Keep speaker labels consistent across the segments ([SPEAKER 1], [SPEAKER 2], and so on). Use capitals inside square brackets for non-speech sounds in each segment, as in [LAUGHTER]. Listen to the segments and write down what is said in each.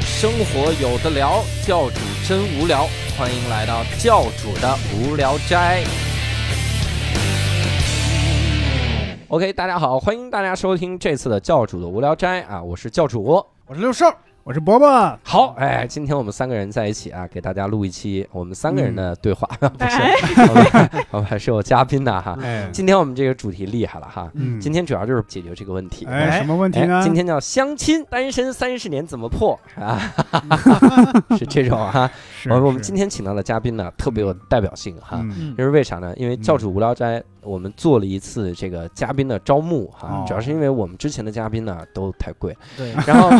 [SPEAKER 1] 生活有的聊，教主真无聊，欢迎来到教主的无聊斋。OK，大家好，欢迎大家收听这次的教主的无聊斋啊，我是教主。
[SPEAKER 2] 我是六兽，我是伯伯。
[SPEAKER 1] 好，哎，今天我们三个人在一起啊，给大家录一期我们三个人的对话，不是， [LAUGHS] 我们我们还是有嘉宾的
[SPEAKER 3] [LAUGHS] 嗯
[SPEAKER 1] 哈。
[SPEAKER 2] 哎，
[SPEAKER 1] 今天我们这个主题厉害了哈，
[SPEAKER 2] 嗯
[SPEAKER 1] 今天主要就是解决这个问题。
[SPEAKER 2] 哎，什么问题呢？
[SPEAKER 1] 哎今天叫相亲，单身三十年怎么破啊？ [LAUGHS] 是这种哈。
[SPEAKER 2] 是
[SPEAKER 1] 我我们今
[SPEAKER 2] 天
[SPEAKER 1] 天请到的嘉宾呢，特别有代表性哈。
[SPEAKER 2] 嗯
[SPEAKER 1] 就是为啥呢？因为教主无聊斋，我们做了一次这个嘉宾的招募哈
[SPEAKER 2] 哦，
[SPEAKER 1] 主要是因为我们之前的嘉宾呢都太贵，
[SPEAKER 3] 对，
[SPEAKER 1] 然
[SPEAKER 2] [LAUGHS]
[SPEAKER 1] 后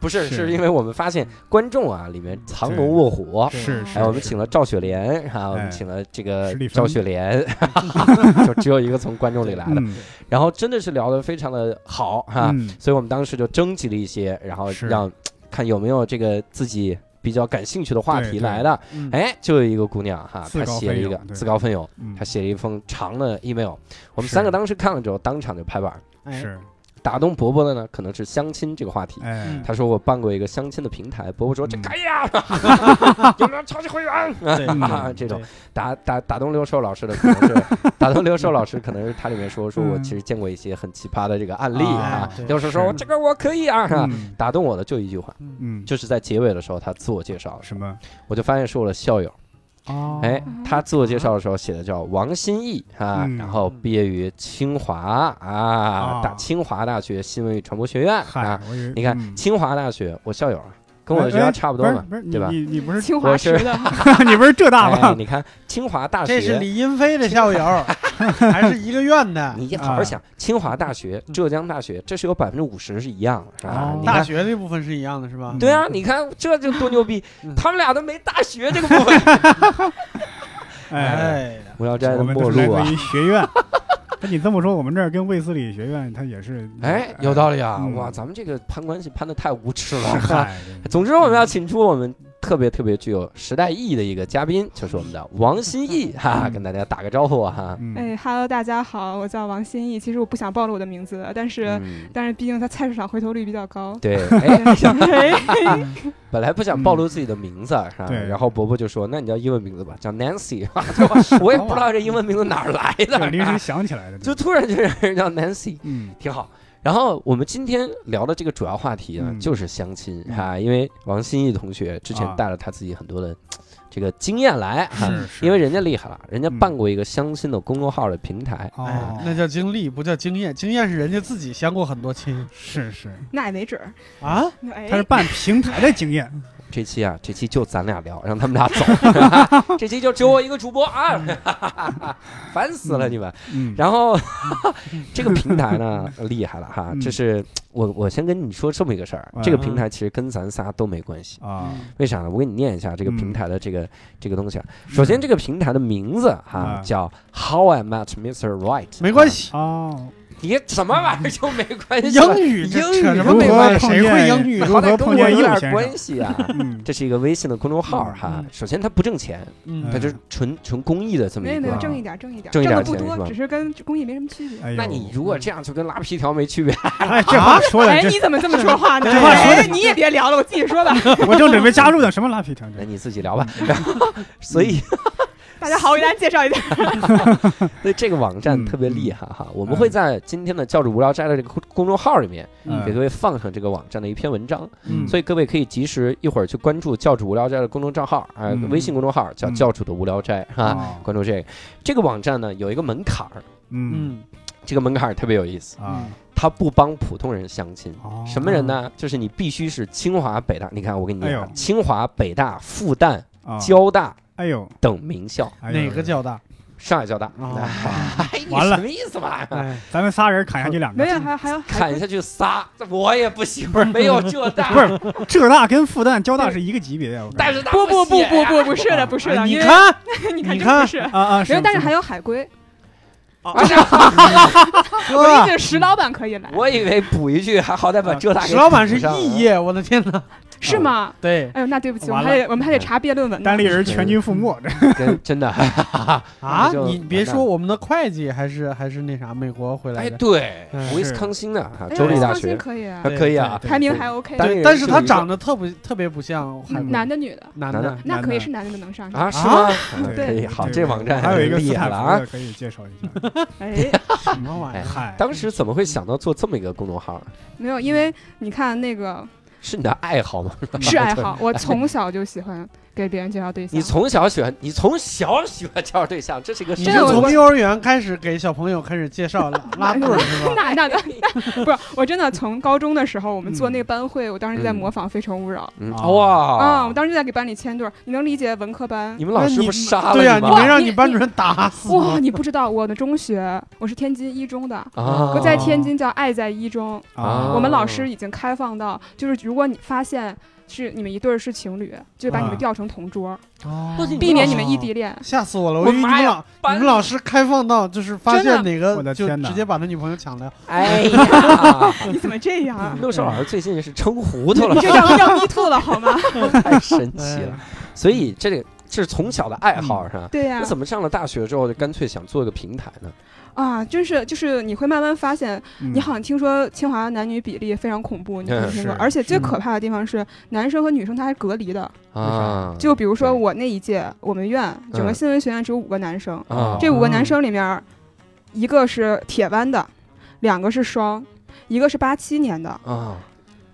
[SPEAKER 1] 不是
[SPEAKER 2] 是
[SPEAKER 1] 是因为我们发现观众啊里面藏龙卧虎。
[SPEAKER 2] 是是
[SPEAKER 1] 哎，我们请了赵雪莲啊，我们
[SPEAKER 2] 哎
[SPEAKER 1] 请了这个
[SPEAKER 2] 史蒂芬
[SPEAKER 1] 赵雪莲， [LAUGHS] 就只有一个从观众里
[SPEAKER 2] [LAUGHS]
[SPEAKER 1] 来的。
[SPEAKER 2] 嗯
[SPEAKER 1] 然后真的是聊得非常的好哈，
[SPEAKER 2] 嗯
[SPEAKER 1] 所以我们当时就征集了一些，然后
[SPEAKER 2] 是
[SPEAKER 1] 让看有没有这个自己比较感兴趣的话
[SPEAKER 2] 对
[SPEAKER 1] 题
[SPEAKER 2] 对
[SPEAKER 1] 来的。
[SPEAKER 3] 嗯
[SPEAKER 1] 哎，就有一个姑娘哈，
[SPEAKER 2] 自
[SPEAKER 1] 她
[SPEAKER 2] 告
[SPEAKER 1] 写了
[SPEAKER 2] 奋
[SPEAKER 1] 一个
[SPEAKER 2] 勇对
[SPEAKER 1] 自告奋勇，
[SPEAKER 2] 嗯
[SPEAKER 1] 她写了一封长的 email，我们
[SPEAKER 2] 是
[SPEAKER 1] 三个当时看了之后，当场就拍板儿。
[SPEAKER 3] 哎
[SPEAKER 2] 是
[SPEAKER 1] 打动伯伯的呢，可能是相亲这个话题。
[SPEAKER 2] 哎
[SPEAKER 3] 嗯
[SPEAKER 1] 他说我办过一个相亲的平台，伯伯说这
[SPEAKER 2] 嗯
[SPEAKER 1] 可以啊，[LAUGHS]
[SPEAKER 2] [LAUGHS]
[SPEAKER 1] 有没有超级会员？
[SPEAKER 3] 对
[SPEAKER 1] 啊，这种打打打动六兽老师的可能是打动六兽老师，可能是他里面说说我其实见过一些很奇葩的这个案例啊
[SPEAKER 3] 啊，对
[SPEAKER 1] 六兽说我
[SPEAKER 2] 嗯哎是
[SPEAKER 1] 这个我可以啊，
[SPEAKER 2] 嗯
[SPEAKER 1] 打动我的就一句话，
[SPEAKER 2] 嗯
[SPEAKER 1] 就是啊在结尾的时候他自我介绍，
[SPEAKER 2] 什么
[SPEAKER 1] 我就发现是我的校友，
[SPEAKER 3] 哦
[SPEAKER 1] 哎，他自我介绍的时候写的叫王新义啊，
[SPEAKER 2] 嗯
[SPEAKER 1] 然后毕业于清华啊，
[SPEAKER 2] 啊
[SPEAKER 1] 大清华大学新闻与传播学院
[SPEAKER 2] 嗨
[SPEAKER 1] 啊，，
[SPEAKER 2] 我以为
[SPEAKER 1] 你看
[SPEAKER 2] 嗯
[SPEAKER 1] 清华大学，我校友啊，跟我的学校差不多嘛
[SPEAKER 2] 哎哎，不是不是
[SPEAKER 1] 对吧
[SPEAKER 2] 你？你你不是
[SPEAKER 4] 清华池的吗，
[SPEAKER 2] [LAUGHS] 你不是浙大
[SPEAKER 1] 哎，
[SPEAKER 2] 吗？
[SPEAKER 1] 你看清华大学，
[SPEAKER 3] 这是李银飞的校友，
[SPEAKER 1] [LAUGHS]
[SPEAKER 3] [LAUGHS] 还是一个院的
[SPEAKER 1] 你
[SPEAKER 2] 啊
[SPEAKER 1] 好好
[SPEAKER 2] 嗯
[SPEAKER 1] 想，清华大学、浙江大学，这是有百分之五十是一样的，是吧
[SPEAKER 2] 哦？
[SPEAKER 1] 你
[SPEAKER 3] 大
[SPEAKER 1] 看，
[SPEAKER 3] 学这部分是一样的，是吧？
[SPEAKER 1] 对啊，你看这就多牛逼
[SPEAKER 3] 嗯，
[SPEAKER 1] 他们俩都没大学这个
[SPEAKER 2] [LAUGHS]
[SPEAKER 1] 部分。
[SPEAKER 2] 哎，
[SPEAKER 3] 哎呀，
[SPEAKER 1] 无聊斋的
[SPEAKER 2] 嗯我们
[SPEAKER 1] 末
[SPEAKER 2] 都是来
[SPEAKER 1] 路啊
[SPEAKER 2] 自！于学院。那你这么说，我们这儿跟卫斯理学院它也是
[SPEAKER 1] 哎，有道理啊！
[SPEAKER 2] 嗯
[SPEAKER 1] 哇，咱们这个攀关系攀的太无耻
[SPEAKER 2] 是
[SPEAKER 1] 了。
[SPEAKER 2] 嗨，
[SPEAKER 1] [LAUGHS] 总之，我们要请出我们特别特别具有时代意义的一个嘉宾，就是我们的王新义哈，
[SPEAKER 2] 嗯
[SPEAKER 1] 跟大家打个招呼啊哈。
[SPEAKER 2] 嗯
[SPEAKER 4] 哎哈喽，大家好，我叫王新义。其实我不想暴露我的名字的，但是、
[SPEAKER 1] 嗯，
[SPEAKER 4] 但是毕竟在菜市场回头率比较高。
[SPEAKER 2] [LAUGHS]
[SPEAKER 1] 对，哎，
[SPEAKER 4] 哎
[SPEAKER 1] 本来不想暴露自己的名字，是吧？
[SPEAKER 2] 嗯对
[SPEAKER 1] 然后伯伯就说：“那你叫英文名字吧，叫
[SPEAKER 2] [LAUGHS]
[SPEAKER 1] Nancy。”对吧我也不知道这英文名字哪儿来
[SPEAKER 2] 这
[SPEAKER 1] 的，
[SPEAKER 2] 临时想起来的，
[SPEAKER 1] 就突然就让人叫 Nancy，
[SPEAKER 2] 嗯
[SPEAKER 1] 挺好。然后我们今天聊的这个主要话题呢，
[SPEAKER 2] 嗯
[SPEAKER 1] 就是相亲
[SPEAKER 2] 嗯
[SPEAKER 1] 啊，因为王新义同学之前
[SPEAKER 2] 啊
[SPEAKER 1] 带了他自己很多的这个经验来哈、
[SPEAKER 2] 是
[SPEAKER 1] 嗯
[SPEAKER 2] 是
[SPEAKER 1] 因为人家厉害了，人家
[SPEAKER 2] 嗯
[SPEAKER 1] 办过一个相亲的公众号的平
[SPEAKER 2] [LAUGHS]
[SPEAKER 1] 台，
[SPEAKER 3] 哎
[SPEAKER 2] 哦，，
[SPEAKER 3] 那叫经历，不叫经验，经验是人家自己相过很多亲
[SPEAKER 2] 是是，
[SPEAKER 4] 那也没准儿。
[SPEAKER 1] 嗯
[SPEAKER 3] 啊。
[SPEAKER 2] [LAUGHS]
[SPEAKER 4] 哎
[SPEAKER 2] 它，是办平台的经验，
[SPEAKER 1] 这期啊，这期就咱俩聊，让他们俩
[SPEAKER 2] [LAUGHS]
[SPEAKER 1] 走，这期就只有我一个主播啊， [LAUGHS] 烦死了你们。
[SPEAKER 2] 嗯，
[SPEAKER 1] 然后 [LAUGHS] 这个平台呢，厉害了哈！
[SPEAKER 2] 嗯
[SPEAKER 1] 这是我我先跟你说这么一个事儿，
[SPEAKER 2] 嗯
[SPEAKER 1] 这个平台其实跟咱仨都没关系，
[SPEAKER 2] 啊，
[SPEAKER 1] 为啥呢？我给你念一下这个
[SPEAKER 2] 嗯
[SPEAKER 1] 平台的这个这个东西啊。首
[SPEAKER 3] 嗯
[SPEAKER 1] 先，这个平台的名字哈
[SPEAKER 2] 嗯
[SPEAKER 1] 叫 How I Met Mr. Right，
[SPEAKER 3] 啊没关
[SPEAKER 1] 啊，
[SPEAKER 3] 系，
[SPEAKER 2] 哦，
[SPEAKER 1] 你什么玩意儿就没关系了？
[SPEAKER 3] 英语这
[SPEAKER 1] 英语
[SPEAKER 3] 扯什么
[SPEAKER 2] 如
[SPEAKER 3] 没关
[SPEAKER 2] 何
[SPEAKER 3] 系？
[SPEAKER 2] 碰
[SPEAKER 3] 谁会
[SPEAKER 2] 见
[SPEAKER 3] 英语？
[SPEAKER 2] 如
[SPEAKER 1] 好歹
[SPEAKER 2] 何
[SPEAKER 1] 跟
[SPEAKER 2] 碰
[SPEAKER 1] 我有
[SPEAKER 2] 见右
[SPEAKER 1] 点
[SPEAKER 2] 先生？
[SPEAKER 1] 关系啊。 [LAUGHS]
[SPEAKER 2] 嗯，
[SPEAKER 1] 这是一个微信的公众号哈
[SPEAKER 3] 嗯，
[SPEAKER 1] 首先它不挣钱，
[SPEAKER 3] 嗯
[SPEAKER 1] 它就是纯纯公益的这么
[SPEAKER 4] 没
[SPEAKER 1] 一
[SPEAKER 4] 有没
[SPEAKER 1] 个
[SPEAKER 4] 有，
[SPEAKER 2] 啊。
[SPEAKER 4] 挣一点，挣一点，
[SPEAKER 1] 挣一点
[SPEAKER 4] 的不
[SPEAKER 1] 钱是吧
[SPEAKER 4] 多，只是跟公益没什么区别。
[SPEAKER 2] 哎呦
[SPEAKER 1] 那你如果这样，就跟拉皮条没区别。
[SPEAKER 3] 嗯
[SPEAKER 2] 哎，这话说的，
[SPEAKER 4] 哎，
[SPEAKER 2] 这
[SPEAKER 4] 你怎么这么说话呢？
[SPEAKER 2] 这话说的
[SPEAKER 4] 哎，你也别聊了，我自己
[SPEAKER 1] [LAUGHS]
[SPEAKER 4] 说吧。
[SPEAKER 2] 我正准备加入呢，什么拉皮条
[SPEAKER 1] 那
[SPEAKER 2] 件？
[SPEAKER 1] 你自己聊吧。 [LAUGHS] 然后，所以
[SPEAKER 4] 大家好，我给大家介绍一下，
[SPEAKER 1] 对这个网
[SPEAKER 3] 嗯
[SPEAKER 1] 站特别厉害哈，我们会在今天的教主无聊斋的这个公公众号里面
[SPEAKER 2] 嗯
[SPEAKER 1] 给各位放上这个网站的一篇文章，
[SPEAKER 2] 嗯
[SPEAKER 1] 所以各位可以及时一会儿去关注教主无聊斋的公众账号，啊，
[SPEAKER 2] 嗯
[SPEAKER 1] 微信公众号叫
[SPEAKER 2] 嗯
[SPEAKER 1] 教主的无聊斋哈，
[SPEAKER 2] 啊，
[SPEAKER 1] 关注这个。这个网站呢有一个门槛儿，
[SPEAKER 2] 嗯
[SPEAKER 3] 嗯，
[SPEAKER 1] 这个门槛儿特别有意思，
[SPEAKER 2] 啊，
[SPEAKER 1] 它不帮普通人相亲。
[SPEAKER 2] 哦
[SPEAKER 1] 嗯什么人？呢？就是你必须是清华、北大，你看我给你念啊
[SPEAKER 2] 哎，呦
[SPEAKER 1] 清华、北大、复旦、
[SPEAKER 2] 啊，
[SPEAKER 1] 交大
[SPEAKER 2] 哎呦，
[SPEAKER 1] 等名校，
[SPEAKER 2] 哎呦
[SPEAKER 1] [LAUGHS]
[SPEAKER 3] 哪个？较大？
[SPEAKER 1] 上海交大，
[SPEAKER 3] 啊
[SPEAKER 1] 哎，你
[SPEAKER 2] 完了
[SPEAKER 1] 什么意思嘛？
[SPEAKER 3] 哎，
[SPEAKER 2] 咱们仨人砍下去两
[SPEAKER 4] 没
[SPEAKER 2] 个，
[SPEAKER 4] 有，还有还有还
[SPEAKER 1] 砍
[SPEAKER 4] 有，
[SPEAKER 1] 下去仨，这我也不行，没有浙大，
[SPEAKER 2] 不是浙大跟复旦、交大是一个级别呀。我
[SPEAKER 1] 但
[SPEAKER 2] 感觉
[SPEAKER 1] 是他
[SPEAKER 4] 不不不
[SPEAKER 1] 写啊
[SPEAKER 4] 不
[SPEAKER 1] 呀
[SPEAKER 4] 不，不是的，不是的，
[SPEAKER 3] 哎你
[SPEAKER 4] 因为
[SPEAKER 3] 看，
[SPEAKER 4] [LAUGHS] 你
[SPEAKER 3] 你
[SPEAKER 4] 看，真
[SPEAKER 3] 看
[SPEAKER 4] 不是。
[SPEAKER 2] 啊啊，
[SPEAKER 4] 没有，但是还
[SPEAKER 2] 有
[SPEAKER 4] 有海龟，
[SPEAKER 1] 啊 [LAUGHS] 是啊
[SPEAKER 4] 我理
[SPEAKER 3] 哥，
[SPEAKER 1] [LAUGHS]
[SPEAKER 4] 解石老板可以来，
[SPEAKER 1] 我以为补一句，还好歹把浙大给
[SPEAKER 3] 石老板是
[SPEAKER 1] 补上啊
[SPEAKER 3] 异业，我的天哪！
[SPEAKER 4] 是吗？
[SPEAKER 3] 对
[SPEAKER 4] [LAUGHS] 哎呦，那对不起，我
[SPEAKER 3] 完
[SPEAKER 4] 们还得我们还得
[SPEAKER 1] 嗯
[SPEAKER 4] 查毕业论文呢
[SPEAKER 2] 单。立人全军覆没，
[SPEAKER 1] [LAUGHS]
[SPEAKER 2] 这
[SPEAKER 1] 真真的，
[SPEAKER 3] 啊
[SPEAKER 1] 那，就
[SPEAKER 3] 你别
[SPEAKER 1] 完
[SPEAKER 3] 说，
[SPEAKER 1] 蛋
[SPEAKER 3] 我们的会计还是还是那啥，美国回来
[SPEAKER 1] [LAUGHS] 哎，
[SPEAKER 3] 的，
[SPEAKER 1] 对，
[SPEAKER 3] 嗯
[SPEAKER 1] 威斯康星的啊
[SPEAKER 4] 哎呦
[SPEAKER 1] 州立大
[SPEAKER 4] 相亲
[SPEAKER 1] 学，
[SPEAKER 4] 可以啊
[SPEAKER 1] 还，可以啊
[SPEAKER 3] 对。
[SPEAKER 4] 排名还 OK。
[SPEAKER 1] 单立
[SPEAKER 3] 对，
[SPEAKER 1] 人
[SPEAKER 3] 但是
[SPEAKER 1] 是
[SPEAKER 3] 他
[SPEAKER 1] 一个
[SPEAKER 3] 长得特不特别不像韩国
[SPEAKER 4] 男的女的，
[SPEAKER 3] 男
[SPEAKER 1] 男
[SPEAKER 3] 的
[SPEAKER 1] 的，
[SPEAKER 4] 那
[SPEAKER 2] 男
[SPEAKER 4] 可以
[SPEAKER 2] 的
[SPEAKER 4] 是男的就能上。
[SPEAKER 1] 啊，
[SPEAKER 3] 是
[SPEAKER 1] 是吗？
[SPEAKER 3] 吗
[SPEAKER 1] 啊
[SPEAKER 4] 对
[SPEAKER 1] 可以，好，这网站
[SPEAKER 2] 还有一个斯
[SPEAKER 1] 厉害
[SPEAKER 2] 坦
[SPEAKER 1] 了啊！
[SPEAKER 2] 福的可以介绍一
[SPEAKER 1] [LAUGHS]
[SPEAKER 2] 下。
[SPEAKER 4] 哎，
[SPEAKER 3] 什么玩意儿？
[SPEAKER 2] 嗨，
[SPEAKER 1] 当时怎么会想到做这么一个公众号？
[SPEAKER 4] 没有，因为你看
[SPEAKER 1] [LAUGHS]
[SPEAKER 4] 那个
[SPEAKER 1] 是你的爱好吗？
[SPEAKER 4] 是爱好，我从小就喜欢给别人介绍对象。
[SPEAKER 1] 你从小喜欢，你从小喜欢介绍对象，这是一个
[SPEAKER 3] 你
[SPEAKER 1] 深
[SPEAKER 4] 这个
[SPEAKER 3] 是
[SPEAKER 1] 有
[SPEAKER 4] 我
[SPEAKER 3] 从幼儿园开始给小朋友开始介绍
[SPEAKER 4] [LAUGHS]
[SPEAKER 3] 拉拉棍儿是吧？
[SPEAKER 4] 那那那不是，我真的从高中的时候，我们做
[SPEAKER 2] 嗯
[SPEAKER 4] 那个班会，我当时就在
[SPEAKER 1] 嗯
[SPEAKER 4] 模仿《非诚勿扰
[SPEAKER 1] 嗯
[SPEAKER 2] 啊
[SPEAKER 1] 哇
[SPEAKER 4] 啊，我当时就在给班里签对儿。你能理解文科班
[SPEAKER 1] 你？们老师
[SPEAKER 3] 那你
[SPEAKER 1] 不杀了
[SPEAKER 2] 啊
[SPEAKER 3] 对呀，你
[SPEAKER 1] 吗？
[SPEAKER 3] 没
[SPEAKER 4] 哇
[SPEAKER 3] 让
[SPEAKER 4] 你
[SPEAKER 3] 你班主任打死
[SPEAKER 4] 哇，
[SPEAKER 3] 吗？
[SPEAKER 4] 你不知道我的中学，我是天津一中的，
[SPEAKER 1] 啊，
[SPEAKER 4] 我在天津叫爱在一中。
[SPEAKER 1] 啊
[SPEAKER 4] 我们老师已经开放到，就是如果你发现是你们一对儿是情侣，就把你们
[SPEAKER 2] 啊
[SPEAKER 4] 调成同桌，
[SPEAKER 3] 哦
[SPEAKER 4] 避免你们异地
[SPEAKER 1] [LAUGHS]
[SPEAKER 4] 恋。
[SPEAKER 3] 吓死我了！我
[SPEAKER 1] 我
[SPEAKER 3] 以为你
[SPEAKER 1] 妈
[SPEAKER 3] 们
[SPEAKER 1] 呀
[SPEAKER 3] 老你
[SPEAKER 1] 班
[SPEAKER 3] 们老师开放到就是发
[SPEAKER 4] 真的
[SPEAKER 3] 现哪
[SPEAKER 2] 我
[SPEAKER 3] 个
[SPEAKER 2] 的
[SPEAKER 3] 就
[SPEAKER 2] 天哪
[SPEAKER 3] 直接把他女朋友抢了，
[SPEAKER 1] 哎呀，
[SPEAKER 4] 你怎么这
[SPEAKER 1] [LAUGHS]
[SPEAKER 4] 样啊？
[SPEAKER 1] 六少老师最近是撑糊涂了
[SPEAKER 4] 你，这
[SPEAKER 1] [LAUGHS]
[SPEAKER 4] 要要 me too 了好吗？
[SPEAKER 1] 太神奇
[SPEAKER 3] 哎呃
[SPEAKER 1] 了。所以这个这是从小的爱好是吧？
[SPEAKER 4] 对呀、
[SPEAKER 1] 那怎么上了大学之后就干脆想做一个平台呢？
[SPEAKER 4] 啊，真是就是你会慢慢发现，
[SPEAKER 2] 嗯
[SPEAKER 4] 你好像听说清华男女比例非常恐怖，你
[SPEAKER 1] 嗯
[SPEAKER 4] 听听说？
[SPEAKER 2] 是
[SPEAKER 4] 而且最
[SPEAKER 3] 是
[SPEAKER 4] 可怕的地方是，男生和女生他还隔离的。
[SPEAKER 1] 啊，
[SPEAKER 4] 就比如说
[SPEAKER 1] 对
[SPEAKER 4] 我那一届，我们院整个
[SPEAKER 1] 嗯
[SPEAKER 4] 新闻学院只有五个男生，
[SPEAKER 1] 啊，
[SPEAKER 4] 这五个男
[SPEAKER 3] 哦
[SPEAKER 4] 生里面儿，一个是铁湾的，两个是双，一个是八七年的，
[SPEAKER 1] 啊，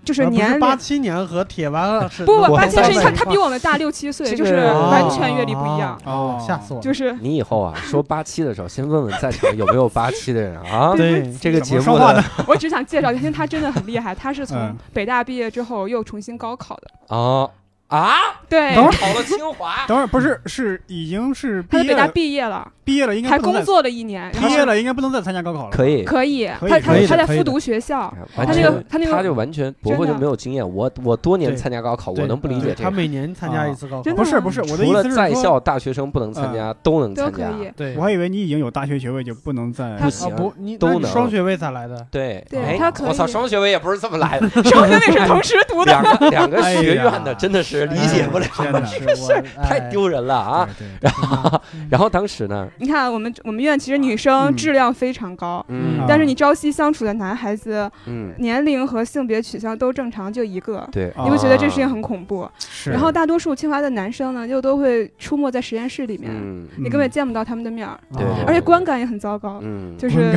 [SPEAKER 4] 就是
[SPEAKER 3] 啊不
[SPEAKER 4] 年
[SPEAKER 3] 是八
[SPEAKER 4] 龄。
[SPEAKER 3] 七年和铁丸是
[SPEAKER 4] 不不，
[SPEAKER 1] 我
[SPEAKER 4] 八
[SPEAKER 1] 还
[SPEAKER 4] 七是
[SPEAKER 1] 在
[SPEAKER 4] 他他比我们大六七岁，
[SPEAKER 1] 这
[SPEAKER 4] 就
[SPEAKER 1] 个
[SPEAKER 4] 是
[SPEAKER 1] 哦
[SPEAKER 4] 完全阅历不一样，
[SPEAKER 2] 哦，
[SPEAKER 3] 吓死我！了！？
[SPEAKER 4] 就是 [LAUGHS]
[SPEAKER 1] 你以后啊说八七的时候，先问问在场有没有八七的人
[SPEAKER 4] [LAUGHS]
[SPEAKER 1] 啊
[SPEAKER 3] 对，
[SPEAKER 1] 这个节
[SPEAKER 2] 怎
[SPEAKER 1] 目
[SPEAKER 2] 么说话
[SPEAKER 1] 的
[SPEAKER 4] 我只想介绍一下，因为他真的很厉害，他是从
[SPEAKER 2] 嗯
[SPEAKER 4] 北大毕业之后又重新高考的，
[SPEAKER 1] 啊啊，
[SPEAKER 4] 对，
[SPEAKER 2] 等会
[SPEAKER 1] 考了清华，
[SPEAKER 2] 等会儿不是是已经是毕
[SPEAKER 4] 他在
[SPEAKER 2] 业
[SPEAKER 4] 北大
[SPEAKER 2] 了，
[SPEAKER 4] 毕业了，
[SPEAKER 2] 毕业了应该
[SPEAKER 4] 还
[SPEAKER 2] 不能
[SPEAKER 4] 工
[SPEAKER 2] 再
[SPEAKER 4] 作了一年，然后
[SPEAKER 2] 毕业了应该不能再参加高考了。
[SPEAKER 1] 可以。
[SPEAKER 4] 可以，
[SPEAKER 2] [LAUGHS] 可以
[SPEAKER 4] 他他
[SPEAKER 3] 可以的
[SPEAKER 4] 他在
[SPEAKER 3] 可以的
[SPEAKER 4] 复读学校，
[SPEAKER 1] 啊完
[SPEAKER 4] 他
[SPEAKER 1] 全
[SPEAKER 4] 那个他那个
[SPEAKER 1] 他就完全不会
[SPEAKER 4] 真的
[SPEAKER 1] 就没有经验。我我多年
[SPEAKER 3] 对
[SPEAKER 1] 参加高考，
[SPEAKER 3] 对
[SPEAKER 1] 我能不理解这
[SPEAKER 3] 他
[SPEAKER 1] 个？
[SPEAKER 3] 每年参
[SPEAKER 2] 啊
[SPEAKER 3] 加一次高考
[SPEAKER 4] [LAUGHS] 真，的
[SPEAKER 2] 不是不是，我的
[SPEAKER 1] 除
[SPEAKER 2] 意
[SPEAKER 1] 了
[SPEAKER 2] 思
[SPEAKER 1] 在
[SPEAKER 2] 是说，
[SPEAKER 1] 校大学生不能参加，都能
[SPEAKER 4] 都
[SPEAKER 1] 参
[SPEAKER 4] 可
[SPEAKER 1] 加。 [LAUGHS]
[SPEAKER 4] 以。
[SPEAKER 3] 对
[SPEAKER 2] 我还以为你已经有大学学位就不能再
[SPEAKER 4] 他
[SPEAKER 1] 不
[SPEAKER 3] 啊
[SPEAKER 1] 行，
[SPEAKER 3] 不，你
[SPEAKER 1] 都
[SPEAKER 3] 那你
[SPEAKER 1] 能
[SPEAKER 3] 双学位咋来的？
[SPEAKER 1] 对，
[SPEAKER 4] 对
[SPEAKER 1] 哎
[SPEAKER 4] 他可以
[SPEAKER 1] 我操，双学位也不是这么来
[SPEAKER 4] [LAUGHS]
[SPEAKER 1] 的，
[SPEAKER 4] 双学位是同时读的
[SPEAKER 1] 两，
[SPEAKER 2] [LAUGHS]
[SPEAKER 1] 个两个
[SPEAKER 2] 哎呀
[SPEAKER 1] 学院的真的是理解不了，
[SPEAKER 2] 哎呀天哪
[SPEAKER 3] 是我
[SPEAKER 1] [LAUGHS]
[SPEAKER 3] 哎
[SPEAKER 1] 太丢人了啊！！
[SPEAKER 2] 对对
[SPEAKER 1] 然后当时呢，
[SPEAKER 4] 你看我们我们院其实女生
[SPEAKER 2] 嗯
[SPEAKER 4] 质量非常高，
[SPEAKER 1] 嗯
[SPEAKER 2] 啊
[SPEAKER 4] 但是你朝夕相处的男孩子
[SPEAKER 1] 嗯，
[SPEAKER 4] 年龄和性别取向都正常，就一个。
[SPEAKER 1] 对，
[SPEAKER 2] 啊
[SPEAKER 4] 你会觉得这事情很恐怖，
[SPEAKER 2] 是
[SPEAKER 4] 然后大多数清华的男生呢，又都会出没在实验室里面，
[SPEAKER 1] 嗯
[SPEAKER 4] 你根本见不到他们的面儿，
[SPEAKER 1] [LAUGHS] 对
[SPEAKER 4] 而且观感也很糟糕。
[SPEAKER 1] 嗯，
[SPEAKER 4] 就是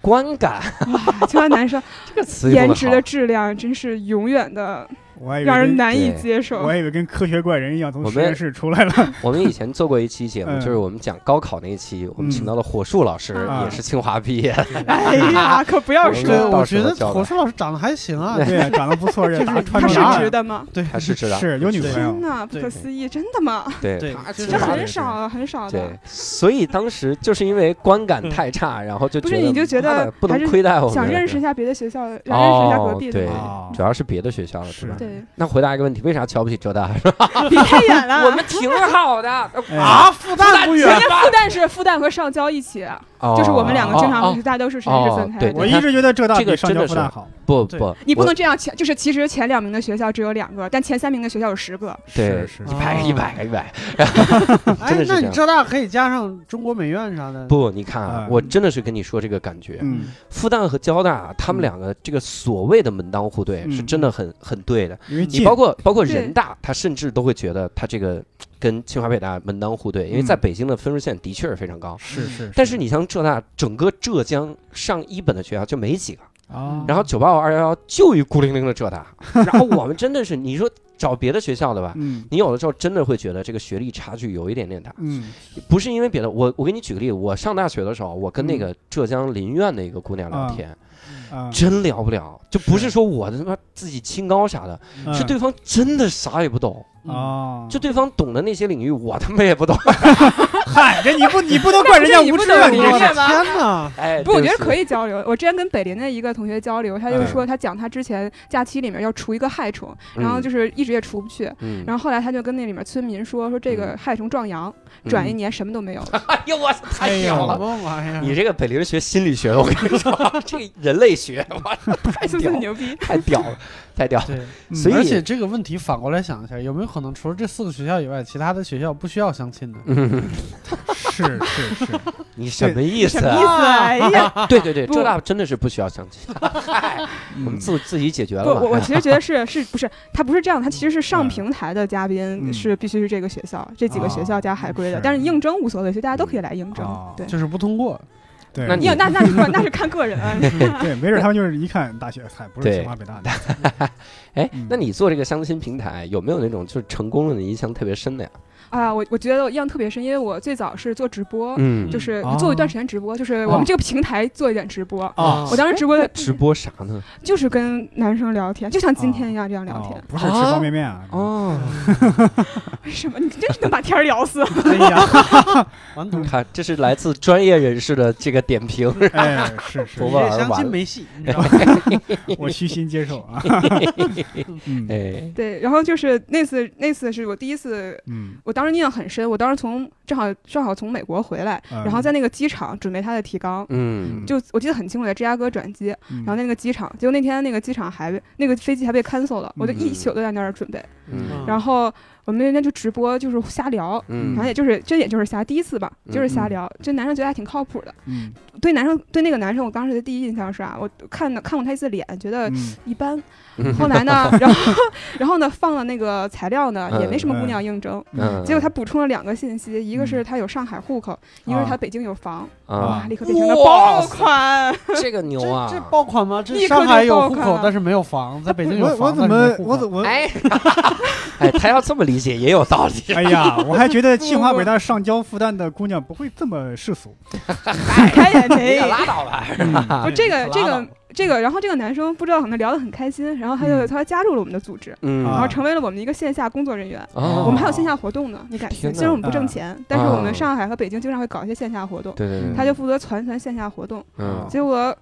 [SPEAKER 1] 观感
[SPEAKER 4] 啊 [LAUGHS] 清华男生
[SPEAKER 1] 这个词用
[SPEAKER 4] 颜
[SPEAKER 1] 得
[SPEAKER 4] 值的质量真是永远的
[SPEAKER 2] 我还以为
[SPEAKER 4] 让人
[SPEAKER 2] 跟
[SPEAKER 4] 难以
[SPEAKER 1] 对
[SPEAKER 4] 接
[SPEAKER 2] 我
[SPEAKER 4] 受
[SPEAKER 2] 还。以为跟科学怪人一样从
[SPEAKER 1] 我
[SPEAKER 2] 实
[SPEAKER 1] 们
[SPEAKER 2] 验室出来了。
[SPEAKER 1] 好。我们以前做过一期节
[SPEAKER 4] [LAUGHS]
[SPEAKER 1] 目，
[SPEAKER 2] 嗯
[SPEAKER 1] 就是我们讲高考那一期，我们
[SPEAKER 2] 嗯
[SPEAKER 1] 请到了火树老师，
[SPEAKER 4] 啊
[SPEAKER 1] 也是清华毕业的，
[SPEAKER 4] 哎呀，可不要
[SPEAKER 1] 我
[SPEAKER 4] 说
[SPEAKER 3] 对，
[SPEAKER 1] 到
[SPEAKER 3] 我
[SPEAKER 1] 时候
[SPEAKER 3] 觉得
[SPEAKER 1] 教导
[SPEAKER 3] 火树老师长得还
[SPEAKER 1] [LAUGHS]
[SPEAKER 3] 行啊，
[SPEAKER 2] 对，长得不错，
[SPEAKER 4] [LAUGHS]
[SPEAKER 2] 这大穿
[SPEAKER 4] 他
[SPEAKER 2] 着
[SPEAKER 4] 是
[SPEAKER 2] 啥
[SPEAKER 4] 直
[SPEAKER 2] 的？
[SPEAKER 4] 的吗？
[SPEAKER 3] 对，
[SPEAKER 1] 他是知
[SPEAKER 4] [LAUGHS]
[SPEAKER 1] 道，
[SPEAKER 2] 是有女朋
[SPEAKER 4] 天
[SPEAKER 1] 嗯
[SPEAKER 2] 友。
[SPEAKER 4] 呐，不
[SPEAKER 3] 对
[SPEAKER 4] 可思议，真的吗？
[SPEAKER 1] 对
[SPEAKER 3] 对
[SPEAKER 1] 他
[SPEAKER 3] 就是
[SPEAKER 1] 知
[SPEAKER 4] 这
[SPEAKER 1] 道
[SPEAKER 4] 很少啊很少的
[SPEAKER 1] 对。，所以当时就是因为观感太差，然后就
[SPEAKER 4] 嗯不
[SPEAKER 1] 觉
[SPEAKER 4] 是
[SPEAKER 1] 得
[SPEAKER 4] 你就
[SPEAKER 1] 妈
[SPEAKER 4] 觉得
[SPEAKER 1] 的不
[SPEAKER 4] 还
[SPEAKER 1] 能
[SPEAKER 4] 是
[SPEAKER 1] 亏待我们，
[SPEAKER 4] 想认识一下别的学校，想认识一下隔壁的
[SPEAKER 1] 对
[SPEAKER 4] 嘛。
[SPEAKER 2] 哦
[SPEAKER 1] 主要是别的学校了，是吧？
[SPEAKER 2] 是
[SPEAKER 4] 对， [LAUGHS]
[SPEAKER 1] 那回答一个问题，为啥瞧不起浙大？是吧
[SPEAKER 4] 离太远
[SPEAKER 1] [LAUGHS]
[SPEAKER 4] 了。
[SPEAKER 1] 我们挺好的
[SPEAKER 2] 哎
[SPEAKER 1] 啊，
[SPEAKER 3] 啊，复旦不
[SPEAKER 1] 复
[SPEAKER 3] 远
[SPEAKER 1] 旦
[SPEAKER 4] 人家复旦是复旦和上交一起， [LAUGHS] 啊就是我们两个经常
[SPEAKER 1] 哦
[SPEAKER 4] 大多数时间是分开
[SPEAKER 1] 哦对
[SPEAKER 4] 的。
[SPEAKER 2] 我一直觉得浙大
[SPEAKER 1] 这个
[SPEAKER 2] 比上交
[SPEAKER 1] 真的
[SPEAKER 2] 复
[SPEAKER 1] 是
[SPEAKER 2] 旦好。
[SPEAKER 1] 不
[SPEAKER 3] 对
[SPEAKER 1] 不，
[SPEAKER 4] 你不
[SPEAKER 1] 我
[SPEAKER 4] 能这样前，就是其实前两名的学校只有两个，但前三名的学校有十个。
[SPEAKER 1] 对
[SPEAKER 2] 是是
[SPEAKER 1] 一百个
[SPEAKER 3] 哦
[SPEAKER 1] 一百个一
[SPEAKER 2] [LAUGHS]
[SPEAKER 1] 百个。真
[SPEAKER 3] 哎
[SPEAKER 1] 的是，这
[SPEAKER 3] 那
[SPEAKER 1] 样
[SPEAKER 3] 你浙大可以加上中国美院啥的，
[SPEAKER 1] 不，你看啊
[SPEAKER 2] 嗯，
[SPEAKER 1] 我真的是跟你说这个感觉，
[SPEAKER 2] 嗯，
[SPEAKER 1] 复旦和交大他们
[SPEAKER 2] 嗯
[SPEAKER 1] 两个这个所谓的门当户对
[SPEAKER 2] 嗯
[SPEAKER 1] 是真的很很对的。
[SPEAKER 2] 因为
[SPEAKER 1] 你
[SPEAKER 2] 近
[SPEAKER 1] 包括包括人
[SPEAKER 4] 对
[SPEAKER 1] 大，他甚至都会觉得他这个跟清华北大门当户对，因为
[SPEAKER 2] 嗯
[SPEAKER 1] 在北京的分数线的确是非常高。
[SPEAKER 2] 是是，
[SPEAKER 1] 但是你像浙大，整个浙江上一本的学校就没几个，
[SPEAKER 2] 啊，
[SPEAKER 1] 然后九八五二幺幺就一孤零零的浙
[SPEAKER 2] [LAUGHS]
[SPEAKER 1] 大，然后我们真的是你说找别的学校的吧，
[SPEAKER 2] 嗯
[SPEAKER 1] 你有的时候真的会觉得这个学历差距有一点点大，
[SPEAKER 2] 嗯
[SPEAKER 1] 不是因为别的，我我给你举个例，我上大学的时候，我跟那
[SPEAKER 2] 嗯
[SPEAKER 1] 个浙江林苑的一个姑娘聊
[SPEAKER 2] 啊
[SPEAKER 1] 天， [LAUGHS]
[SPEAKER 2] 啊，
[SPEAKER 1] 真聊不了，就不
[SPEAKER 2] 是
[SPEAKER 1] 是说我他妈自己清高啥的，
[SPEAKER 2] 嗯
[SPEAKER 1] 是对方真的啥也不懂。
[SPEAKER 2] 哦，
[SPEAKER 4] 啊
[SPEAKER 1] 就对方懂的那些领域，我他妈也不懂。
[SPEAKER 2] 嗨，这你不你不能怪
[SPEAKER 4] [LAUGHS]
[SPEAKER 2] 人家无知啊，
[SPEAKER 4] 你
[SPEAKER 2] 你这是
[SPEAKER 3] 哎我的
[SPEAKER 4] 不能这
[SPEAKER 3] 天哪！
[SPEAKER 1] 哎，
[SPEAKER 4] [LAUGHS] 不，我觉得可
[SPEAKER 1] 以。
[SPEAKER 4] 以交流。我之前跟北林的一个同学交流，
[SPEAKER 2] 嗯
[SPEAKER 4] 他就说他讲他之前假期里面要除一个害虫，
[SPEAKER 1] 嗯
[SPEAKER 4] 然后就是一直也除不去，
[SPEAKER 1] 嗯，
[SPEAKER 4] 然后后来他就跟那里面村民说说这个害虫壮阳，
[SPEAKER 1] 嗯
[SPEAKER 4] 转一
[SPEAKER 2] [LAUGHS]
[SPEAKER 4] 年什么都没有了。
[SPEAKER 1] 哎呦我操太
[SPEAKER 2] 哎呦
[SPEAKER 1] 屌
[SPEAKER 3] 什
[SPEAKER 1] 了！
[SPEAKER 3] 么玩意儿？
[SPEAKER 1] 你这个北林学心理学的，我跟你说，这人类学，哇，太
[SPEAKER 4] 是
[SPEAKER 1] 屌
[SPEAKER 4] 不是
[SPEAKER 1] 了
[SPEAKER 4] 哎很牛逼？
[SPEAKER 1] 太屌
[SPEAKER 4] [LAUGHS]
[SPEAKER 1] 了，太屌了。
[SPEAKER 3] 对，
[SPEAKER 2] 嗯
[SPEAKER 1] 所以
[SPEAKER 3] 而且这个问题反过来想一下，有没有可能除了这四个学校以外，其他的学校不需要相亲呢？
[SPEAKER 1] 嗯，
[SPEAKER 2] 是是是，
[SPEAKER 1] [LAUGHS] 你什么意思
[SPEAKER 4] 什么
[SPEAKER 1] 啊
[SPEAKER 4] 意？思啊？哎呀，
[SPEAKER 1] 对对对，
[SPEAKER 4] 不
[SPEAKER 1] 浙大真的是不需要相
[SPEAKER 4] [LAUGHS]
[SPEAKER 1] 亲，我们
[SPEAKER 2] 嗯
[SPEAKER 1] 自自己解决
[SPEAKER 4] 不，
[SPEAKER 1] 了嘛。
[SPEAKER 4] 我我其实觉
[SPEAKER 2] [LAUGHS]
[SPEAKER 4] 得是是不是他不是这样，他其实是上平台的嘉宾
[SPEAKER 2] 嗯哦
[SPEAKER 4] 是必须是这个学校这几个学校加海归的
[SPEAKER 2] 是，
[SPEAKER 4] 但是应征无所谓，所以大家都可以来应
[SPEAKER 2] 哦
[SPEAKER 4] 征。对，
[SPEAKER 3] 就是不通过，
[SPEAKER 2] 对，
[SPEAKER 1] 那
[SPEAKER 4] 你有
[SPEAKER 2] [LAUGHS]
[SPEAKER 4] 那那是那是看个人啊。
[SPEAKER 2] 对，没准他们就是一看大学，嗨，不是
[SPEAKER 1] 对
[SPEAKER 2] 清华北大的，
[SPEAKER 1] 哎
[SPEAKER 2] 嗯，
[SPEAKER 1] 那你做这个相亲平台有没有那种就是成功了你印象特别深的呀？
[SPEAKER 4] 啊，我我觉得我印象特别深，因为我最早是做直播，
[SPEAKER 1] 嗯
[SPEAKER 4] 就，是
[SPEAKER 2] 哦
[SPEAKER 4] 做一段时间直播，就是我们这个平台做一点直播。
[SPEAKER 1] 嗯
[SPEAKER 3] 啊
[SPEAKER 2] 哦
[SPEAKER 4] 我当时直播的
[SPEAKER 1] 直播啥呢？
[SPEAKER 4] 就是跟男生聊天，就像今天一样这样聊
[SPEAKER 2] 哦
[SPEAKER 4] 天。
[SPEAKER 2] 不是吃方便面啊，
[SPEAKER 4] 嗯
[SPEAKER 1] 哦，
[SPEAKER 4] 为什么你真是能把天儿聊
[SPEAKER 2] [LAUGHS]
[SPEAKER 4] 死？啊
[SPEAKER 3] 哎呀， [LAUGHS] 完犊子，
[SPEAKER 1] 看这是来自专业人士的这个点评，
[SPEAKER 2] 哎，是是，
[SPEAKER 1] 不
[SPEAKER 3] 你
[SPEAKER 1] 问而
[SPEAKER 3] 这相
[SPEAKER 1] 完
[SPEAKER 3] 亲
[SPEAKER 1] 了
[SPEAKER 3] 没戏，
[SPEAKER 1] [LAUGHS]
[SPEAKER 3] 你知道吗？
[SPEAKER 2] 我虚心接受啊，嗯
[SPEAKER 1] [LAUGHS] 哎，
[SPEAKER 4] 对，然后就是那次，那次是我第一次，
[SPEAKER 2] 嗯，
[SPEAKER 4] 我当时印象很深。我当时从正好正好从美国回来，
[SPEAKER 2] 嗯
[SPEAKER 4] 然后在那个机场准备他的提纲，
[SPEAKER 1] 嗯，
[SPEAKER 4] 就我记得很清楚，在芝加哥转机，
[SPEAKER 2] 嗯
[SPEAKER 4] 然后在那个机场，结果那天那个机场还那个飞机还被 cancel 了，我就一
[SPEAKER 1] 嗯
[SPEAKER 4] 宿都在那儿准备。
[SPEAKER 1] 嗯
[SPEAKER 4] 然后我们那天就直播，就是瞎聊，
[SPEAKER 1] 嗯
[SPEAKER 4] 然后也就是这也就是瞎第一次吧，就是瞎
[SPEAKER 2] 嗯
[SPEAKER 4] 聊。这男生觉得还挺靠谱的，
[SPEAKER 2] 嗯
[SPEAKER 4] 对男生对那个男生，我当时的第一印象是啊，我看到看过他一次脸，觉得
[SPEAKER 2] 嗯
[SPEAKER 4] 一般。
[SPEAKER 1] 嗯
[SPEAKER 4] 后来
[SPEAKER 2] [LAUGHS]
[SPEAKER 4] 呢，然后然后呢放了那个材料呢，也没什么姑
[SPEAKER 2] 嗯
[SPEAKER 4] 娘应征。
[SPEAKER 1] 嗯，
[SPEAKER 4] 结果他补充了两个信息，一个是
[SPEAKER 2] 嗯
[SPEAKER 4] 他有上海户口，一个是
[SPEAKER 2] 啊
[SPEAKER 4] 他北京有房，
[SPEAKER 1] 啊
[SPEAKER 4] 哇，，立刻变成了
[SPEAKER 1] 哇
[SPEAKER 4] 爆款。 [LAUGHS]
[SPEAKER 1] 这个牛
[SPEAKER 3] 这
[SPEAKER 1] 啊！
[SPEAKER 3] 这爆款吗？这
[SPEAKER 4] 立刻就
[SPEAKER 3] 上海有户
[SPEAKER 4] 爆款
[SPEAKER 3] 口
[SPEAKER 4] 了，
[SPEAKER 3] 但是没有房，在北京有
[SPEAKER 2] 我
[SPEAKER 3] 房，
[SPEAKER 2] 我怎
[SPEAKER 3] 但是
[SPEAKER 2] 么
[SPEAKER 3] 没户口
[SPEAKER 2] 我怎么
[SPEAKER 1] 哎，哎，他要这么理解也有道理。
[SPEAKER 2] 哎呀，我还觉得清华北大上交复旦的姑娘不会这么
[SPEAKER 1] [LAUGHS]
[SPEAKER 2] 世俗，
[SPEAKER 4] 开眼
[SPEAKER 1] 你
[SPEAKER 4] 眉
[SPEAKER 1] 可。拉倒
[SPEAKER 4] 哎
[SPEAKER 1] 吧！
[SPEAKER 2] 嗯
[SPEAKER 4] 不，这个
[SPEAKER 3] 可
[SPEAKER 4] 这
[SPEAKER 3] 啊拉倒
[SPEAKER 4] 个这个，然后这个男生不知道，可能聊得很开心，然后他就
[SPEAKER 2] 嗯
[SPEAKER 4] 他加入了我们的组织，
[SPEAKER 1] 嗯
[SPEAKER 4] 然后
[SPEAKER 2] 啊
[SPEAKER 4] 成为了我们一个线下工作人员。
[SPEAKER 1] 哦
[SPEAKER 4] 我们还有线下活动呢，你敢
[SPEAKER 1] 天
[SPEAKER 4] 信？
[SPEAKER 1] 哪
[SPEAKER 4] 虽然我们不
[SPEAKER 2] 啊
[SPEAKER 4] 挣钱，但是我
[SPEAKER 1] 啊
[SPEAKER 4] 们上海和北京经常会搞一些线下活动，
[SPEAKER 1] 对对对，
[SPEAKER 4] 他就负责传传线下活动。
[SPEAKER 1] 嗯
[SPEAKER 4] 结果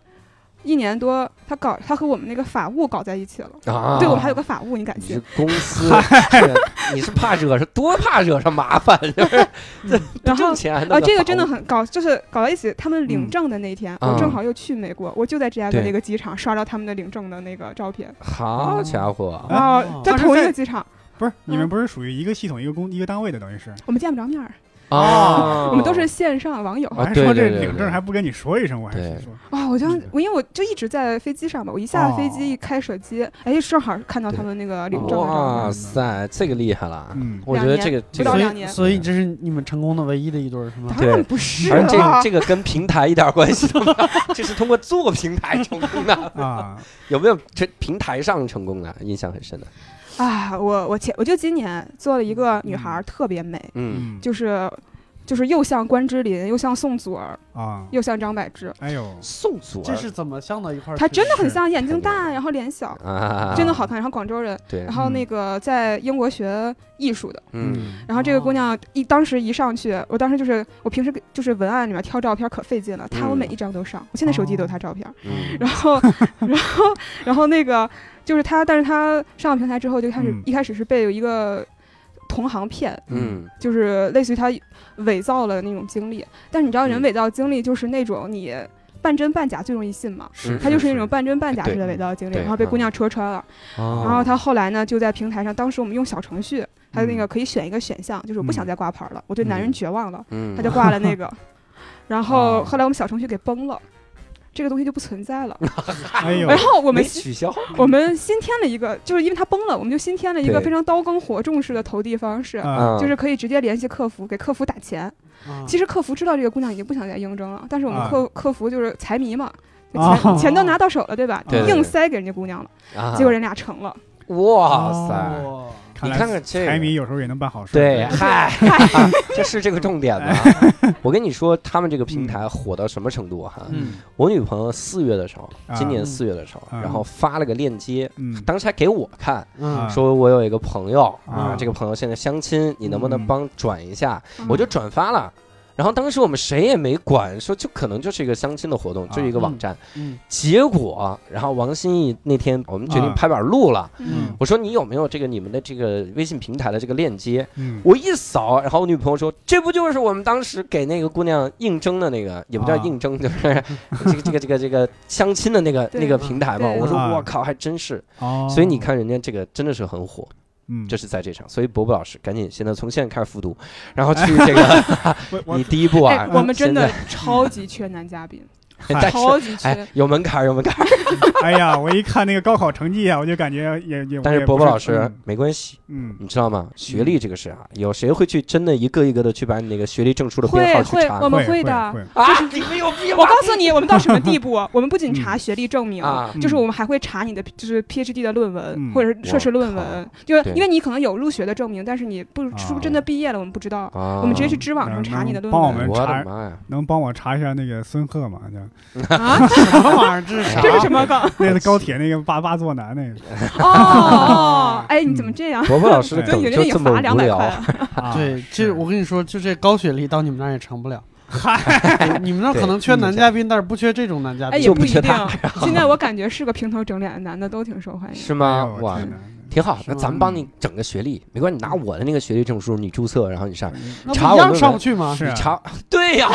[SPEAKER 4] 一年多，他搞他和我们那个法务搞在一起了。
[SPEAKER 1] 啊，
[SPEAKER 4] 对我们还有个法务，你敢
[SPEAKER 1] 你是
[SPEAKER 4] 信？
[SPEAKER 1] 公
[SPEAKER 4] [LAUGHS]
[SPEAKER 1] 司，是你是怕惹上多怕惹上麻烦，就是这不
[SPEAKER 4] 然后
[SPEAKER 1] 挣钱还弄
[SPEAKER 4] 啊，这个
[SPEAKER 1] 法
[SPEAKER 4] 真的
[SPEAKER 1] 务
[SPEAKER 4] 很搞，就是搞在一起。他们领
[SPEAKER 2] 嗯
[SPEAKER 4] 证的那天，
[SPEAKER 1] 啊
[SPEAKER 4] 我正好又去美国，我就在芝加哥
[SPEAKER 1] 对
[SPEAKER 4] 那个机场刷到他们的领证的那个照片。
[SPEAKER 1] 好家伙，
[SPEAKER 2] 啊
[SPEAKER 4] 哦，在
[SPEAKER 2] 当时
[SPEAKER 4] 同一
[SPEAKER 2] 在
[SPEAKER 4] 个机场，
[SPEAKER 2] 不是你们不是属于一个系统一个公一个单位的，等于是，
[SPEAKER 4] 我们见不着面儿，
[SPEAKER 1] 啊
[SPEAKER 4] 我们都是线上网友。
[SPEAKER 2] 我还
[SPEAKER 1] 对
[SPEAKER 2] 说
[SPEAKER 1] 对
[SPEAKER 2] 这
[SPEAKER 1] 对对
[SPEAKER 2] 领证还不跟你说一声，我还
[SPEAKER 1] 对
[SPEAKER 2] 是说，
[SPEAKER 4] 哇、我就
[SPEAKER 2] 嗯
[SPEAKER 4] 我因为我就一直在飞机上嘛，我一下
[SPEAKER 2] 哦
[SPEAKER 4] 飞机一开手机，哎，正好看到他们那个领证的照片。
[SPEAKER 1] 哦哇塞，这个厉害了
[SPEAKER 2] 嗯！
[SPEAKER 1] 我觉得这个这
[SPEAKER 4] 不到
[SPEAKER 1] 个，
[SPEAKER 3] 所
[SPEAKER 4] 两
[SPEAKER 3] 以，
[SPEAKER 4] 年
[SPEAKER 3] 所以这是你们成功的唯一的一对儿，是吗？
[SPEAKER 4] 当然不是啊
[SPEAKER 1] 而
[SPEAKER 4] 了，
[SPEAKER 1] 这个这个跟平台一点关系都没有，这是通过做平台成功
[SPEAKER 2] [LAUGHS]
[SPEAKER 1] 的。
[SPEAKER 2] 啊，
[SPEAKER 1] 有没有这平台上成功的？印象很深的，
[SPEAKER 4] 啊，我我前我就今年做了一个女孩，
[SPEAKER 2] 嗯
[SPEAKER 4] 特别美，
[SPEAKER 1] 嗯，
[SPEAKER 2] 嗯
[SPEAKER 4] 就是就是又像关之琳，又像宋祖儿，
[SPEAKER 2] 啊，
[SPEAKER 4] 又像张柏芝，
[SPEAKER 2] 哎呦，
[SPEAKER 1] 宋祖儿
[SPEAKER 3] 这是怎么相到一块儿去？
[SPEAKER 4] 她真的很像，眼睛
[SPEAKER 1] 太美
[SPEAKER 4] 大，
[SPEAKER 1] 了
[SPEAKER 4] 然后脸小，
[SPEAKER 1] 啊，
[SPEAKER 4] 真的好看。然后广州人，
[SPEAKER 1] 对
[SPEAKER 4] 然，后那个在英国学艺术的，
[SPEAKER 1] 嗯，
[SPEAKER 4] 然后这个
[SPEAKER 3] 哦
[SPEAKER 4] 姑娘一当时一上去，我当时就是我平时给就是文案里面挑照片可费劲了，她我每
[SPEAKER 1] 嗯
[SPEAKER 4] 一张都上，我现在手机都有
[SPEAKER 2] 哦
[SPEAKER 4] 她照片。
[SPEAKER 1] 嗯
[SPEAKER 4] [LAUGHS] 然后，然后，然后那个就是她，但是她上了平台之后就开始、
[SPEAKER 2] 嗯
[SPEAKER 4] 一开始是被有一个同行骗，
[SPEAKER 1] 嗯，
[SPEAKER 4] 就是类似于她伪造了那种经历。但是你知道，人
[SPEAKER 1] 嗯
[SPEAKER 4] 伪造经历就是那种你半真半假最容易信嘛。
[SPEAKER 1] 嗯是
[SPEAKER 2] 嗯
[SPEAKER 4] 她就是那种半真半假
[SPEAKER 1] 对
[SPEAKER 4] 式的伪造经历，
[SPEAKER 1] 对
[SPEAKER 4] 然后被姑
[SPEAKER 1] 嗯
[SPEAKER 4] 娘戳穿了。然
[SPEAKER 1] 然
[SPEAKER 4] 后他后来呢，就在平台上，当时我们用小程序，他那个可以选一个选项，就是我不想
[SPEAKER 2] 嗯
[SPEAKER 4] 再挂牌了，我对男人
[SPEAKER 1] 嗯
[SPEAKER 4] 绝望了，
[SPEAKER 1] 嗯，哦
[SPEAKER 4] 他就挂了
[SPEAKER 1] [LAUGHS]
[SPEAKER 4] 那个。然后
[SPEAKER 2] 啊
[SPEAKER 4] 后来我们小程序给崩了，这个东西就不存在了。
[SPEAKER 2] 哎呦
[SPEAKER 4] 然，后我们
[SPEAKER 1] 没
[SPEAKER 4] 新
[SPEAKER 1] 取消，
[SPEAKER 4] 我们新添了一个，就是因为它崩了，我们就新添了一个
[SPEAKER 1] 对
[SPEAKER 4] 非常刀耕火种式的投递方式。
[SPEAKER 2] 啊，
[SPEAKER 1] 嗯
[SPEAKER 4] 就是可以直接联系客服，给客服打钱。
[SPEAKER 3] 啊，
[SPEAKER 4] 其实客服知道这个姑娘已经不想再应征了，但是我
[SPEAKER 1] 嗯
[SPEAKER 4] 们
[SPEAKER 2] 啊
[SPEAKER 4] 客客服就是财迷嘛，
[SPEAKER 1] [LAUGHS]
[SPEAKER 4] 就
[SPEAKER 2] 啊
[SPEAKER 4] 钱钱都拿到手了，对吧
[SPEAKER 2] 对？
[SPEAKER 1] 哦对
[SPEAKER 4] 硬
[SPEAKER 1] 对
[SPEAKER 4] 塞给人家姑娘了，
[SPEAKER 1] 啊
[SPEAKER 4] 结果人俩成了。
[SPEAKER 1] 哇
[SPEAKER 2] 哦
[SPEAKER 1] 塞，
[SPEAKER 3] 哇
[SPEAKER 1] 嗯
[SPEAKER 2] 看
[SPEAKER 1] 你
[SPEAKER 2] 来
[SPEAKER 1] 看看这个
[SPEAKER 2] 财迷有时候也能办好事，
[SPEAKER 1] 对，嗨，啊 [LAUGHS] 这是这个重点吗？我跟你说，他们这个平台火到什么程度哈？
[SPEAKER 3] 嗯，
[SPEAKER 1] 我女朋友四月的时候，
[SPEAKER 2] 啊
[SPEAKER 1] 今年四月的时候，
[SPEAKER 2] 嗯
[SPEAKER 1] 然后发了个链接，
[SPEAKER 2] 嗯，
[SPEAKER 1] 当时还给我看，
[SPEAKER 3] 嗯
[SPEAKER 2] 啊
[SPEAKER 1] 说我有一个朋友啊
[SPEAKER 2] 啊，
[SPEAKER 1] 这个朋友现在相亲，你能不能
[SPEAKER 2] 嗯
[SPEAKER 1] 帮转一下？
[SPEAKER 4] 嗯
[SPEAKER 1] 我就转发了。然后当时我们谁也没管，说就可能就是一个相亲的活动，
[SPEAKER 2] 啊
[SPEAKER 1] 就是一个网站。
[SPEAKER 3] 嗯
[SPEAKER 1] 结果，然后王心怡那天我们决定
[SPEAKER 2] 啊
[SPEAKER 1] 拍板录了，
[SPEAKER 4] 嗯
[SPEAKER 1] 我说你有没有这个你们的这个微信平台的这个链接？
[SPEAKER 2] 嗯，
[SPEAKER 1] 我一扫，然后我女朋友说：“这不就是我们当时给那个姑娘应征的那个，也不叫
[SPEAKER 2] 啊
[SPEAKER 1] 应征， [LAUGHS] 就是这个这个这个这个相亲的那个
[SPEAKER 4] 对
[SPEAKER 1] 那个平台嘛？”
[SPEAKER 4] 对
[SPEAKER 1] 我说：“
[SPEAKER 2] 啊
[SPEAKER 1] 我靠，还真是。”
[SPEAKER 2] 哦，
[SPEAKER 1] 所以你，看，人家这个真的是很火，
[SPEAKER 2] 嗯，
[SPEAKER 1] 这是在这场。所以伯伯老师，赶紧现在从现在开始复
[SPEAKER 4] [LAUGHS]
[SPEAKER 1] 读，然后去这个
[SPEAKER 2] 我我
[SPEAKER 1] 你第一步
[SPEAKER 4] 哎
[SPEAKER 1] 啊，，
[SPEAKER 4] 我们真的
[SPEAKER 1] 现
[SPEAKER 4] 超级缺男嘉宾，
[SPEAKER 1] 在， [LAUGHS] 但是
[SPEAKER 4] 超级缺。
[SPEAKER 1] 哎，有门槛儿，有门槛儿。
[SPEAKER 2] [LAUGHS] 哎呀，我一看那个高考成绩啊，我就感觉也也，
[SPEAKER 1] 但
[SPEAKER 2] 也
[SPEAKER 1] 是
[SPEAKER 2] 不
[SPEAKER 1] 伯伯老师
[SPEAKER 2] 嗯
[SPEAKER 1] 没关系，
[SPEAKER 2] 嗯，
[SPEAKER 1] 你知道吗？学历这个事啊，有谁会去真的一个一个的去把你那个学历证书的编号
[SPEAKER 4] 会
[SPEAKER 1] 去
[SPEAKER 4] 会，
[SPEAKER 1] 查
[SPEAKER 4] 我们
[SPEAKER 2] 会
[SPEAKER 4] 的。
[SPEAKER 2] 会
[SPEAKER 1] 啊？你们有病
[SPEAKER 4] 我告诉你，我们到什么地步？啊我们不仅查学历证明，
[SPEAKER 1] 嗯啊！
[SPEAKER 4] 就是
[SPEAKER 2] 嗯
[SPEAKER 4] 我们还会查你的就是 PhD 的论文、
[SPEAKER 2] 嗯
[SPEAKER 4] 或者是硕士论
[SPEAKER 1] 我
[SPEAKER 4] 文，就是
[SPEAKER 1] 对
[SPEAKER 4] 因为你可能有入学的证明，但是你不是不是真的毕业了，我们不知道。
[SPEAKER 1] 啊哎
[SPEAKER 4] 我们直接去知网上
[SPEAKER 2] 能
[SPEAKER 4] 查你的论
[SPEAKER 2] 帮我
[SPEAKER 4] 文
[SPEAKER 2] 们
[SPEAKER 1] 我
[SPEAKER 2] 查
[SPEAKER 1] 的妈呀！
[SPEAKER 2] 能帮我查一下那个孙贺吗？就
[SPEAKER 4] 啊，
[SPEAKER 3] 什么玩意儿？这是啥？
[SPEAKER 4] 这是什么梗？
[SPEAKER 2] 那个高铁那个八八座男那
[SPEAKER 1] [LAUGHS]
[SPEAKER 2] 个
[SPEAKER 4] 哦哦，哎，你怎么这样？
[SPEAKER 1] 伯伯老
[SPEAKER 4] [LAUGHS]
[SPEAKER 1] 师的
[SPEAKER 2] 对
[SPEAKER 1] 梗
[SPEAKER 4] 就有
[SPEAKER 1] 就
[SPEAKER 4] 人也
[SPEAKER 1] 这嗯么
[SPEAKER 4] 罚两
[SPEAKER 1] 无
[SPEAKER 4] 百
[SPEAKER 1] 聊
[SPEAKER 4] 块
[SPEAKER 1] 啊，
[SPEAKER 4] 啊，
[SPEAKER 2] 啊，
[SPEAKER 3] 对，
[SPEAKER 2] 是
[SPEAKER 3] 这我跟你说，就这高学历到你们那儿也成不了。 [LAUGHS] 嗨，你们那儿可能缺男嘉宾，但是不缺这种男嘉
[SPEAKER 1] [LAUGHS]
[SPEAKER 4] 哎，
[SPEAKER 3] 宾。
[SPEAKER 4] 也
[SPEAKER 1] 就
[SPEAKER 4] 不一
[SPEAKER 1] 不缺
[SPEAKER 4] 定
[SPEAKER 1] 他。
[SPEAKER 4] 现在我感觉是个平头整脸的男的都挺受欢迎。
[SPEAKER 1] 是
[SPEAKER 2] 哎
[SPEAKER 1] 吗
[SPEAKER 2] 呦？我
[SPEAKER 1] 啊哇，
[SPEAKER 2] 天哪
[SPEAKER 1] 挺好。
[SPEAKER 3] 是
[SPEAKER 1] 那
[SPEAKER 3] 吗
[SPEAKER 1] 咱们帮你整个学历，没关系，你拿我的那个学历证书，你注册，然后你上，
[SPEAKER 3] 那
[SPEAKER 1] 查
[SPEAKER 3] 不
[SPEAKER 1] 我
[SPEAKER 3] 一样
[SPEAKER 1] 论文
[SPEAKER 3] 上不去吗？
[SPEAKER 2] 是啊
[SPEAKER 1] 你查。对呀，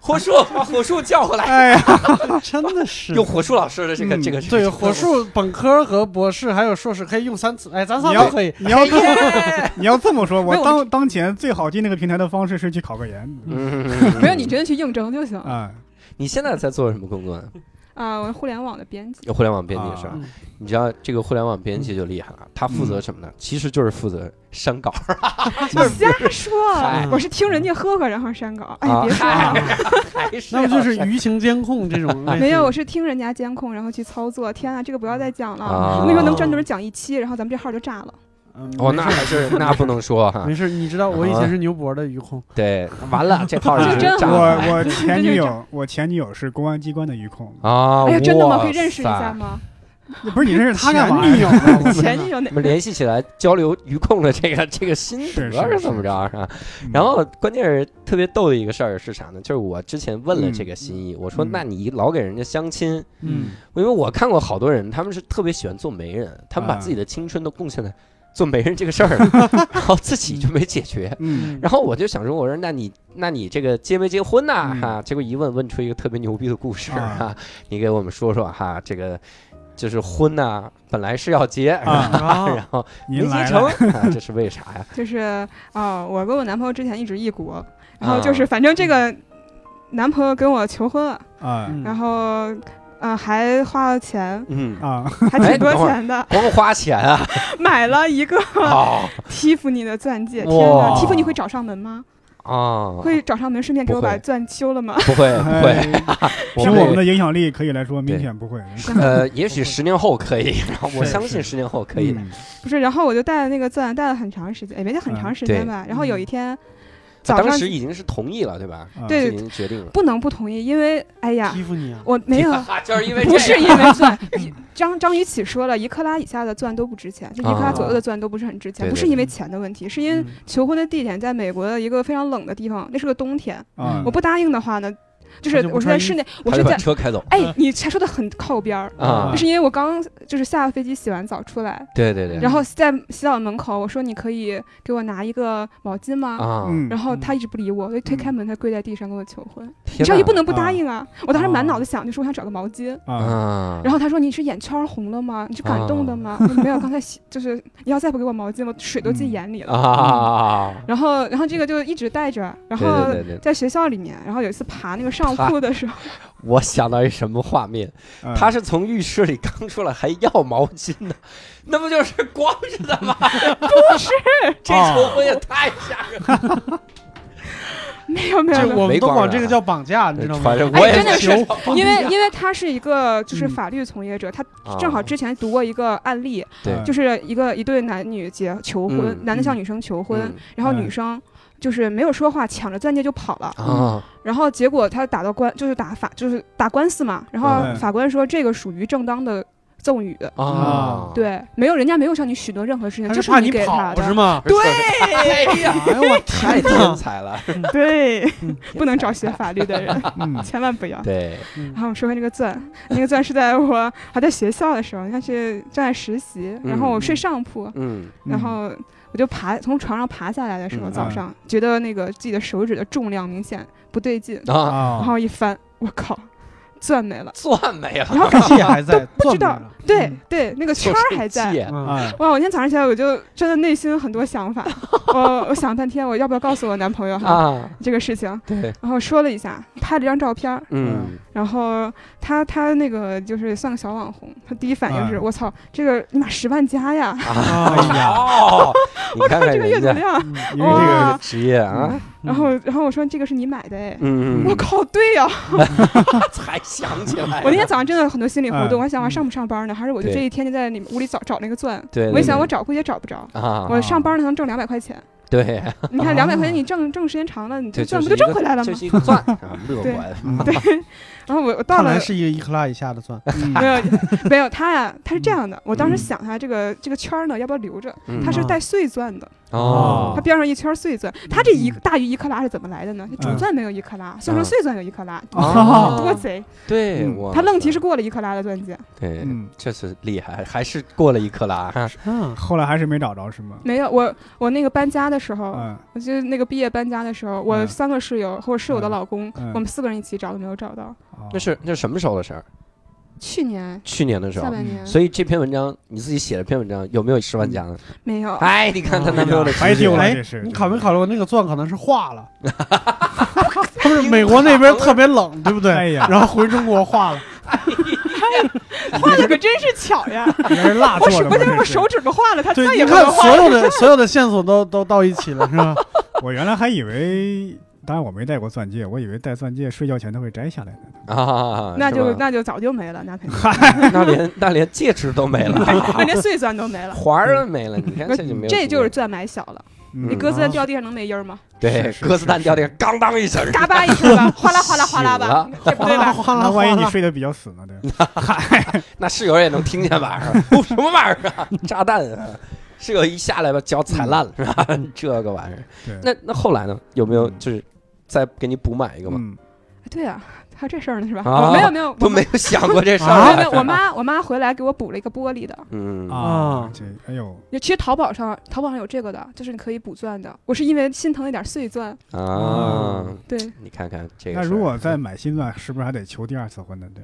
[SPEAKER 1] 火树把火树叫过来，
[SPEAKER 2] 哎呀，
[SPEAKER 3] [LAUGHS] 真的是
[SPEAKER 1] 有。火树老师的这个
[SPEAKER 2] 嗯
[SPEAKER 1] 这个是
[SPEAKER 3] 对，火树本科和博士还有硕士可以用三次，哎，咱仨
[SPEAKER 2] 你
[SPEAKER 3] 都
[SPEAKER 2] 要
[SPEAKER 4] [LAUGHS]
[SPEAKER 3] 可以。
[SPEAKER 2] 你要这么你要这么说，
[SPEAKER 4] 没
[SPEAKER 2] 我
[SPEAKER 4] 有我
[SPEAKER 2] 当当前最好进那个平台的方式是去考个研
[SPEAKER 1] 嗯，
[SPEAKER 4] 没有，你真的去应征就行
[SPEAKER 2] 啊，
[SPEAKER 1] [LAUGHS] 你现在在做什么工作呢？
[SPEAKER 4] 啊！我是互联网的编辑，
[SPEAKER 1] 有互联网编辑是吧
[SPEAKER 3] 啊？
[SPEAKER 1] 你知道这个互联网编辑就厉害了，他负责什么呢？其实就是负责删稿。
[SPEAKER 4] 瞎说
[SPEAKER 1] 嗨，
[SPEAKER 4] 我是听人家喝喝然后删稿。哎，
[SPEAKER 1] 啊
[SPEAKER 4] 别说
[SPEAKER 3] 啊
[SPEAKER 4] 了。
[SPEAKER 1] 还是
[SPEAKER 3] 那不
[SPEAKER 1] 要
[SPEAKER 3] 就是
[SPEAKER 1] 删
[SPEAKER 3] 舆情监控这种？
[SPEAKER 4] 没有，我是听人家监控，然后去操作。天啊，这个不要再讲了！
[SPEAKER 1] 啊
[SPEAKER 4] 我跟你说，能专门讲一期，然后咱们这号就炸了。
[SPEAKER 3] 嗯
[SPEAKER 1] 哦，那还是那不能说哈
[SPEAKER 3] 没。事，你知道我以前是牛博的鱼控，
[SPEAKER 1] 对，完了，这号儿
[SPEAKER 4] 这
[SPEAKER 1] 已经
[SPEAKER 4] 真
[SPEAKER 1] 炸
[SPEAKER 4] 好
[SPEAKER 1] 了
[SPEAKER 2] 我我前
[SPEAKER 4] 这
[SPEAKER 2] 女
[SPEAKER 4] 就
[SPEAKER 2] 友，我前女友是公安机关的鱼控，
[SPEAKER 1] 啊！
[SPEAKER 4] 哎呀，真的吗？
[SPEAKER 1] 哇
[SPEAKER 4] 可以认识一下
[SPEAKER 1] 塞 [LAUGHS]
[SPEAKER 4] 吗？
[SPEAKER 2] 不是你认识
[SPEAKER 3] [LAUGHS]
[SPEAKER 2] 他
[SPEAKER 3] 他干
[SPEAKER 2] 干
[SPEAKER 3] 嘛
[SPEAKER 2] 嘛
[SPEAKER 3] 呀？
[SPEAKER 2] 呀？
[SPEAKER 3] 我
[SPEAKER 4] [LAUGHS] 前
[SPEAKER 3] 天
[SPEAKER 4] 女
[SPEAKER 3] 哪
[SPEAKER 4] 友那
[SPEAKER 1] 我们联系起来交流鱼控的
[SPEAKER 4] [LAUGHS]
[SPEAKER 1] 这个这个心
[SPEAKER 2] 是
[SPEAKER 1] 得
[SPEAKER 2] 是
[SPEAKER 1] 是怎么
[SPEAKER 2] 是
[SPEAKER 1] 着是吧？
[SPEAKER 2] 嗯
[SPEAKER 1] 然后关键是特别逗的一个事儿是啥呢？就是我之前问了这个心意，我说
[SPEAKER 2] 嗯
[SPEAKER 1] 那你老给人家相亲，
[SPEAKER 2] 嗯，
[SPEAKER 1] 因为我看过好多人，他们是特别喜欢做媒人，他们把
[SPEAKER 2] 啊
[SPEAKER 1] 自己的青春都贡献在做媒人这个事儿，
[SPEAKER 4] [LAUGHS]
[SPEAKER 1] 然后自己就没解决。
[SPEAKER 2] 嗯，
[SPEAKER 1] 然后我就想说，我说那你那你这个结没结婚呐、
[SPEAKER 2] 嗯
[SPEAKER 1] 哈、结果一问问出一个特别牛逼的故事哈、
[SPEAKER 2] 啊
[SPEAKER 1] 你给我们说说哈、这个就是婚呐、本来是要结，
[SPEAKER 2] 啊
[SPEAKER 1] [LAUGHS] 然后哎没
[SPEAKER 2] 您
[SPEAKER 1] 结
[SPEAKER 2] 来
[SPEAKER 1] 成、
[SPEAKER 2] 了，
[SPEAKER 4] [LAUGHS]
[SPEAKER 1] 啊，这是为啥呀？
[SPEAKER 4] 就是啊、我跟我男朋友之前一直异国，然
[SPEAKER 1] 啊
[SPEAKER 4] 后就是反正
[SPEAKER 1] 嗯
[SPEAKER 4] 这个男朋友跟我求婚了，
[SPEAKER 2] 啊
[SPEAKER 3] 嗯
[SPEAKER 4] 然后。呃，还花了
[SPEAKER 1] [LAUGHS]
[SPEAKER 4] 钱，
[SPEAKER 1] 嗯，
[SPEAKER 2] 啊，
[SPEAKER 4] 还挺多
[SPEAKER 1] 哎等会儿
[SPEAKER 4] 钱的，
[SPEAKER 1] 光花钱啊！
[SPEAKER 4] 买了一个 [LAUGHS]
[SPEAKER 1] 哦
[SPEAKER 4] 蒂芙尼的钻戒。天
[SPEAKER 1] 哇
[SPEAKER 4] 哪，蒂芙尼会找上门吗？
[SPEAKER 1] 哦，
[SPEAKER 4] [LAUGHS] 会哎找上门，顺便给我
[SPEAKER 1] 不会
[SPEAKER 4] 把钻修了吗？
[SPEAKER 1] 不会不会？
[SPEAKER 2] 凭哎我们
[SPEAKER 1] 的
[SPEAKER 2] 的影响力可以来说，明
[SPEAKER 1] 对
[SPEAKER 2] 显不会，
[SPEAKER 1] 呃，也许十年后可以，然后我
[SPEAKER 2] 是
[SPEAKER 1] 相信
[SPEAKER 2] 是
[SPEAKER 1] 十年后可以的。
[SPEAKER 2] 嗯
[SPEAKER 4] 不是，然后我就戴了那个钻，戴了很长时间，也没戴很长时
[SPEAKER 1] 嗯
[SPEAKER 4] 间
[SPEAKER 1] 对啊
[SPEAKER 4] 吧。然后有一天早上
[SPEAKER 1] 当时已经是同意了，对吧？
[SPEAKER 2] 啊
[SPEAKER 4] 对
[SPEAKER 1] 已经决定了。
[SPEAKER 4] 不能不同意，因为哎呀，
[SPEAKER 3] 欺负你啊！
[SPEAKER 4] 我没有，
[SPEAKER 1] [LAUGHS] 啊就是 [LAUGHS] 因为
[SPEAKER 4] 不
[SPEAKER 1] 这
[SPEAKER 4] 是
[SPEAKER 1] 样
[SPEAKER 4] 因为钻，
[SPEAKER 1] [LAUGHS]
[SPEAKER 4] 张张雨绮说了，一克拉以下的钻都不值钱，就一克拉左右的钻都不是很值钱，
[SPEAKER 1] 啊
[SPEAKER 4] 不是因为钱的问题，是因
[SPEAKER 1] 嗯
[SPEAKER 3] 嗯
[SPEAKER 4] 为求婚的地点在美国的一个非常冷的地方，那是个冬天，
[SPEAKER 2] 啊
[SPEAKER 4] 我，不答应的话呢，就是
[SPEAKER 3] 他就不
[SPEAKER 4] 我是在
[SPEAKER 3] 穿衣
[SPEAKER 4] 室内，我
[SPEAKER 1] 嗯他
[SPEAKER 4] 是
[SPEAKER 1] 就把
[SPEAKER 4] 在。
[SPEAKER 1] 车开走 [LAUGHS]
[SPEAKER 4] 哎，你才说的很靠边儿，
[SPEAKER 1] 啊
[SPEAKER 4] 就！是因为我刚就是下了飞机洗完澡出来，
[SPEAKER 1] 对对对
[SPEAKER 4] 然后在洗澡门口，我说你可以给我拿一个毛巾吗？
[SPEAKER 1] 啊！
[SPEAKER 2] 嗯，
[SPEAKER 4] 然后他一直不理我，我就推开
[SPEAKER 2] 嗯
[SPEAKER 4] 门，他跪在地上跟我求婚。
[SPEAKER 1] 天
[SPEAKER 4] 你知道
[SPEAKER 1] 哪
[SPEAKER 4] 也不能不答应啊！我当时满
[SPEAKER 2] 啊
[SPEAKER 4] 脑子想，就说我想找个毛巾，
[SPEAKER 2] 啊，
[SPEAKER 1] 啊，
[SPEAKER 4] 然后他说：“你是眼圈红了吗？你是感动的吗？”我说：“没有，刚才洗就是你要再不给我毛巾，我水都进
[SPEAKER 2] 嗯
[SPEAKER 4] 眼里了。
[SPEAKER 1] 啊，
[SPEAKER 4] 然后，然后这个就一直带着，嗯然
[SPEAKER 1] 对
[SPEAKER 4] 后
[SPEAKER 1] 对对对，
[SPEAKER 4] 在学校里面，然后有一次爬那个上
[SPEAKER 1] 他
[SPEAKER 4] 铺的时候，
[SPEAKER 1] 我想到一什么画面，
[SPEAKER 2] 嗯
[SPEAKER 1] 他是从浴室里刚出来还要毛巾呢， [LAUGHS] 那不就是光着的
[SPEAKER 4] [LAUGHS]
[SPEAKER 1] 吗？不是，这
[SPEAKER 4] 啊
[SPEAKER 1] 求婚也太吓人了。
[SPEAKER 4] 没有没有
[SPEAKER 3] 这
[SPEAKER 4] 没有，
[SPEAKER 3] 我们都管这个叫绑架，你知道吗？
[SPEAKER 1] 反正我
[SPEAKER 4] 哎
[SPEAKER 1] 也
[SPEAKER 4] 真的是
[SPEAKER 1] 求
[SPEAKER 4] 因为因为他是一个就是
[SPEAKER 2] 嗯
[SPEAKER 4] 法律从业者，他
[SPEAKER 1] 啊
[SPEAKER 4] 正好之前读过一个案例，
[SPEAKER 3] 嗯
[SPEAKER 1] 对
[SPEAKER 4] 就是一个一对男女结求婚，
[SPEAKER 1] 嗯
[SPEAKER 4] 男的向
[SPEAKER 2] 嗯
[SPEAKER 4] 女生求婚，
[SPEAKER 1] 嗯
[SPEAKER 4] 然后
[SPEAKER 2] 嗯
[SPEAKER 4] 女生就是没有说话，抢着钻戒就跑了。
[SPEAKER 1] 啊，
[SPEAKER 4] 然后结果他打到官，就是打法，就是打官司嘛。然后
[SPEAKER 1] 嗯
[SPEAKER 4] 法官说这个属于正当的赠与。
[SPEAKER 1] 啊，
[SPEAKER 4] 嗯对，没有人家没有向你许诺任何事情，
[SPEAKER 3] 他
[SPEAKER 4] 这
[SPEAKER 3] 是怕
[SPEAKER 4] 你
[SPEAKER 3] 你
[SPEAKER 4] 给他
[SPEAKER 3] 跑
[SPEAKER 4] 的。
[SPEAKER 3] 是吗？ [LAUGHS]
[SPEAKER 1] 对，哎 [LAUGHS] 呀，
[SPEAKER 3] 哎呦我
[SPEAKER 1] 太
[SPEAKER 3] 天
[SPEAKER 1] 天
[SPEAKER 3] 哪！
[SPEAKER 1] 才
[SPEAKER 4] [LAUGHS]
[SPEAKER 1] 了，
[SPEAKER 4] 对，不能找学法律
[SPEAKER 1] [LAUGHS]
[SPEAKER 4] 的人，
[SPEAKER 2] 嗯，
[SPEAKER 4] 千万不要。
[SPEAKER 1] 对，
[SPEAKER 4] 然后我说回这个钻，那个钻是在我还在学校的时候，应该是正在实习，然后我睡上铺，
[SPEAKER 1] [LAUGHS] 嗯
[SPEAKER 4] 然后我就爬从床上爬下来的时候，
[SPEAKER 1] 嗯
[SPEAKER 4] 早上觉得那个自己的手指的重量明显不对劲，
[SPEAKER 1] 啊，
[SPEAKER 2] 啊
[SPEAKER 4] 然，后一翻，我靠，钻没了，
[SPEAKER 1] 钻没
[SPEAKER 4] 然
[SPEAKER 1] 了，
[SPEAKER 4] 后感
[SPEAKER 3] 嗯
[SPEAKER 4] 觉
[SPEAKER 3] 气还在，
[SPEAKER 4] 不
[SPEAKER 3] 断
[SPEAKER 4] 知道
[SPEAKER 3] 了。，
[SPEAKER 4] 对对，那个圈儿还
[SPEAKER 1] 就。
[SPEAKER 4] 在
[SPEAKER 1] 嗯是气
[SPEAKER 3] 嗯，
[SPEAKER 2] 啊，
[SPEAKER 4] 哇！我今天早上起来，我就真的内心很多
[SPEAKER 1] [LAUGHS]
[SPEAKER 4] 想法，我我想半天，我要不要告诉我男朋友哈、
[SPEAKER 1] 啊，
[SPEAKER 4] 这个事情？
[SPEAKER 1] 对，
[SPEAKER 4] 然后说了一下，拍了一张照片儿，
[SPEAKER 1] 嗯，
[SPEAKER 4] 然后他他那个就是算个小网红，他第一反应是
[SPEAKER 2] 嗯
[SPEAKER 4] 我操，这个你妈十万加呀！
[SPEAKER 3] 嗯
[SPEAKER 1] 啊，
[SPEAKER 2] 哎呀，
[SPEAKER 1] 哦，你看看
[SPEAKER 4] 这个阅
[SPEAKER 1] 人
[SPEAKER 4] 读
[SPEAKER 1] 家
[SPEAKER 4] 量。
[SPEAKER 2] 因为这
[SPEAKER 1] 哦
[SPEAKER 2] 个，
[SPEAKER 4] 哇
[SPEAKER 1] 职业啊，
[SPEAKER 4] 然后然后我说这个是你买的哎，
[SPEAKER 1] 嗯，
[SPEAKER 4] 我靠，对呀！
[SPEAKER 1] 才想起来，
[SPEAKER 4] 我那天早上真的很多心理活动，
[SPEAKER 2] 嗯
[SPEAKER 4] 我还想我上不上班呢，还是我就
[SPEAKER 1] 对
[SPEAKER 4] 这一天就在你们屋里找找那个钻。
[SPEAKER 1] 对，
[SPEAKER 4] 我一想我找估计也找不着，
[SPEAKER 1] 啊，
[SPEAKER 4] 我上班了能挣两百块钱，
[SPEAKER 1] 对，
[SPEAKER 4] 你看两百块钱你挣挣时间长了，你这
[SPEAKER 1] 对，
[SPEAKER 4] 钻
[SPEAKER 1] 是
[SPEAKER 4] 不就挣回来了吗
[SPEAKER 1] 就？是一个
[SPEAKER 4] [LAUGHS]
[SPEAKER 1] 钻，啊乐观，
[SPEAKER 2] 嗯
[SPEAKER 4] 对，然后我我到
[SPEAKER 3] 看
[SPEAKER 4] 了
[SPEAKER 3] 来。是一个一克拉以下的钻。
[SPEAKER 4] 没
[SPEAKER 2] 嗯
[SPEAKER 4] 有，没有，他呀，他是这样的。我当时
[SPEAKER 2] 嗯
[SPEAKER 4] 想他这个这个圈儿呢，要不要留着？
[SPEAKER 1] 嗯
[SPEAKER 4] 它是
[SPEAKER 3] 啊
[SPEAKER 4] 带碎钻的，
[SPEAKER 1] 哦
[SPEAKER 4] 它，边上一圈碎钻。它这一大于一克拉是怎么来的呢？主
[SPEAKER 2] 嗯
[SPEAKER 4] 钻没有一克拉，算成
[SPEAKER 1] 啊
[SPEAKER 4] 碎钻有一克拉，
[SPEAKER 1] 啊
[SPEAKER 4] [LAUGHS] 多贼！
[SPEAKER 1] 对，
[SPEAKER 2] 嗯
[SPEAKER 1] 我
[SPEAKER 4] 他愣提是过了一克拉的钻戒，
[SPEAKER 1] 对，
[SPEAKER 2] 嗯，
[SPEAKER 1] 确实厉害，还是过了一啊克拉，
[SPEAKER 3] 嗯，
[SPEAKER 2] 后来还是没找着是吗？
[SPEAKER 4] 没有。我我那个搬家的时候，
[SPEAKER 2] 嗯，
[SPEAKER 4] 我就那个毕业搬家的时候，我
[SPEAKER 2] 嗯
[SPEAKER 4] 三个室友和我室友的
[SPEAKER 2] 嗯
[SPEAKER 4] 老公，
[SPEAKER 2] 嗯
[SPEAKER 4] 我们四个人一起找都没有找到。
[SPEAKER 2] 哦
[SPEAKER 1] 那是那是什么时候的事儿？
[SPEAKER 4] 去年
[SPEAKER 1] 去年的时
[SPEAKER 4] 下
[SPEAKER 1] 候。
[SPEAKER 4] 半年
[SPEAKER 1] 所以这篇文章你自己写了篇文章，有没有十万加呢？
[SPEAKER 4] 没有，
[SPEAKER 1] 哎，你看她男朋友的
[SPEAKER 2] 白
[SPEAKER 1] 直觉
[SPEAKER 2] 丢了
[SPEAKER 3] 哎
[SPEAKER 2] 这是。
[SPEAKER 3] 你考没考虑过那个钻可能是化了？不是美国那边特别冷，对不对？
[SPEAKER 2] 哎呀
[SPEAKER 3] 然后回中国化了，
[SPEAKER 4] 画的可真是巧
[SPEAKER 2] [LAUGHS]
[SPEAKER 4] 呀！
[SPEAKER 2] 你是蜡
[SPEAKER 4] 我
[SPEAKER 2] 做的吗
[SPEAKER 4] 手我？就是
[SPEAKER 2] 这
[SPEAKER 4] 我
[SPEAKER 2] 是
[SPEAKER 4] 手指头画了，他
[SPEAKER 3] [LAUGHS] 对，
[SPEAKER 4] 再
[SPEAKER 3] 你
[SPEAKER 4] 也没
[SPEAKER 3] 看
[SPEAKER 4] 有画
[SPEAKER 3] 所。有 [LAUGHS] 的所有的线索都都到一起了，是 [LAUGHS] 吧？
[SPEAKER 1] [LAUGHS]
[SPEAKER 2] 我原来还以为，当然我没戴过钻戒，我以为戴钻戒睡觉前都会摘下来的。
[SPEAKER 1] 啊，
[SPEAKER 4] 那就是
[SPEAKER 1] 吧
[SPEAKER 4] 那就早就没了，那肯定，
[SPEAKER 1] 那连那连戒指都没
[SPEAKER 4] [LAUGHS]
[SPEAKER 1] 了，
[SPEAKER 4] 那连碎钻都没
[SPEAKER 1] [LAUGHS]
[SPEAKER 4] 了。
[SPEAKER 1] 环儿都没了，你看这就没有经验。
[SPEAKER 4] 这就是钻买小了。
[SPEAKER 2] 嗯
[SPEAKER 4] 那鸽子
[SPEAKER 3] 啊
[SPEAKER 4] 蛋掉地上能没音儿吗？
[SPEAKER 1] 对
[SPEAKER 2] 是是
[SPEAKER 1] 鸽子蛋掉地上，咣当一声，
[SPEAKER 4] 嘎巴一声吧，哗啦哗啦哗啦
[SPEAKER 1] 醒
[SPEAKER 4] 吧
[SPEAKER 1] 了，
[SPEAKER 4] 这不
[SPEAKER 3] [LAUGHS]
[SPEAKER 4] 对吧？
[SPEAKER 3] 化
[SPEAKER 2] 那
[SPEAKER 3] 了，
[SPEAKER 2] 万一你
[SPEAKER 3] 化了
[SPEAKER 2] 睡得比较死呢？对吧，
[SPEAKER 1] 那室友也能听见
[SPEAKER 2] [LAUGHS]
[SPEAKER 1] 吧？哦什么玩意儿啊？炸弹啊！室友一下来把脚踩烂了，是吧？这个玩意儿。
[SPEAKER 2] 嗯对，
[SPEAKER 1] 那那后来呢？有没有
[SPEAKER 2] 嗯
[SPEAKER 1] 就是再给你补买一个吗？
[SPEAKER 2] 嗯
[SPEAKER 4] 对啊，还有这事儿呢是吧？
[SPEAKER 1] 啊
[SPEAKER 4] 哦没有没有，
[SPEAKER 1] 都
[SPEAKER 4] 我妈
[SPEAKER 1] 没有想过这事
[SPEAKER 4] 没有
[SPEAKER 1] 儿
[SPEAKER 4] 没
[SPEAKER 1] 来。
[SPEAKER 4] 有，我妈我妈回来给我补了一个玻璃的。
[SPEAKER 1] 嗯
[SPEAKER 2] 啊
[SPEAKER 3] 啊，
[SPEAKER 2] 这哎呦，
[SPEAKER 4] 其实淘宝上淘宝上有这个的，就是你可以补钻的。我是因为心疼那点碎钻，
[SPEAKER 1] 啊，
[SPEAKER 4] 对，
[SPEAKER 1] 你看看这个事儿。
[SPEAKER 2] 那如果再买新钻，是不是还得求第二次婚呢？对，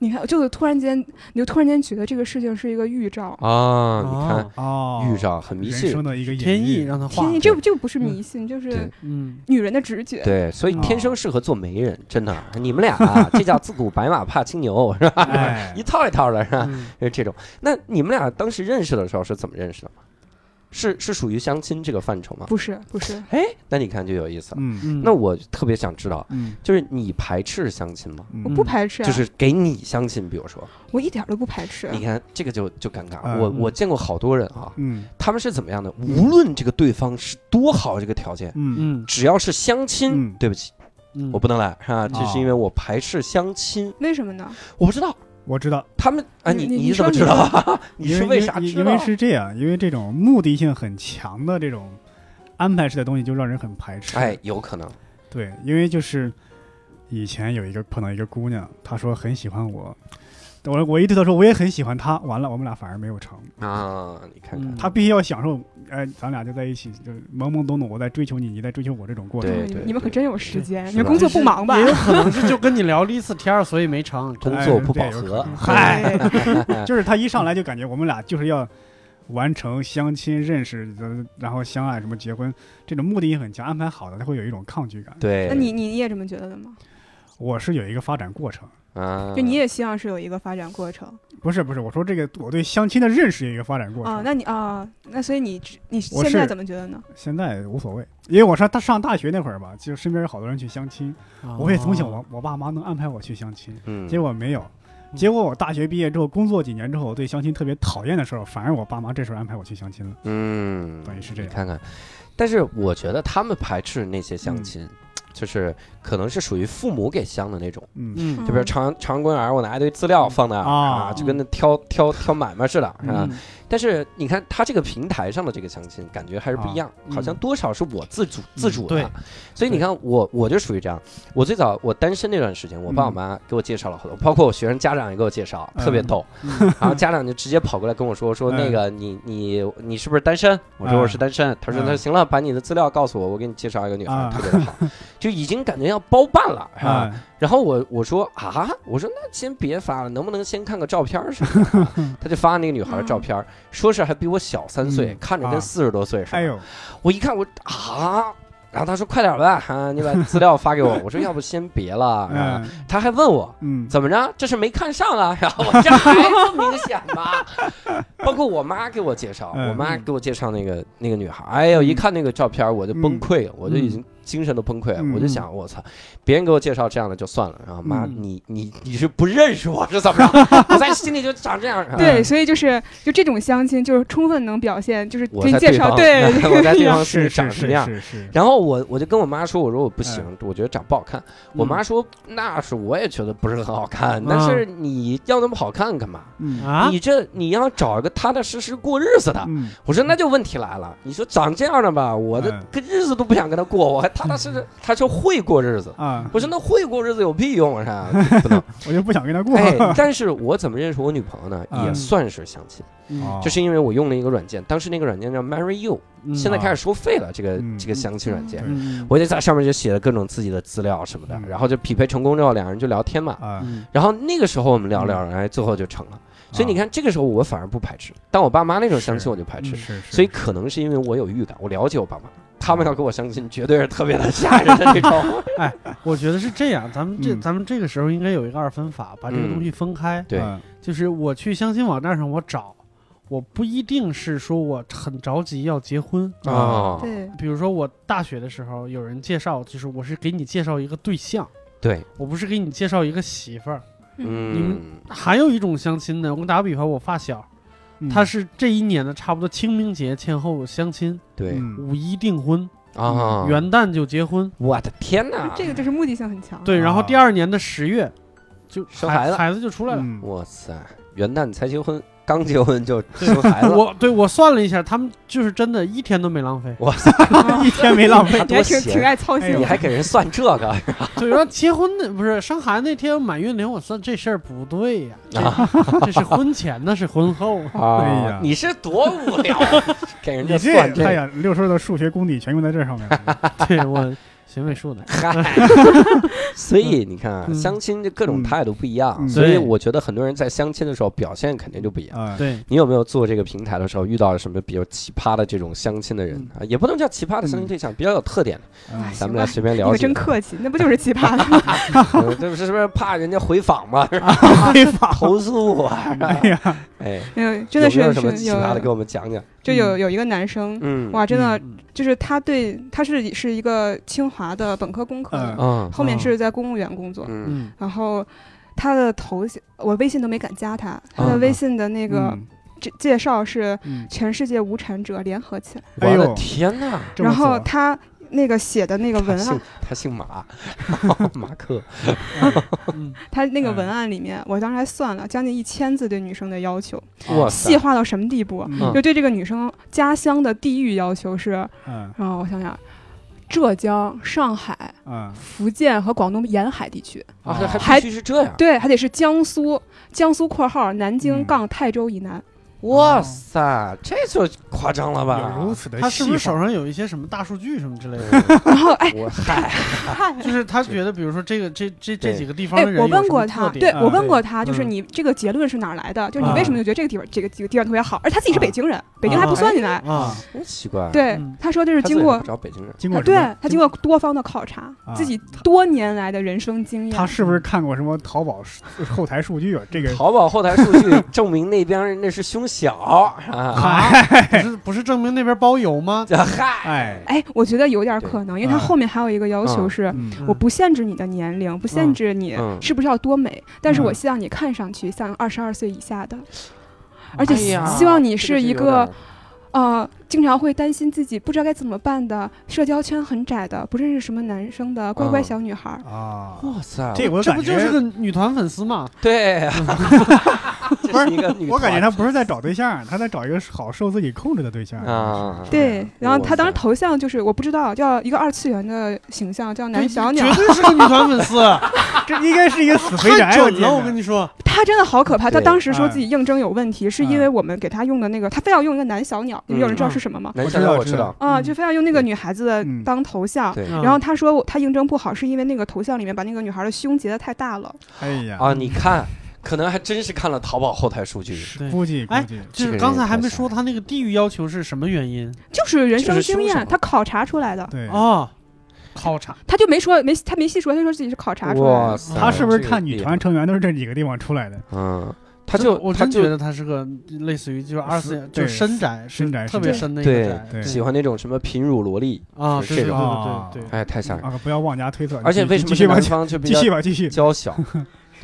[SPEAKER 4] 你看，就是突然间，你就突然间觉得这个事情是一个预兆。
[SPEAKER 1] 啊，你看
[SPEAKER 3] 啊
[SPEAKER 2] 哦，
[SPEAKER 1] 遇上很迷
[SPEAKER 2] 人
[SPEAKER 1] 信
[SPEAKER 2] 生，的一个隐
[SPEAKER 3] 天意
[SPEAKER 2] 喻，
[SPEAKER 3] 让他化
[SPEAKER 4] 天
[SPEAKER 3] 了
[SPEAKER 4] 意，。这这不是迷信，就
[SPEAKER 1] 对
[SPEAKER 4] 是
[SPEAKER 3] 嗯，
[SPEAKER 4] 女人的直觉。
[SPEAKER 1] 对，所以天
[SPEAKER 2] 啊
[SPEAKER 1] 生适合做媒人，真的。你们俩啊，这叫自古白马怕青牛，是
[SPEAKER 2] [LAUGHS]
[SPEAKER 1] 吧？
[SPEAKER 2] 哎
[SPEAKER 1] 一套一套的，是吧？
[SPEAKER 3] 嗯
[SPEAKER 1] 就这种。那你们俩当时认识的时候是怎么认识的吗？是是属于相亲这个范畴吗？
[SPEAKER 4] 不是不是，
[SPEAKER 1] 哎，那你看就有意思了。 [LAUGHS]
[SPEAKER 2] 嗯
[SPEAKER 3] 嗯
[SPEAKER 1] 那我特别想知道，
[SPEAKER 2] 嗯
[SPEAKER 1] 就是你排斥相亲吗？
[SPEAKER 4] 我
[SPEAKER 2] 嗯，
[SPEAKER 4] 不排斥啊，啊
[SPEAKER 1] 就是给你相亲，比如说，
[SPEAKER 4] 我一点都不排斥。
[SPEAKER 1] 你看这个就就尴尬。
[SPEAKER 2] 嗯
[SPEAKER 1] 我我见过好多人啊，
[SPEAKER 2] 嗯
[SPEAKER 1] 他们是怎么样的？无论这个对方是多好这个条件，
[SPEAKER 2] 嗯
[SPEAKER 3] 嗯
[SPEAKER 1] 只要是相亲
[SPEAKER 2] 嗯，
[SPEAKER 1] 对不起，
[SPEAKER 3] 嗯，
[SPEAKER 1] 我不能来啊，这是
[SPEAKER 2] 哦
[SPEAKER 1] 因为我排斥相亲。
[SPEAKER 4] 为什么呢？
[SPEAKER 1] 我不知道
[SPEAKER 2] 我知道，
[SPEAKER 1] 他们啊，你
[SPEAKER 4] 你你
[SPEAKER 1] 怎么
[SPEAKER 4] 你
[SPEAKER 1] 知
[SPEAKER 4] 说
[SPEAKER 1] 道啊？ [LAUGHS] 你
[SPEAKER 2] 因
[SPEAKER 1] 是
[SPEAKER 2] 为
[SPEAKER 1] 啥
[SPEAKER 2] 因
[SPEAKER 1] 知
[SPEAKER 2] 因
[SPEAKER 1] 道
[SPEAKER 2] 为？是这样，因为这种目的性很强的这种安排式的东西，就让人很排斥。
[SPEAKER 1] 哎，，有可能
[SPEAKER 2] 对，因为就是以前有一个碰到一个姑娘，她说很喜欢我，我我一直都说我也很喜欢她，完了我们俩反而没有成，
[SPEAKER 1] 啊，你看看
[SPEAKER 3] 嗯，
[SPEAKER 2] 她必须要享受，哎，咱俩就在一起，就是懵懵懂懂，我在追求你，你在追求我这种过程。
[SPEAKER 1] 对
[SPEAKER 4] 你
[SPEAKER 1] 对
[SPEAKER 4] 们你们可
[SPEAKER 1] 对
[SPEAKER 4] 真有时间，
[SPEAKER 1] 是
[SPEAKER 4] 你们
[SPEAKER 1] 吧
[SPEAKER 4] 工作不忙吧
[SPEAKER 3] 也？有可能是 [LAUGHS] 就跟你聊了一次天儿，所以没成。
[SPEAKER 1] 工
[SPEAKER 3] 真的
[SPEAKER 2] 哎
[SPEAKER 1] 作不
[SPEAKER 2] 对
[SPEAKER 1] 饱
[SPEAKER 2] 有可
[SPEAKER 1] 和嗯
[SPEAKER 2] 能，
[SPEAKER 1] 嗨，
[SPEAKER 2] 就是他一上来就感觉我们俩就是要完成相亲、认识，呃然后相爱什么结婚，这种目的性很强，安排好的，他会有一种抗拒感。
[SPEAKER 1] 对，
[SPEAKER 4] 嗯那你你你也这么觉得的吗？
[SPEAKER 2] 我是有一个发展过程，
[SPEAKER 1] 啊，
[SPEAKER 4] 就你也希望是有一个发展过程
[SPEAKER 2] 不是不是，我说这个我对相亲的认识有一个发展过程。
[SPEAKER 4] 啊？那你啊，那所以你只你
[SPEAKER 2] 我
[SPEAKER 4] 现在
[SPEAKER 2] 是
[SPEAKER 4] 怎么觉得呢？
[SPEAKER 2] 现在无所谓，因为我上大上大学那会儿吧，就身边有好多人去相亲，我也从
[SPEAKER 3] 哦
[SPEAKER 2] 小我我爸妈能安排我去相亲，
[SPEAKER 1] 哦嗯
[SPEAKER 2] 结果没有。结果我大学毕业之后，工作几年之后，我对相亲特别讨厌的时候，反而我爸妈这时候安排我去相亲了，
[SPEAKER 1] 嗯，
[SPEAKER 2] 等于是这
[SPEAKER 1] 你
[SPEAKER 2] 样。
[SPEAKER 4] 嗯
[SPEAKER 1] 看看，但是我觉得他们排斥那些相亲，就是可能是属于父母给香的那种，
[SPEAKER 2] 嗯
[SPEAKER 3] 嗯
[SPEAKER 1] 就比如长长棍儿，我拿一堆资料放那儿
[SPEAKER 2] 啊
[SPEAKER 1] 啊，就跟那挑挑挑买卖似的，是吧？
[SPEAKER 3] 嗯
[SPEAKER 1] 但是你看它这个平台上的这个相亲，感觉还是不一样，
[SPEAKER 3] 嗯
[SPEAKER 1] 好像多少是我自主、自主
[SPEAKER 3] 对
[SPEAKER 1] 的。所以你看我我就属于这样。我最早我单身那段时间，我爸我妈给我介绍了好多，包括我学生家长也给我介绍，
[SPEAKER 2] 嗯
[SPEAKER 1] 特别逗。
[SPEAKER 3] 嗯
[SPEAKER 1] 然后家长就直接跑过来跟我说说
[SPEAKER 2] 嗯
[SPEAKER 1] 那个你你你是不是单身？我说
[SPEAKER 2] 嗯
[SPEAKER 1] 我是单身。他说
[SPEAKER 2] 嗯
[SPEAKER 1] 那行了，把你的资料告诉我，我给你介绍一个女孩
[SPEAKER 2] 嗯，
[SPEAKER 1] 特别的
[SPEAKER 2] [LAUGHS]
[SPEAKER 1] 好，就已经感觉要包办了啊。
[SPEAKER 2] 啊
[SPEAKER 1] 然后我我说啊，我说那先别发了，能不能先看个照片儿什么
[SPEAKER 2] [LAUGHS]
[SPEAKER 1] 的？他就发那个女孩儿照片儿，说是还比我小三岁，
[SPEAKER 2] 嗯
[SPEAKER 1] 看着
[SPEAKER 2] 啊
[SPEAKER 1] 跟四十多岁似的。
[SPEAKER 2] 哎呦，
[SPEAKER 1] 我一看我啊，然后他说快点儿吧，啊，你把资料发给我。
[SPEAKER 2] [LAUGHS]
[SPEAKER 1] 我说要不先别了。然后
[SPEAKER 2] 嗯
[SPEAKER 1] 他还问我啊
[SPEAKER 2] 嗯，
[SPEAKER 1] 怎么着，这是没看上啊？ [LAUGHS] 然后我这还这么明显吗？包括我妈给我介绍，
[SPEAKER 2] 嗯
[SPEAKER 1] 我妈给我介绍那个那个女孩，哎呦，一看那个照片儿我就崩溃了，我就已经精神都崩溃了，
[SPEAKER 2] 嗯
[SPEAKER 1] 我就想我操，别人给我介绍这样的就算了，然后妈，
[SPEAKER 3] 嗯
[SPEAKER 1] 你你你是不认识我是怎么着？我在心里就长这样。嗯然后
[SPEAKER 4] 对，所以就是就这种相亲，就是充分能表现，就是
[SPEAKER 1] 我
[SPEAKER 4] 给你
[SPEAKER 1] 在
[SPEAKER 4] 介
[SPEAKER 1] 对
[SPEAKER 4] 绍，
[SPEAKER 1] 方，
[SPEAKER 4] 对，
[SPEAKER 1] [LAUGHS] 我在对方心
[SPEAKER 2] 是
[SPEAKER 1] 里
[SPEAKER 2] 是
[SPEAKER 1] 长什么样？
[SPEAKER 2] 是是是，
[SPEAKER 1] 然后我我就跟我妈说，我说我不行，我觉得长不好看。我
[SPEAKER 3] 嗯
[SPEAKER 1] 妈说那是我也觉得不是很好看，但
[SPEAKER 3] 啊
[SPEAKER 1] 是你要那么好看干嘛？
[SPEAKER 2] 嗯
[SPEAKER 3] 啊
[SPEAKER 1] 你这你要找一个踏踏实实过日子的。
[SPEAKER 2] 嗯
[SPEAKER 1] 我说那就问题来了，你说长这样的吧，我这
[SPEAKER 2] 嗯
[SPEAKER 1] 个日子都不想跟他过，我还踏踏实
[SPEAKER 2] [LAUGHS]
[SPEAKER 1] 实。他说会过日子，
[SPEAKER 2] 啊，
[SPEAKER 1] 我说那会过日子有屁用
[SPEAKER 2] [LAUGHS]
[SPEAKER 1] 啊？不能。
[SPEAKER 2] 我就不想跟他过，
[SPEAKER 1] 哎，但是我怎么认识我女朋友呢？也
[SPEAKER 2] 嗯
[SPEAKER 1] 算是相亲，
[SPEAKER 3] 嗯
[SPEAKER 2] [LAUGHS] 哦
[SPEAKER 1] 就是因为我用了一个软件，当时那个软件叫 Marry You，
[SPEAKER 3] 嗯
[SPEAKER 1] 现在开始收费了。这个
[SPEAKER 2] 嗯
[SPEAKER 1] 这个相亲软件。
[SPEAKER 3] 嗯
[SPEAKER 1] 我就在上面就写了各种自己的资料什么的
[SPEAKER 2] 嗯，
[SPEAKER 1] 然后就匹配成功之后，两人就聊天嘛。
[SPEAKER 2] 啊，
[SPEAKER 3] 嗯
[SPEAKER 1] 然后那个时候我们聊聊，
[SPEAKER 2] 嗯
[SPEAKER 1] 哎，最后就成了。所以你看，这个时候我反而不排斥，但我爸妈那种相
[SPEAKER 2] 啊是
[SPEAKER 1] 亲我就排斥
[SPEAKER 2] 是。是，
[SPEAKER 1] 所以可能是因为我有预感，我了解我爸妈，他们要跟我相亲，绝对是特别的吓人的那种。
[SPEAKER 3] 嗯我觉得是这样，咱们这
[SPEAKER 2] 嗯
[SPEAKER 3] 咱们这个时候应该有一个二分法，把这个
[SPEAKER 1] 嗯
[SPEAKER 3] 东西分开。
[SPEAKER 1] 对
[SPEAKER 2] 嗯
[SPEAKER 3] 就是我去相亲网站上我找，我不一定是说我很着急要结婚。
[SPEAKER 1] 哦，
[SPEAKER 4] 对，
[SPEAKER 3] 比如说我大学的时候有人介绍，就是我是给你介绍一个对象，
[SPEAKER 1] 对，
[SPEAKER 3] 我不是给你介绍一个媳妇儿。你
[SPEAKER 1] 嗯
[SPEAKER 3] 们，还有一种相亲呢，我给你打个比方，我发小，
[SPEAKER 2] 嗯
[SPEAKER 3] 他是这一年的差不多清明节前后相亲，
[SPEAKER 1] 对
[SPEAKER 2] 嗯
[SPEAKER 3] 五一订婚，
[SPEAKER 1] 啊，
[SPEAKER 3] 元旦就结婚，
[SPEAKER 1] 我的天哪，
[SPEAKER 4] 这个就是目的性很强。
[SPEAKER 3] 对，然后
[SPEAKER 2] 啊
[SPEAKER 3] 第二年的十月就
[SPEAKER 1] 生
[SPEAKER 3] 孩
[SPEAKER 1] 孩子
[SPEAKER 3] 孩子就出来了。
[SPEAKER 2] 嗯
[SPEAKER 1] 哇塞，元旦才结婚，刚结婚就生孩子了，。
[SPEAKER 3] 我对我算了一下，他们就是真的一天都没浪费
[SPEAKER 1] 哇塞，
[SPEAKER 2] 一天没浪费
[SPEAKER 1] 他
[SPEAKER 4] 你
[SPEAKER 1] 多
[SPEAKER 4] 还挺挺
[SPEAKER 1] 闲，
[SPEAKER 4] 爱操心
[SPEAKER 2] 哎呦
[SPEAKER 1] 你，还给人算这个
[SPEAKER 3] 对，然后结婚的不是生孩子那天满月那天，我算这事儿不对呀、
[SPEAKER 1] 啊？
[SPEAKER 3] 这是婚前呢，是婚后啊。
[SPEAKER 2] 哎呀
[SPEAKER 1] 你是多无聊，啊给人
[SPEAKER 2] 你
[SPEAKER 1] 家
[SPEAKER 2] 这
[SPEAKER 1] 算这
[SPEAKER 2] 哎
[SPEAKER 1] 个，
[SPEAKER 2] 呀，六叔的数学功底全用在这上面了，
[SPEAKER 3] 对我学美术的，
[SPEAKER 1] 嗨，所以你看啊，
[SPEAKER 3] 嗯
[SPEAKER 1] 相亲这各种态度不一
[SPEAKER 2] 嗯
[SPEAKER 1] 样，所以
[SPEAKER 3] 对
[SPEAKER 1] 我觉得很多人在相亲的时候表现肯定就不一 [LAUGHS] 样。
[SPEAKER 2] 啊，
[SPEAKER 3] 对，
[SPEAKER 1] 你有没有做这个平台的时候遇到了什么比较奇葩的这种相亲的人啊？也不能叫奇葩的相亲对象，比较有特点的，
[SPEAKER 2] 嗯
[SPEAKER 1] 咱们来随便
[SPEAKER 4] 你
[SPEAKER 1] 聊
[SPEAKER 4] 可
[SPEAKER 1] 几 [LAUGHS]
[SPEAKER 4] 真
[SPEAKER 1] 个。
[SPEAKER 4] 客气，那不就是奇
[SPEAKER 1] [LAUGHS]
[SPEAKER 4] 葩的吗？
[SPEAKER 1] 呃这不是是不是怕人家回访嘛？是吧
[SPEAKER 2] 非
[SPEAKER 4] [LAUGHS]
[SPEAKER 2] 法，
[SPEAKER 1] 投诉我啊？
[SPEAKER 2] 哎呀，
[SPEAKER 1] 哎，
[SPEAKER 4] 没有，真的
[SPEAKER 1] 有
[SPEAKER 4] 是
[SPEAKER 1] 没有什么
[SPEAKER 4] 是
[SPEAKER 1] 奇葩的给我们讲讲？
[SPEAKER 4] 就有有一个男生，
[SPEAKER 1] 嗯，
[SPEAKER 4] 哇，真的
[SPEAKER 3] 嗯
[SPEAKER 4] 就是他对他是是一个清华的本科工科的，
[SPEAKER 1] 嗯
[SPEAKER 4] 后面是在公务员工作，
[SPEAKER 1] 嗯
[SPEAKER 3] 嗯
[SPEAKER 4] 然后他的头像我微信都没敢加他，他的
[SPEAKER 1] 嗯
[SPEAKER 4] 微信的那个
[SPEAKER 2] 嗯
[SPEAKER 4] 介介绍是
[SPEAKER 2] 嗯，
[SPEAKER 4] 全世界无产者联合起来，
[SPEAKER 1] 我
[SPEAKER 2] 哎
[SPEAKER 1] 的
[SPEAKER 2] 呦
[SPEAKER 1] 天哪！
[SPEAKER 2] 这么
[SPEAKER 4] 然后
[SPEAKER 2] 做
[SPEAKER 4] 他那个写的那个
[SPEAKER 1] 他
[SPEAKER 4] 文案
[SPEAKER 1] 姓，他姓马， [LAUGHS] 马克。
[SPEAKER 3] 嗯
[SPEAKER 4] 他那个
[SPEAKER 2] 嗯
[SPEAKER 4] 文案里面，我当时还算了将近一千字对女生的要求，
[SPEAKER 1] 哇塞
[SPEAKER 4] 细化到什么地步？
[SPEAKER 2] 嗯
[SPEAKER 1] 嗯
[SPEAKER 4] 就对这个女生家乡的地域要求是，
[SPEAKER 2] 嗯
[SPEAKER 4] 啊、我想想，浙江、上海、
[SPEAKER 2] 嗯
[SPEAKER 4] 福建和广东沿海地区，
[SPEAKER 1] 啊，
[SPEAKER 2] 啊
[SPEAKER 1] 还
[SPEAKER 4] 还
[SPEAKER 1] 还必须是这样。
[SPEAKER 4] 对，还得是江苏，江苏（括号南京
[SPEAKER 2] 嗯
[SPEAKER 4] 杠泰州以南
[SPEAKER 1] 哇塞，这就夸张了吧？
[SPEAKER 2] 有如此的细化，
[SPEAKER 3] 他是不是手上有一些什么大数据什么之类的？ [LAUGHS]
[SPEAKER 1] 然后哎， [LAUGHS] 我嗨，）
[SPEAKER 3] 就是他觉得，比如说这个这这这
[SPEAKER 1] 对
[SPEAKER 3] 几个地方
[SPEAKER 4] 哎
[SPEAKER 3] 的，人，
[SPEAKER 4] 我问过他，对
[SPEAKER 2] 嗯
[SPEAKER 4] 我问
[SPEAKER 2] 对
[SPEAKER 4] 过他，就是
[SPEAKER 3] 嗯
[SPEAKER 4] 你这个结论是哪儿来的？就是你
[SPEAKER 3] 啊
[SPEAKER 4] 为什么就觉得这个地方这个这个地方特别好？而他自己是北京人，北京还不算进来。
[SPEAKER 3] 啊，
[SPEAKER 1] 真奇怪。，
[SPEAKER 4] 对
[SPEAKER 3] 嗯，
[SPEAKER 4] 他说这是
[SPEAKER 1] 是
[SPEAKER 4] 经过
[SPEAKER 1] 找北京人，
[SPEAKER 2] 经
[SPEAKER 4] 啊
[SPEAKER 2] 过什
[SPEAKER 4] 对
[SPEAKER 2] 么
[SPEAKER 4] 他经过多方的考察，
[SPEAKER 2] 啊
[SPEAKER 4] 自己多年来的人生经
[SPEAKER 2] 他
[SPEAKER 4] 验。
[SPEAKER 2] 是不是看过什么淘宝数后台数据啊？这个
[SPEAKER 1] 淘宝后台数据证明那边儿那是胸小
[SPEAKER 4] [LAUGHS]
[SPEAKER 1] 啊。
[SPEAKER 3] 啊，不是不是证明那边包邮吗？
[SPEAKER 1] 这嗨，
[SPEAKER 2] 哎，
[SPEAKER 4] 哎，我觉得有点
[SPEAKER 1] 对
[SPEAKER 4] 可能，因为他
[SPEAKER 2] 啊
[SPEAKER 4] 后面还有一个要求
[SPEAKER 1] 嗯
[SPEAKER 4] 是，
[SPEAKER 2] 嗯
[SPEAKER 3] 嗯
[SPEAKER 4] 我不限制你的年龄，不限
[SPEAKER 3] 嗯
[SPEAKER 4] 制你
[SPEAKER 1] 嗯
[SPEAKER 4] 是不是要多美，但是我
[SPEAKER 2] 嗯
[SPEAKER 4] 希望你看上去像二十二岁以下的，而且
[SPEAKER 1] 哎呀
[SPEAKER 4] 希望你
[SPEAKER 1] 这个
[SPEAKER 4] 是一
[SPEAKER 1] 有
[SPEAKER 4] 个
[SPEAKER 1] 点儿
[SPEAKER 4] 呃，经常会担心自己不知道该怎么办的，社交圈很窄的，不认识什么男生的乖乖
[SPEAKER 1] 嗯
[SPEAKER 4] 小女孩儿。
[SPEAKER 2] 啊，
[SPEAKER 1] 哇塞，
[SPEAKER 2] 这我
[SPEAKER 3] 这
[SPEAKER 2] 感
[SPEAKER 3] 不
[SPEAKER 2] 觉
[SPEAKER 3] 就是个女团粉丝嘛？
[SPEAKER 2] [LAUGHS]
[SPEAKER 1] 对啊，
[SPEAKER 2] 不
[SPEAKER 1] 这
[SPEAKER 2] 是
[SPEAKER 1] 是一个女团，
[SPEAKER 2] 我感觉他不是在找对象，啊他在找一个好受自己控制的对象
[SPEAKER 1] 啊
[SPEAKER 4] 对，然后
[SPEAKER 1] 哇
[SPEAKER 4] 她当时
[SPEAKER 1] 塞
[SPEAKER 4] 头像就是我不知道，叫一个二次元的形象，叫男小鸟
[SPEAKER 3] 绝。对是个女团粉丝，
[SPEAKER 2] 这应该是一个死肥
[SPEAKER 3] 太
[SPEAKER 2] 宅，啊
[SPEAKER 3] 准了！我
[SPEAKER 2] 我
[SPEAKER 3] 跟
[SPEAKER 2] 你
[SPEAKER 3] 你说，
[SPEAKER 4] 她真的好可怕，她
[SPEAKER 1] 对
[SPEAKER 4] 当时说
[SPEAKER 2] 哎
[SPEAKER 4] 自己应征有问题，是因为我们给她用的那个，她非要用一个男小鸟，你们有人知道是什么吗？
[SPEAKER 1] 男
[SPEAKER 2] 我
[SPEAKER 1] 小
[SPEAKER 2] 知
[SPEAKER 1] 鸟
[SPEAKER 2] 道
[SPEAKER 1] 我
[SPEAKER 2] 知
[SPEAKER 1] 知
[SPEAKER 2] 道
[SPEAKER 1] 道，
[SPEAKER 4] 啊，就非要用那个女孩子
[SPEAKER 2] 嗯
[SPEAKER 4] 当头像。
[SPEAKER 1] 对
[SPEAKER 3] 嗯
[SPEAKER 4] 然后她说我她应征不好，是因为那个头像里面把那个女孩的胸截的太大了。
[SPEAKER 2] 哎呀，
[SPEAKER 1] 啊，你看，可能还真是看了淘宝后台数据，
[SPEAKER 3] 对
[SPEAKER 2] 估计估
[SPEAKER 3] 哎
[SPEAKER 2] 计
[SPEAKER 3] 就是刚才还没说他那个地域要求是什么原因
[SPEAKER 4] 就是人
[SPEAKER 1] 就
[SPEAKER 4] 生
[SPEAKER 1] 是
[SPEAKER 4] 经
[SPEAKER 1] 凶手
[SPEAKER 4] 验，他考察出来的，
[SPEAKER 2] 对，
[SPEAKER 3] 哦，考察
[SPEAKER 4] 他就没说没他没细说，他说自己是考察出来
[SPEAKER 1] 哇
[SPEAKER 4] 的。
[SPEAKER 1] 塞，
[SPEAKER 2] 他是不是
[SPEAKER 1] 这个
[SPEAKER 2] 看
[SPEAKER 1] 厉
[SPEAKER 2] 女
[SPEAKER 1] 害
[SPEAKER 2] 团？成员都是这几个地方出来的？
[SPEAKER 1] 嗯，他
[SPEAKER 3] 这
[SPEAKER 1] 就
[SPEAKER 3] 我
[SPEAKER 1] 他
[SPEAKER 3] 真觉
[SPEAKER 1] 就
[SPEAKER 3] 得他是个类似于就是二次元，就是
[SPEAKER 2] 对
[SPEAKER 3] 深宅，
[SPEAKER 2] 深宅
[SPEAKER 3] 特别
[SPEAKER 4] 深
[SPEAKER 3] 深的一个
[SPEAKER 1] 对
[SPEAKER 3] 宅，
[SPEAKER 2] 对
[SPEAKER 1] 喜欢那种什么贫乳萝莉，
[SPEAKER 3] 啊，
[SPEAKER 1] 是
[SPEAKER 3] 对对
[SPEAKER 1] 这
[SPEAKER 2] 种
[SPEAKER 3] 对对对，
[SPEAKER 1] 哎，太吓人了。
[SPEAKER 2] 啊，不要妄加推测。
[SPEAKER 1] 而且
[SPEAKER 2] 你
[SPEAKER 1] 为什
[SPEAKER 2] 继
[SPEAKER 1] 么
[SPEAKER 2] 续
[SPEAKER 1] 是
[SPEAKER 2] 吧
[SPEAKER 1] 南，方就比
[SPEAKER 2] 继
[SPEAKER 1] 较
[SPEAKER 2] 续吧，继续。
[SPEAKER 1] 娇小？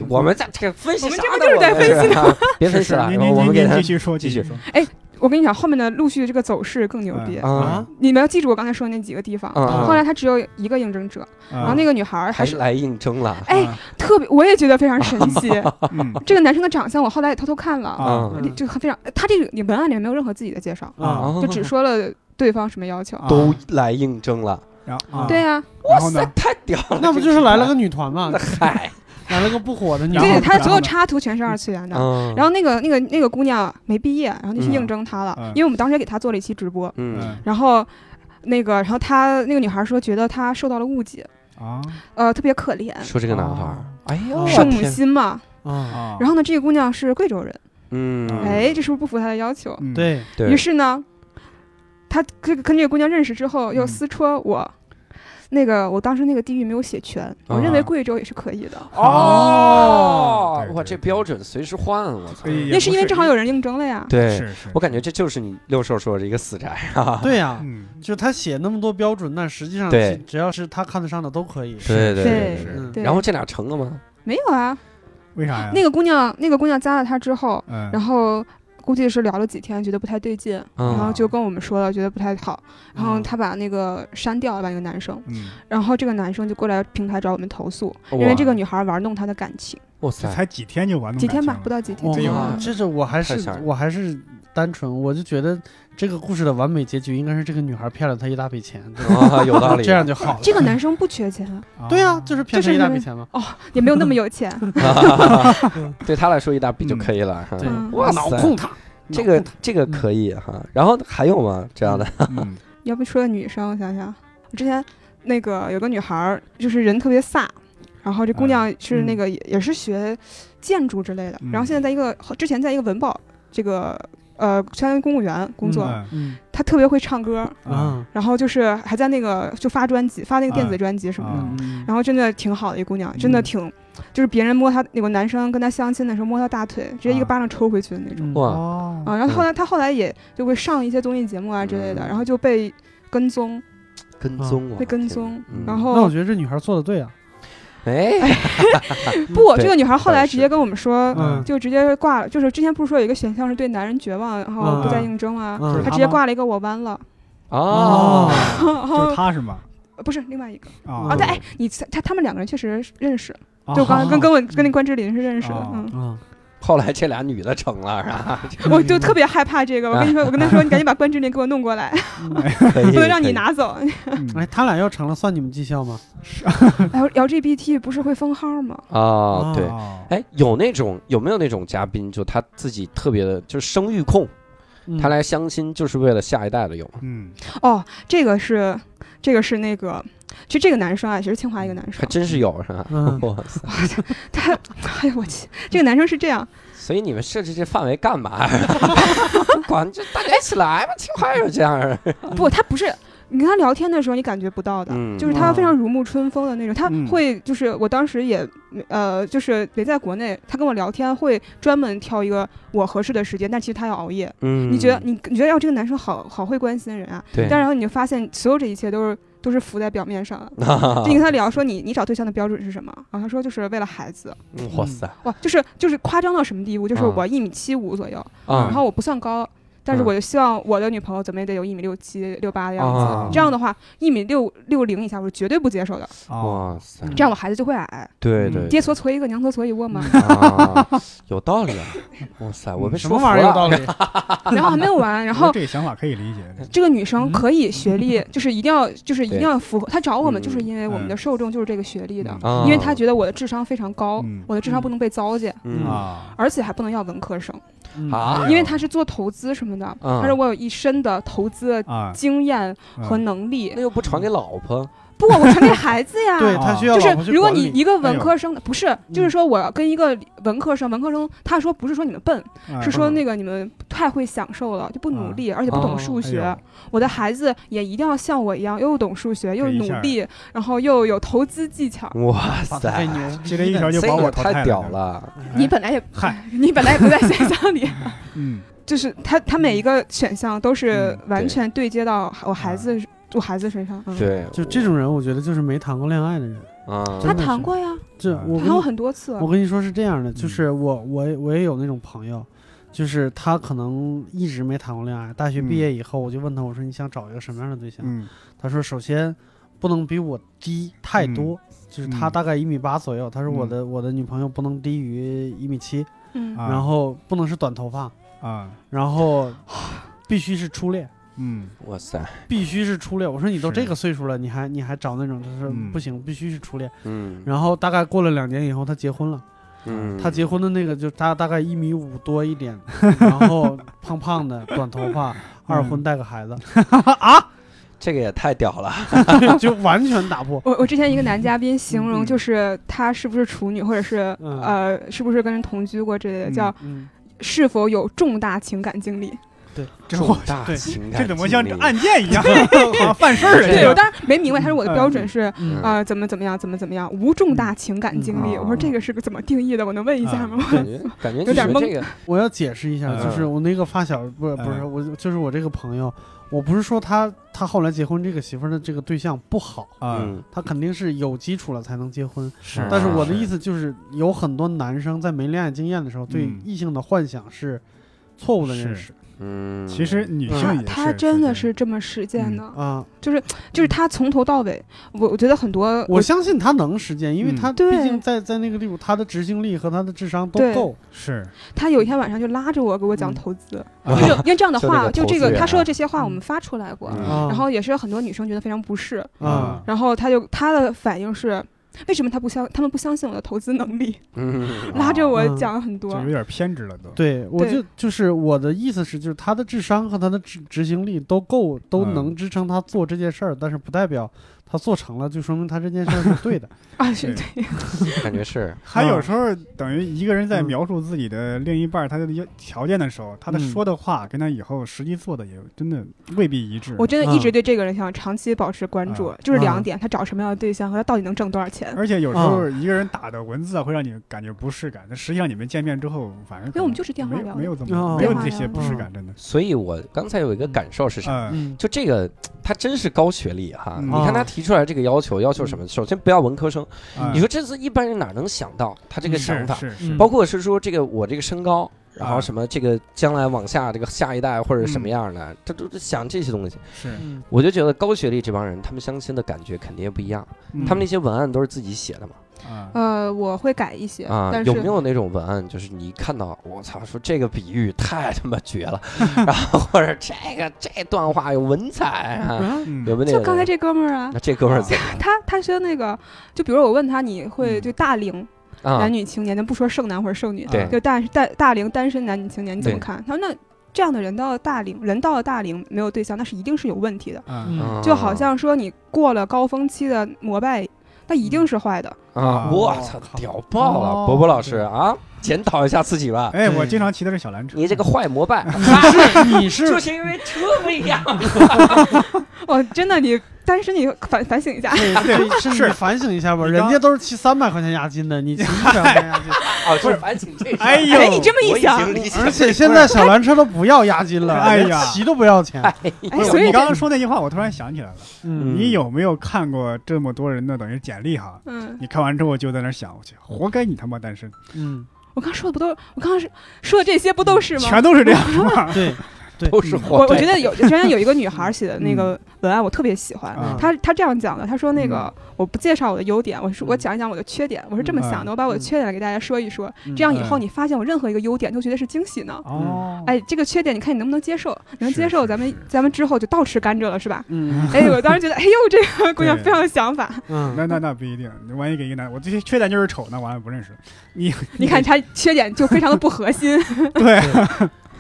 [SPEAKER 1] 我们在这分析
[SPEAKER 4] 我们
[SPEAKER 1] 啥
[SPEAKER 4] 这
[SPEAKER 1] 呢，
[SPEAKER 4] 不就是在
[SPEAKER 1] [LAUGHS]
[SPEAKER 4] 分析
[SPEAKER 1] 呢？别分析
[SPEAKER 2] 是是
[SPEAKER 1] 了，
[SPEAKER 2] 您
[SPEAKER 1] 我
[SPEAKER 2] 您
[SPEAKER 1] 们
[SPEAKER 2] 您
[SPEAKER 1] 给
[SPEAKER 2] 您
[SPEAKER 1] 他
[SPEAKER 2] 继续说，
[SPEAKER 1] 继
[SPEAKER 2] 继
[SPEAKER 1] 续
[SPEAKER 2] 续说。嗯
[SPEAKER 4] 我跟你讲，后面的陆续这个走势更牛
[SPEAKER 2] 哎
[SPEAKER 4] 逼。
[SPEAKER 1] 啊
[SPEAKER 4] 你们要记住我刚才说的那几个地方。
[SPEAKER 1] 啊
[SPEAKER 4] 后来他只有一个应征者，
[SPEAKER 2] 嗯
[SPEAKER 4] 然啊后那个女孩还
[SPEAKER 1] 还
[SPEAKER 4] 是
[SPEAKER 1] 来应征了
[SPEAKER 4] 哎
[SPEAKER 2] 啊，
[SPEAKER 4] 特别，我也觉得非常神奇。
[SPEAKER 2] 嗯
[SPEAKER 4] 这个男生的长相我后来也偷偷看了，
[SPEAKER 1] 啊
[SPEAKER 3] 嗯
[SPEAKER 4] 就非常，他这个文案里面没有任何自己的
[SPEAKER 2] [LAUGHS]
[SPEAKER 4] 介绍，
[SPEAKER 2] 啊
[SPEAKER 1] 啊，
[SPEAKER 4] 就只说了对方什么要求。
[SPEAKER 2] 啊
[SPEAKER 1] 都来应征 [LAUGHS] 了，
[SPEAKER 2] 然后啊
[SPEAKER 4] 对呀，
[SPEAKER 2] 然后呢
[SPEAKER 1] 哇塞太屌了，
[SPEAKER 3] 那不就是
[SPEAKER 1] [LAUGHS]
[SPEAKER 3] 来了个女团嘛
[SPEAKER 1] 这，嗨，
[SPEAKER 3] [LAUGHS] 来了个不火的女
[SPEAKER 2] 然后
[SPEAKER 4] 对，
[SPEAKER 3] 团，
[SPEAKER 4] 他的所
[SPEAKER 2] 然后
[SPEAKER 4] 有
[SPEAKER 2] 呢
[SPEAKER 4] 插图全是二次元的。
[SPEAKER 1] 嗯，
[SPEAKER 4] [LAUGHS] 然后那个那个那个姑娘没毕业，然后就去
[SPEAKER 1] 嗯
[SPEAKER 4] 应征她了，
[SPEAKER 2] 嗯
[SPEAKER 4] 因为我们当时也给她做了一期直播，
[SPEAKER 1] 嗯
[SPEAKER 2] 嗯
[SPEAKER 4] 然后那个然后她那个女孩说觉得她受到了误解，
[SPEAKER 2] 啊
[SPEAKER 4] 呃特别可怜，
[SPEAKER 1] 说这个男孩儿，哎呦，
[SPEAKER 4] 哦圣母
[SPEAKER 1] 天
[SPEAKER 4] 心嘛。
[SPEAKER 3] 啊，
[SPEAKER 2] 啊，
[SPEAKER 4] 然后呢，这个姑娘是贵州人，
[SPEAKER 1] 嗯，
[SPEAKER 4] 哎，这是不是不符她的要求？
[SPEAKER 2] 嗯，
[SPEAKER 3] 对，
[SPEAKER 1] 对，
[SPEAKER 4] 于是呢，她跟跟这个姑娘认识之后，又
[SPEAKER 2] 嗯
[SPEAKER 4] 私戳我。那个，我当时那个地域没有写全，我认为
[SPEAKER 1] 啊
[SPEAKER 4] 贵州也是可以的，
[SPEAKER 1] 哦
[SPEAKER 4] 哦
[SPEAKER 2] 对，对
[SPEAKER 1] 哇，这标准随时换，我操
[SPEAKER 2] 所，以也
[SPEAKER 4] 那是因为
[SPEAKER 2] 不
[SPEAKER 4] 正好有人应征了呀。
[SPEAKER 1] 对。
[SPEAKER 2] 是是，
[SPEAKER 1] 我感觉这就是你六兽说的一个死宅啊！
[SPEAKER 3] 对呀，
[SPEAKER 2] 嗯
[SPEAKER 3] 就是他写那么多标准，但实际上
[SPEAKER 1] 对
[SPEAKER 3] 只要是他看得上的都可以。
[SPEAKER 1] 对对
[SPEAKER 4] 对
[SPEAKER 1] 对
[SPEAKER 2] 是，
[SPEAKER 3] 嗯，
[SPEAKER 4] 对
[SPEAKER 1] 然后这俩成了吗？
[SPEAKER 4] 没有啊，
[SPEAKER 2] 为啥呀？
[SPEAKER 4] 那个姑娘，那个姑娘加了他之后，
[SPEAKER 2] 嗯，
[SPEAKER 4] 然后估计是聊了几天，觉得不太对劲，然
[SPEAKER 1] 嗯
[SPEAKER 4] 后就跟我们说了，觉得不太好，然后
[SPEAKER 3] 嗯
[SPEAKER 4] 他把那个删掉了吧，那个男生，
[SPEAKER 2] 嗯，
[SPEAKER 4] 然后这个男生就过来平台找我们投诉，因为
[SPEAKER 1] 哇
[SPEAKER 4] 这个女孩玩弄他的感情，
[SPEAKER 1] 哇
[SPEAKER 2] 这
[SPEAKER 1] 塞，
[SPEAKER 2] 才几天就玩弄
[SPEAKER 4] 几天
[SPEAKER 2] 感
[SPEAKER 4] 吧
[SPEAKER 2] 情，了
[SPEAKER 4] 不到几
[SPEAKER 2] 这有
[SPEAKER 4] 天，
[SPEAKER 2] 啊
[SPEAKER 3] 哇，这是我还
[SPEAKER 1] 太
[SPEAKER 3] 是
[SPEAKER 1] 吓人
[SPEAKER 3] 我还是单纯，我就觉得这个故事的完美结局应该是这个女孩骗了他一大笔钱，对吧
[SPEAKER 1] 啊，有道理，
[SPEAKER 3] 这样就好了。
[SPEAKER 4] 这个男生不缺钱啊，
[SPEAKER 2] 啊
[SPEAKER 3] 对呀，就是骗
[SPEAKER 4] 就
[SPEAKER 3] 他
[SPEAKER 4] 是
[SPEAKER 3] 一大
[SPEAKER 4] 那
[SPEAKER 3] 笔
[SPEAKER 4] 个
[SPEAKER 3] 钱嘛。
[SPEAKER 4] 也没有那么有钱，
[SPEAKER 1] 对他来说一大笔就
[SPEAKER 2] 嗯
[SPEAKER 1] 可以了。哈
[SPEAKER 3] 对
[SPEAKER 4] 嗯，
[SPEAKER 1] 哇
[SPEAKER 3] 脑
[SPEAKER 1] 塞
[SPEAKER 3] 控他，
[SPEAKER 1] 这
[SPEAKER 3] 脑
[SPEAKER 1] 个
[SPEAKER 3] 控嗯他
[SPEAKER 1] 这个可以哈。然后还有吗？这样的 [LAUGHS]
[SPEAKER 2] 嗯
[SPEAKER 4] 要不说个女生，我想想，我之前那个有个女孩儿，就是人特别飒。然后这姑娘是那个也也是学建筑之类的，然后
[SPEAKER 2] 嗯
[SPEAKER 4] 现在在一个之前在一个文保这个呃相当于公务员工作，
[SPEAKER 2] 嗯
[SPEAKER 3] 嗯
[SPEAKER 4] 她特别会唱歌，
[SPEAKER 1] 嗯
[SPEAKER 2] 啊
[SPEAKER 3] 啊
[SPEAKER 4] 然后就是还在那个就发专辑，发那个电子专辑什么的，
[SPEAKER 2] 啊
[SPEAKER 3] 嗯
[SPEAKER 4] 然后真的挺好的一姑娘，真的挺，就是别人摸她，有个男生跟她相亲的时候摸她大腿，直接一个
[SPEAKER 2] 啊
[SPEAKER 4] 巴掌抽回去的那种。
[SPEAKER 3] 嗯
[SPEAKER 1] 哇，
[SPEAKER 2] 哦
[SPEAKER 4] 啊，然后后来她后来也就会上一些综艺节目啊之类的，
[SPEAKER 1] 嗯
[SPEAKER 4] 然后就被跟踪，
[SPEAKER 3] 嗯
[SPEAKER 1] 跟踪我
[SPEAKER 4] 被跟踪，
[SPEAKER 1] 天哪嗯
[SPEAKER 4] 然
[SPEAKER 3] 那我
[SPEAKER 4] 后
[SPEAKER 3] 觉得这女孩做的对啊，
[SPEAKER 1] 哎，
[SPEAKER 4] 不，
[SPEAKER 1] 嗯对
[SPEAKER 4] 这个女孩后来直接
[SPEAKER 1] 是
[SPEAKER 4] 跟我们说。
[SPEAKER 3] 嗯
[SPEAKER 4] 就直接挂了，就是之前不是说有一个选项是对男人绝望，然后不再
[SPEAKER 3] 嗯
[SPEAKER 4] 应征啊，
[SPEAKER 3] 嗯
[SPEAKER 4] 她直接挂了一个我弯了，
[SPEAKER 1] 哦，
[SPEAKER 4] 然
[SPEAKER 2] 就是
[SPEAKER 4] 后
[SPEAKER 2] 他是吗？
[SPEAKER 4] 不是另外一个
[SPEAKER 1] 嗯
[SPEAKER 2] 啊
[SPEAKER 4] 啊，
[SPEAKER 3] 哦
[SPEAKER 4] 对，哎，你他他们两个人确实认识，
[SPEAKER 1] 哦
[SPEAKER 2] 啊
[SPEAKER 4] 就我刚才跟跟我跟那
[SPEAKER 3] 嗯
[SPEAKER 4] 关之琳是认识的
[SPEAKER 2] 哦，
[SPEAKER 4] 嗯，
[SPEAKER 3] 啊，
[SPEAKER 1] 后来这俩女的成了是
[SPEAKER 3] [LAUGHS]
[SPEAKER 1] 吧？
[SPEAKER 4] 我就特别害怕这个。我跟你说，我跟
[SPEAKER 1] [LAUGHS]
[SPEAKER 4] 他说，你赶紧把关之琳给我弄过来，
[SPEAKER 3] 嗯
[SPEAKER 1] 可以
[SPEAKER 4] 不能让
[SPEAKER 1] 可
[SPEAKER 4] 你
[SPEAKER 1] 以
[SPEAKER 4] 拿走。
[SPEAKER 2] 嗯
[SPEAKER 3] 哎，他俩要成了，算你们绩效吗？
[SPEAKER 4] L LGBT 不是会封号吗？
[SPEAKER 1] 啊，对。
[SPEAKER 2] 哦
[SPEAKER 1] 哎，有那种有没有那种嘉宾，就他自己特别的，就是生育控，
[SPEAKER 3] 嗯
[SPEAKER 1] 他来相亲就是为了下一代的有吗？
[SPEAKER 2] 嗯
[SPEAKER 4] 哦，这个是，这个是那个，其实这个男生啊，也是清华一个男
[SPEAKER 1] 还
[SPEAKER 4] 生，
[SPEAKER 1] 真是有是吧？
[SPEAKER 3] 嗯
[SPEAKER 1] 哇塞！
[SPEAKER 4] 他，哎呦我去，这个男生是这样，
[SPEAKER 1] 所以你们设置这范围干嘛？ [LAUGHS] 管就大家一起来吧，清华也有这样的。
[SPEAKER 4] 不，他不是。你跟他聊天的时候，你感觉不到的，
[SPEAKER 1] 嗯
[SPEAKER 4] 就是他非常如沐春风的那种。他
[SPEAKER 2] 嗯
[SPEAKER 4] 会就是我当时也，呃，就是没在国内，他跟我聊天会专门挑一个我合适的时间，但其实他要熬夜。
[SPEAKER 1] 嗯，哎
[SPEAKER 4] 你觉得你你觉得要这个男生好好会关心人啊，
[SPEAKER 1] 对，
[SPEAKER 4] 但然后你就发现所有这一切都是都是浮在表面上的。
[SPEAKER 1] [LAUGHS]
[SPEAKER 4] 就你跟他聊说你你找对象的标准是什么？然后他说就是为了孩子，
[SPEAKER 1] 嗯哇塞
[SPEAKER 4] 哇，就是就是夸张到什么地步？就是
[SPEAKER 1] 啊
[SPEAKER 4] 我一米七五左右，
[SPEAKER 1] 啊
[SPEAKER 4] 然后我不算高，但是
[SPEAKER 1] 嗯
[SPEAKER 4] 我就希望我的女朋友怎么也得有一米六七、六八的样子。
[SPEAKER 1] 啊
[SPEAKER 4] 这样的话，一米六六零以下我是绝对不接受的，
[SPEAKER 2] 哦，
[SPEAKER 1] 哇塞，
[SPEAKER 4] 这样我孩子就会矮。
[SPEAKER 1] 对
[SPEAKER 2] 嗯
[SPEAKER 1] 嗯对，
[SPEAKER 4] 爹矬矬一个，娘矬矬一窝嘛。
[SPEAKER 1] 啊，有道理啊！哇塞，
[SPEAKER 2] 嗯
[SPEAKER 1] 我被
[SPEAKER 3] 什
[SPEAKER 1] 说
[SPEAKER 3] 么
[SPEAKER 1] 服
[SPEAKER 3] 玩意儿有道
[SPEAKER 1] 了。
[SPEAKER 3] 理？
[SPEAKER 1] [LAUGHS] 嗯
[SPEAKER 4] [LAUGHS] 然后还没有完，然
[SPEAKER 2] 我觉得
[SPEAKER 4] 后
[SPEAKER 2] 这个想法可以理解，
[SPEAKER 4] 这个女生可以学历，就是一定要，就是一定要符合。她找我们
[SPEAKER 1] 嗯
[SPEAKER 4] 就是因为我们的受众就是这个学历的，
[SPEAKER 1] 啊
[SPEAKER 4] 因为她觉得我的智商非常高
[SPEAKER 2] 嗯，
[SPEAKER 4] 我的智商不能被糟践，
[SPEAKER 1] 嗯
[SPEAKER 2] 啊
[SPEAKER 4] 而且还不能要文科生，
[SPEAKER 3] 嗯
[SPEAKER 1] 啊，
[SPEAKER 4] 因为她是做投资什么的，
[SPEAKER 1] 嗯
[SPEAKER 4] 她说我有一身的投资的
[SPEAKER 2] 啊
[SPEAKER 4] 经验
[SPEAKER 2] 嗯
[SPEAKER 4] 和能力
[SPEAKER 1] 那。又不传给老婆，
[SPEAKER 4] 不，我传给孩子
[SPEAKER 1] [LAUGHS]
[SPEAKER 4] 呀。
[SPEAKER 3] 对
[SPEAKER 2] 啊
[SPEAKER 3] 他需要
[SPEAKER 4] 就
[SPEAKER 3] 老
[SPEAKER 4] 是
[SPEAKER 3] 婆去
[SPEAKER 4] 如果
[SPEAKER 3] 管
[SPEAKER 4] 你
[SPEAKER 3] 理。哎嗯
[SPEAKER 4] 一个文科生的，不是，就是说我跟一个文科生，文科生他说不是说你们笨，
[SPEAKER 2] 啊
[SPEAKER 3] 哎
[SPEAKER 4] 是说
[SPEAKER 3] 嗯
[SPEAKER 4] 那个你们太会享受了，就不努力，而且不懂数
[SPEAKER 2] 哎
[SPEAKER 4] 学
[SPEAKER 2] 呦。
[SPEAKER 4] 我的孩子也一定要像我一样，又懂数学，又
[SPEAKER 2] 这一
[SPEAKER 4] 努
[SPEAKER 2] 下
[SPEAKER 4] 力，然后又有投资技巧。
[SPEAKER 3] 嗯
[SPEAKER 2] 嗯
[SPEAKER 1] 哇
[SPEAKER 3] 哇太
[SPEAKER 1] 塞，
[SPEAKER 3] 牛逼了！
[SPEAKER 2] 这个一条就
[SPEAKER 1] 这
[SPEAKER 2] 把我
[SPEAKER 1] 个
[SPEAKER 2] 淘汰
[SPEAKER 1] 嗯太屌
[SPEAKER 2] 了，
[SPEAKER 1] 了！
[SPEAKER 3] 哎
[SPEAKER 4] 你本来也
[SPEAKER 2] 嗨，
[SPEAKER 4] [LAUGHS] 你本来也不在选项里， [LAUGHS]
[SPEAKER 2] 嗯，
[SPEAKER 4] 就是他他每一个选项都是
[SPEAKER 2] 嗯
[SPEAKER 4] 完
[SPEAKER 1] 对
[SPEAKER 4] 全对接到我
[SPEAKER 3] 嗯
[SPEAKER 4] 孩子我孩子身上。嗯，
[SPEAKER 1] 对，
[SPEAKER 3] 就这种人，我觉得就是没谈过恋爱的人。
[SPEAKER 1] 啊，
[SPEAKER 4] 他
[SPEAKER 3] 真的是
[SPEAKER 4] 谈过呀，
[SPEAKER 1] 嗯
[SPEAKER 3] 这
[SPEAKER 2] 啊
[SPEAKER 3] 我
[SPEAKER 4] 谈
[SPEAKER 3] 跟你
[SPEAKER 4] 过很多次。
[SPEAKER 3] 我跟你说是这样的，就是我我我也有那种朋友，就是他可能一直没谈过恋爱，大学
[SPEAKER 1] 嗯
[SPEAKER 3] 毕业以后，我就问他，我说你想找一个什么样的对象？
[SPEAKER 2] 嗯
[SPEAKER 3] 他说首先不能比我低太多，就是他
[SPEAKER 2] 嗯
[SPEAKER 3] 大概一米八左右，他说
[SPEAKER 1] 嗯
[SPEAKER 3] 我的、我的女朋友不能低于一米七，
[SPEAKER 4] 嗯
[SPEAKER 2] 啊
[SPEAKER 3] 然后不能是短头发，
[SPEAKER 2] 啊，
[SPEAKER 3] 然后必须是初恋。
[SPEAKER 2] 嗯
[SPEAKER 1] 哇塞，
[SPEAKER 3] 必须是初恋，我说你都
[SPEAKER 2] 是
[SPEAKER 3] 这个岁数了，你还你还找那种，他说
[SPEAKER 2] 嗯
[SPEAKER 3] 不行，必须是初恋。
[SPEAKER 1] 嗯
[SPEAKER 3] 然后大概过了两年以后，他结婚了。
[SPEAKER 1] 嗯，
[SPEAKER 3] 他结婚的那个就大大概一米五多
[SPEAKER 2] [LAUGHS]
[SPEAKER 3] 一点，然后胖胖的，短头发，
[SPEAKER 2] 嗯
[SPEAKER 3] 二婚带个孩子，
[SPEAKER 1] 这个也太屌了，
[SPEAKER 3] 对就完全打
[SPEAKER 4] [LAUGHS]
[SPEAKER 3] 破。
[SPEAKER 4] 我我之前一个男嘉宾形
[SPEAKER 2] 嗯
[SPEAKER 4] 容
[SPEAKER 2] 嗯
[SPEAKER 4] 就是他是不是处女，或者是、
[SPEAKER 3] 嗯
[SPEAKER 4] 呃是不是跟人同居过之类的，
[SPEAKER 2] 嗯
[SPEAKER 4] 叫
[SPEAKER 3] 嗯，
[SPEAKER 4] 是否有重大情感经历。
[SPEAKER 2] 这
[SPEAKER 1] 重
[SPEAKER 2] 我
[SPEAKER 1] 大
[SPEAKER 2] 对
[SPEAKER 1] 情感
[SPEAKER 2] 这怎么像
[SPEAKER 1] 经历
[SPEAKER 2] 案件一
[SPEAKER 1] [LAUGHS]
[SPEAKER 2] 样，好像犯事儿了
[SPEAKER 1] 对
[SPEAKER 2] 一
[SPEAKER 4] 对，我
[SPEAKER 2] 样？
[SPEAKER 4] 当然没明白，他说我的标准是。
[SPEAKER 3] 嗯
[SPEAKER 4] 呃，怎么怎么样，怎么怎么样，无重大情感经历。
[SPEAKER 1] 嗯
[SPEAKER 4] 我说这个是个怎么定义的？我能问一下 [LAUGHS] 吗？
[SPEAKER 1] 感觉感觉
[SPEAKER 4] 有点
[SPEAKER 1] 你们
[SPEAKER 4] 懵
[SPEAKER 1] 这个
[SPEAKER 3] 我要解释一下，就是我那个发小，不是
[SPEAKER 2] 嗯
[SPEAKER 3] 不是我，就是我这个朋友，我不是说他他后来结婚这个媳妇儿的这个对象不好，
[SPEAKER 2] 啊，
[SPEAKER 1] 嗯
[SPEAKER 3] 他肯定是有基础了才能结婚。
[SPEAKER 1] 是
[SPEAKER 3] 但是我的
[SPEAKER 2] 嗯是
[SPEAKER 3] 意思就是，有很多男生在没恋爱经验的时候，对
[SPEAKER 2] 嗯
[SPEAKER 3] 异性的幻想是错误的认
[SPEAKER 2] 是
[SPEAKER 3] 识
[SPEAKER 1] 嗯，
[SPEAKER 2] 其实女性也
[SPEAKER 4] 他
[SPEAKER 2] 是，
[SPEAKER 4] 他真的是这么实践的，
[SPEAKER 2] 呃
[SPEAKER 3] 啊。
[SPEAKER 4] 就是他从头到尾，我我觉得很多
[SPEAKER 3] 我相信他能实践，因为
[SPEAKER 2] 嗯
[SPEAKER 3] 他毕
[SPEAKER 4] 对
[SPEAKER 3] 竟在在那个地方，他的执行力和他的智商都
[SPEAKER 4] 对
[SPEAKER 3] 够。
[SPEAKER 2] 是
[SPEAKER 4] 他有一天晚上就拉着我给我讲
[SPEAKER 3] 嗯
[SPEAKER 4] 投资，
[SPEAKER 2] 啊
[SPEAKER 4] 因为因为这样的
[SPEAKER 1] 就那
[SPEAKER 4] 话，
[SPEAKER 1] 个
[SPEAKER 4] 就
[SPEAKER 1] 投
[SPEAKER 4] 这
[SPEAKER 1] 资
[SPEAKER 4] 个
[SPEAKER 1] 人
[SPEAKER 4] 他说
[SPEAKER 1] 啊
[SPEAKER 4] 的这些话我
[SPEAKER 3] 嗯
[SPEAKER 4] 们发出来过，
[SPEAKER 1] 嗯
[SPEAKER 3] 啊
[SPEAKER 4] 然后也是很多女生觉得非常不适，
[SPEAKER 2] 嗯
[SPEAKER 3] 啊，
[SPEAKER 4] 然后他就他的反应是，为什么他不相他们不相信我的投资能力？
[SPEAKER 1] 嗯
[SPEAKER 4] 拉着我
[SPEAKER 3] 嗯
[SPEAKER 4] 讲很多
[SPEAKER 2] 就，有点偏执了都。
[SPEAKER 3] 对我
[SPEAKER 4] 对
[SPEAKER 3] 就就是我的意思是，就是他的智商和他的执执行力都够，都
[SPEAKER 2] 嗯
[SPEAKER 3] 能支撑他做这件事儿，但是不代表他做成了，就说明他这件事儿是
[SPEAKER 2] [LAUGHS]
[SPEAKER 3] 对的。
[SPEAKER 4] 啊，是
[SPEAKER 2] 对
[SPEAKER 4] 对，
[SPEAKER 1] 嗯感觉是
[SPEAKER 2] 还
[SPEAKER 3] 啊
[SPEAKER 2] 有时候等于一个人在
[SPEAKER 3] 嗯
[SPEAKER 2] 描述自己的另一半儿他的要条件的时候，他的
[SPEAKER 3] 嗯
[SPEAKER 2] 说的话跟他以后实际做的也真的未必一致。
[SPEAKER 4] 我真的一直
[SPEAKER 3] 嗯
[SPEAKER 4] 对这个人想长期保持关注
[SPEAKER 2] 嗯，
[SPEAKER 4] 就是两
[SPEAKER 3] 嗯
[SPEAKER 4] 点，他找什么样的对象和他到底能挣多少钱。
[SPEAKER 2] 而且有时候
[SPEAKER 1] 嗯
[SPEAKER 2] 一个人打的文字啊，会让你感觉不适感。但实际上你们见面之后，反正因
[SPEAKER 4] 因为我们就是电话聊的
[SPEAKER 2] 没有这
[SPEAKER 3] 哦
[SPEAKER 2] 么没有
[SPEAKER 4] 电话
[SPEAKER 2] 这
[SPEAKER 4] 聊嗯
[SPEAKER 2] 些不适感，真的。
[SPEAKER 1] 所以我刚才有一个感受是啥？
[SPEAKER 2] 嗯
[SPEAKER 3] 嗯
[SPEAKER 1] 就这个，他真是高学历哈！
[SPEAKER 2] 嗯哦
[SPEAKER 1] 你看他提出来这个要求，要求什么？首先不要文科生，
[SPEAKER 2] 嗯
[SPEAKER 1] 你说这是一般人哪能想到他这个想法？
[SPEAKER 2] 是是是
[SPEAKER 3] 嗯
[SPEAKER 1] 包括是说这个我这个身高，然后
[SPEAKER 2] 啊
[SPEAKER 1] 什么这个将来往下这个下一代或者什么样
[SPEAKER 2] 嗯
[SPEAKER 1] 的，他都是想这些东西。
[SPEAKER 2] 是，
[SPEAKER 3] 嗯
[SPEAKER 1] 我就觉得高学历这帮人，他们相亲的感觉肯定不一样。
[SPEAKER 2] 嗯
[SPEAKER 1] 他们那些文案都是自己写的嘛？
[SPEAKER 2] 啊
[SPEAKER 4] 呃，我会改一
[SPEAKER 2] 嗯
[SPEAKER 4] 些，
[SPEAKER 1] 啊，
[SPEAKER 4] 但
[SPEAKER 1] 有没
[SPEAKER 4] 是
[SPEAKER 1] 有那种文案，就是你一看到我操，说这个比喻太他妈绝
[SPEAKER 2] [LAUGHS]
[SPEAKER 1] 了，然后或者这个这段话有文采啊，
[SPEAKER 2] 嗯
[SPEAKER 1] 有没有那
[SPEAKER 4] 就
[SPEAKER 1] 个
[SPEAKER 4] 刚才这哥们儿啊
[SPEAKER 1] 那，这哥们儿怎么
[SPEAKER 4] 他他说那个，就比如我问他你会
[SPEAKER 2] 嗯
[SPEAKER 4] 就大龄
[SPEAKER 1] 啊
[SPEAKER 4] [LAUGHS] 男？女青年，咱不说剩男或者剩女，
[SPEAKER 1] 对
[SPEAKER 4] 就大大大龄单身男女青年你怎么
[SPEAKER 1] 对
[SPEAKER 4] 看？他说那这样的人到了大龄，人到了大龄没有对象，那是一定是有问题的。
[SPEAKER 2] 嗯
[SPEAKER 3] 嗯
[SPEAKER 1] 啊
[SPEAKER 4] 就好像说你过了高峰期的膜拜，那一定是坏的。
[SPEAKER 1] 啊，我操，屌爆了！
[SPEAKER 3] 哦
[SPEAKER 1] 伯伯老师啊，检讨一下自己吧，
[SPEAKER 2] 哎，我经常骑的是小蓝车。嗯
[SPEAKER 1] 你这个坏膜拜，
[SPEAKER 3] 你是
[SPEAKER 1] 就是因为车不一样。啊
[SPEAKER 4] 哦，真的，你单身你反反省一下。
[SPEAKER 3] 对对，是
[SPEAKER 2] 是
[SPEAKER 3] 你反省一下吧，
[SPEAKER 2] 你
[SPEAKER 3] 人
[SPEAKER 2] 刚
[SPEAKER 3] 家都是骑三百块钱押金的，
[SPEAKER 2] [LAUGHS]
[SPEAKER 3] 你骑一百
[SPEAKER 2] 啊
[SPEAKER 3] 块钱押金，
[SPEAKER 1] 哦，就是反省这事儿。
[SPEAKER 2] 哎呦，
[SPEAKER 4] 哎，你这么一想，
[SPEAKER 1] 我已经理解
[SPEAKER 2] [LAUGHS]
[SPEAKER 1] 了
[SPEAKER 3] 而且现在小蓝车都不要押金了，
[SPEAKER 2] 哎呀
[SPEAKER 3] 连骑都不要钱。
[SPEAKER 4] 哎，
[SPEAKER 2] 不是
[SPEAKER 4] 所以
[SPEAKER 2] 你
[SPEAKER 4] 这
[SPEAKER 2] 刚刚说那句话，我突然想起来了。
[SPEAKER 3] 嗯
[SPEAKER 2] 你有没有看过这么多人的等于简历哈？
[SPEAKER 4] 嗯，
[SPEAKER 2] 你看完之后就在那儿想，我去，活该你他妈单身，
[SPEAKER 3] 嗯，
[SPEAKER 4] 我刚说的不都，我刚刚是说的这些不都是吗？
[SPEAKER 2] [LAUGHS]
[SPEAKER 3] [LAUGHS] 嗯
[SPEAKER 2] 全都是这样是吧？
[SPEAKER 3] 对。对
[SPEAKER 1] 都是
[SPEAKER 4] 我
[SPEAKER 1] 火
[SPEAKER 4] 我
[SPEAKER 1] 腿
[SPEAKER 4] 觉得有之前有一个女孩儿写的那个文案，我特别喜欢。
[SPEAKER 2] 啊
[SPEAKER 4] 她她这样讲的，她说那个
[SPEAKER 2] 嗯
[SPEAKER 4] 我不介绍我的优点，我
[SPEAKER 3] 嗯
[SPEAKER 4] 说我讲一讲我的缺点，我是这么想的，我把我的缺点来给大家说一说，
[SPEAKER 3] 嗯
[SPEAKER 4] 这样以后
[SPEAKER 2] 嗯
[SPEAKER 4] 你发现我任何一个优点都觉得是惊喜呢。
[SPEAKER 2] 哦，
[SPEAKER 4] 哎，这个缺点你看你能不能接受？能
[SPEAKER 2] 是
[SPEAKER 4] 接受，
[SPEAKER 2] 是
[SPEAKER 4] 咱们
[SPEAKER 2] 是
[SPEAKER 4] 咱们之后就倒吃甘蔗了，是吧？
[SPEAKER 3] 嗯
[SPEAKER 4] 哎，我当时觉得，哎呦，这个姑娘
[SPEAKER 2] 对
[SPEAKER 4] 非常有想法。
[SPEAKER 3] 嗯，
[SPEAKER 2] 那那那不一定，万一给一个男，我这些缺点就是丑，那完了不认识。你
[SPEAKER 4] 你看她缺点就非常的不核心，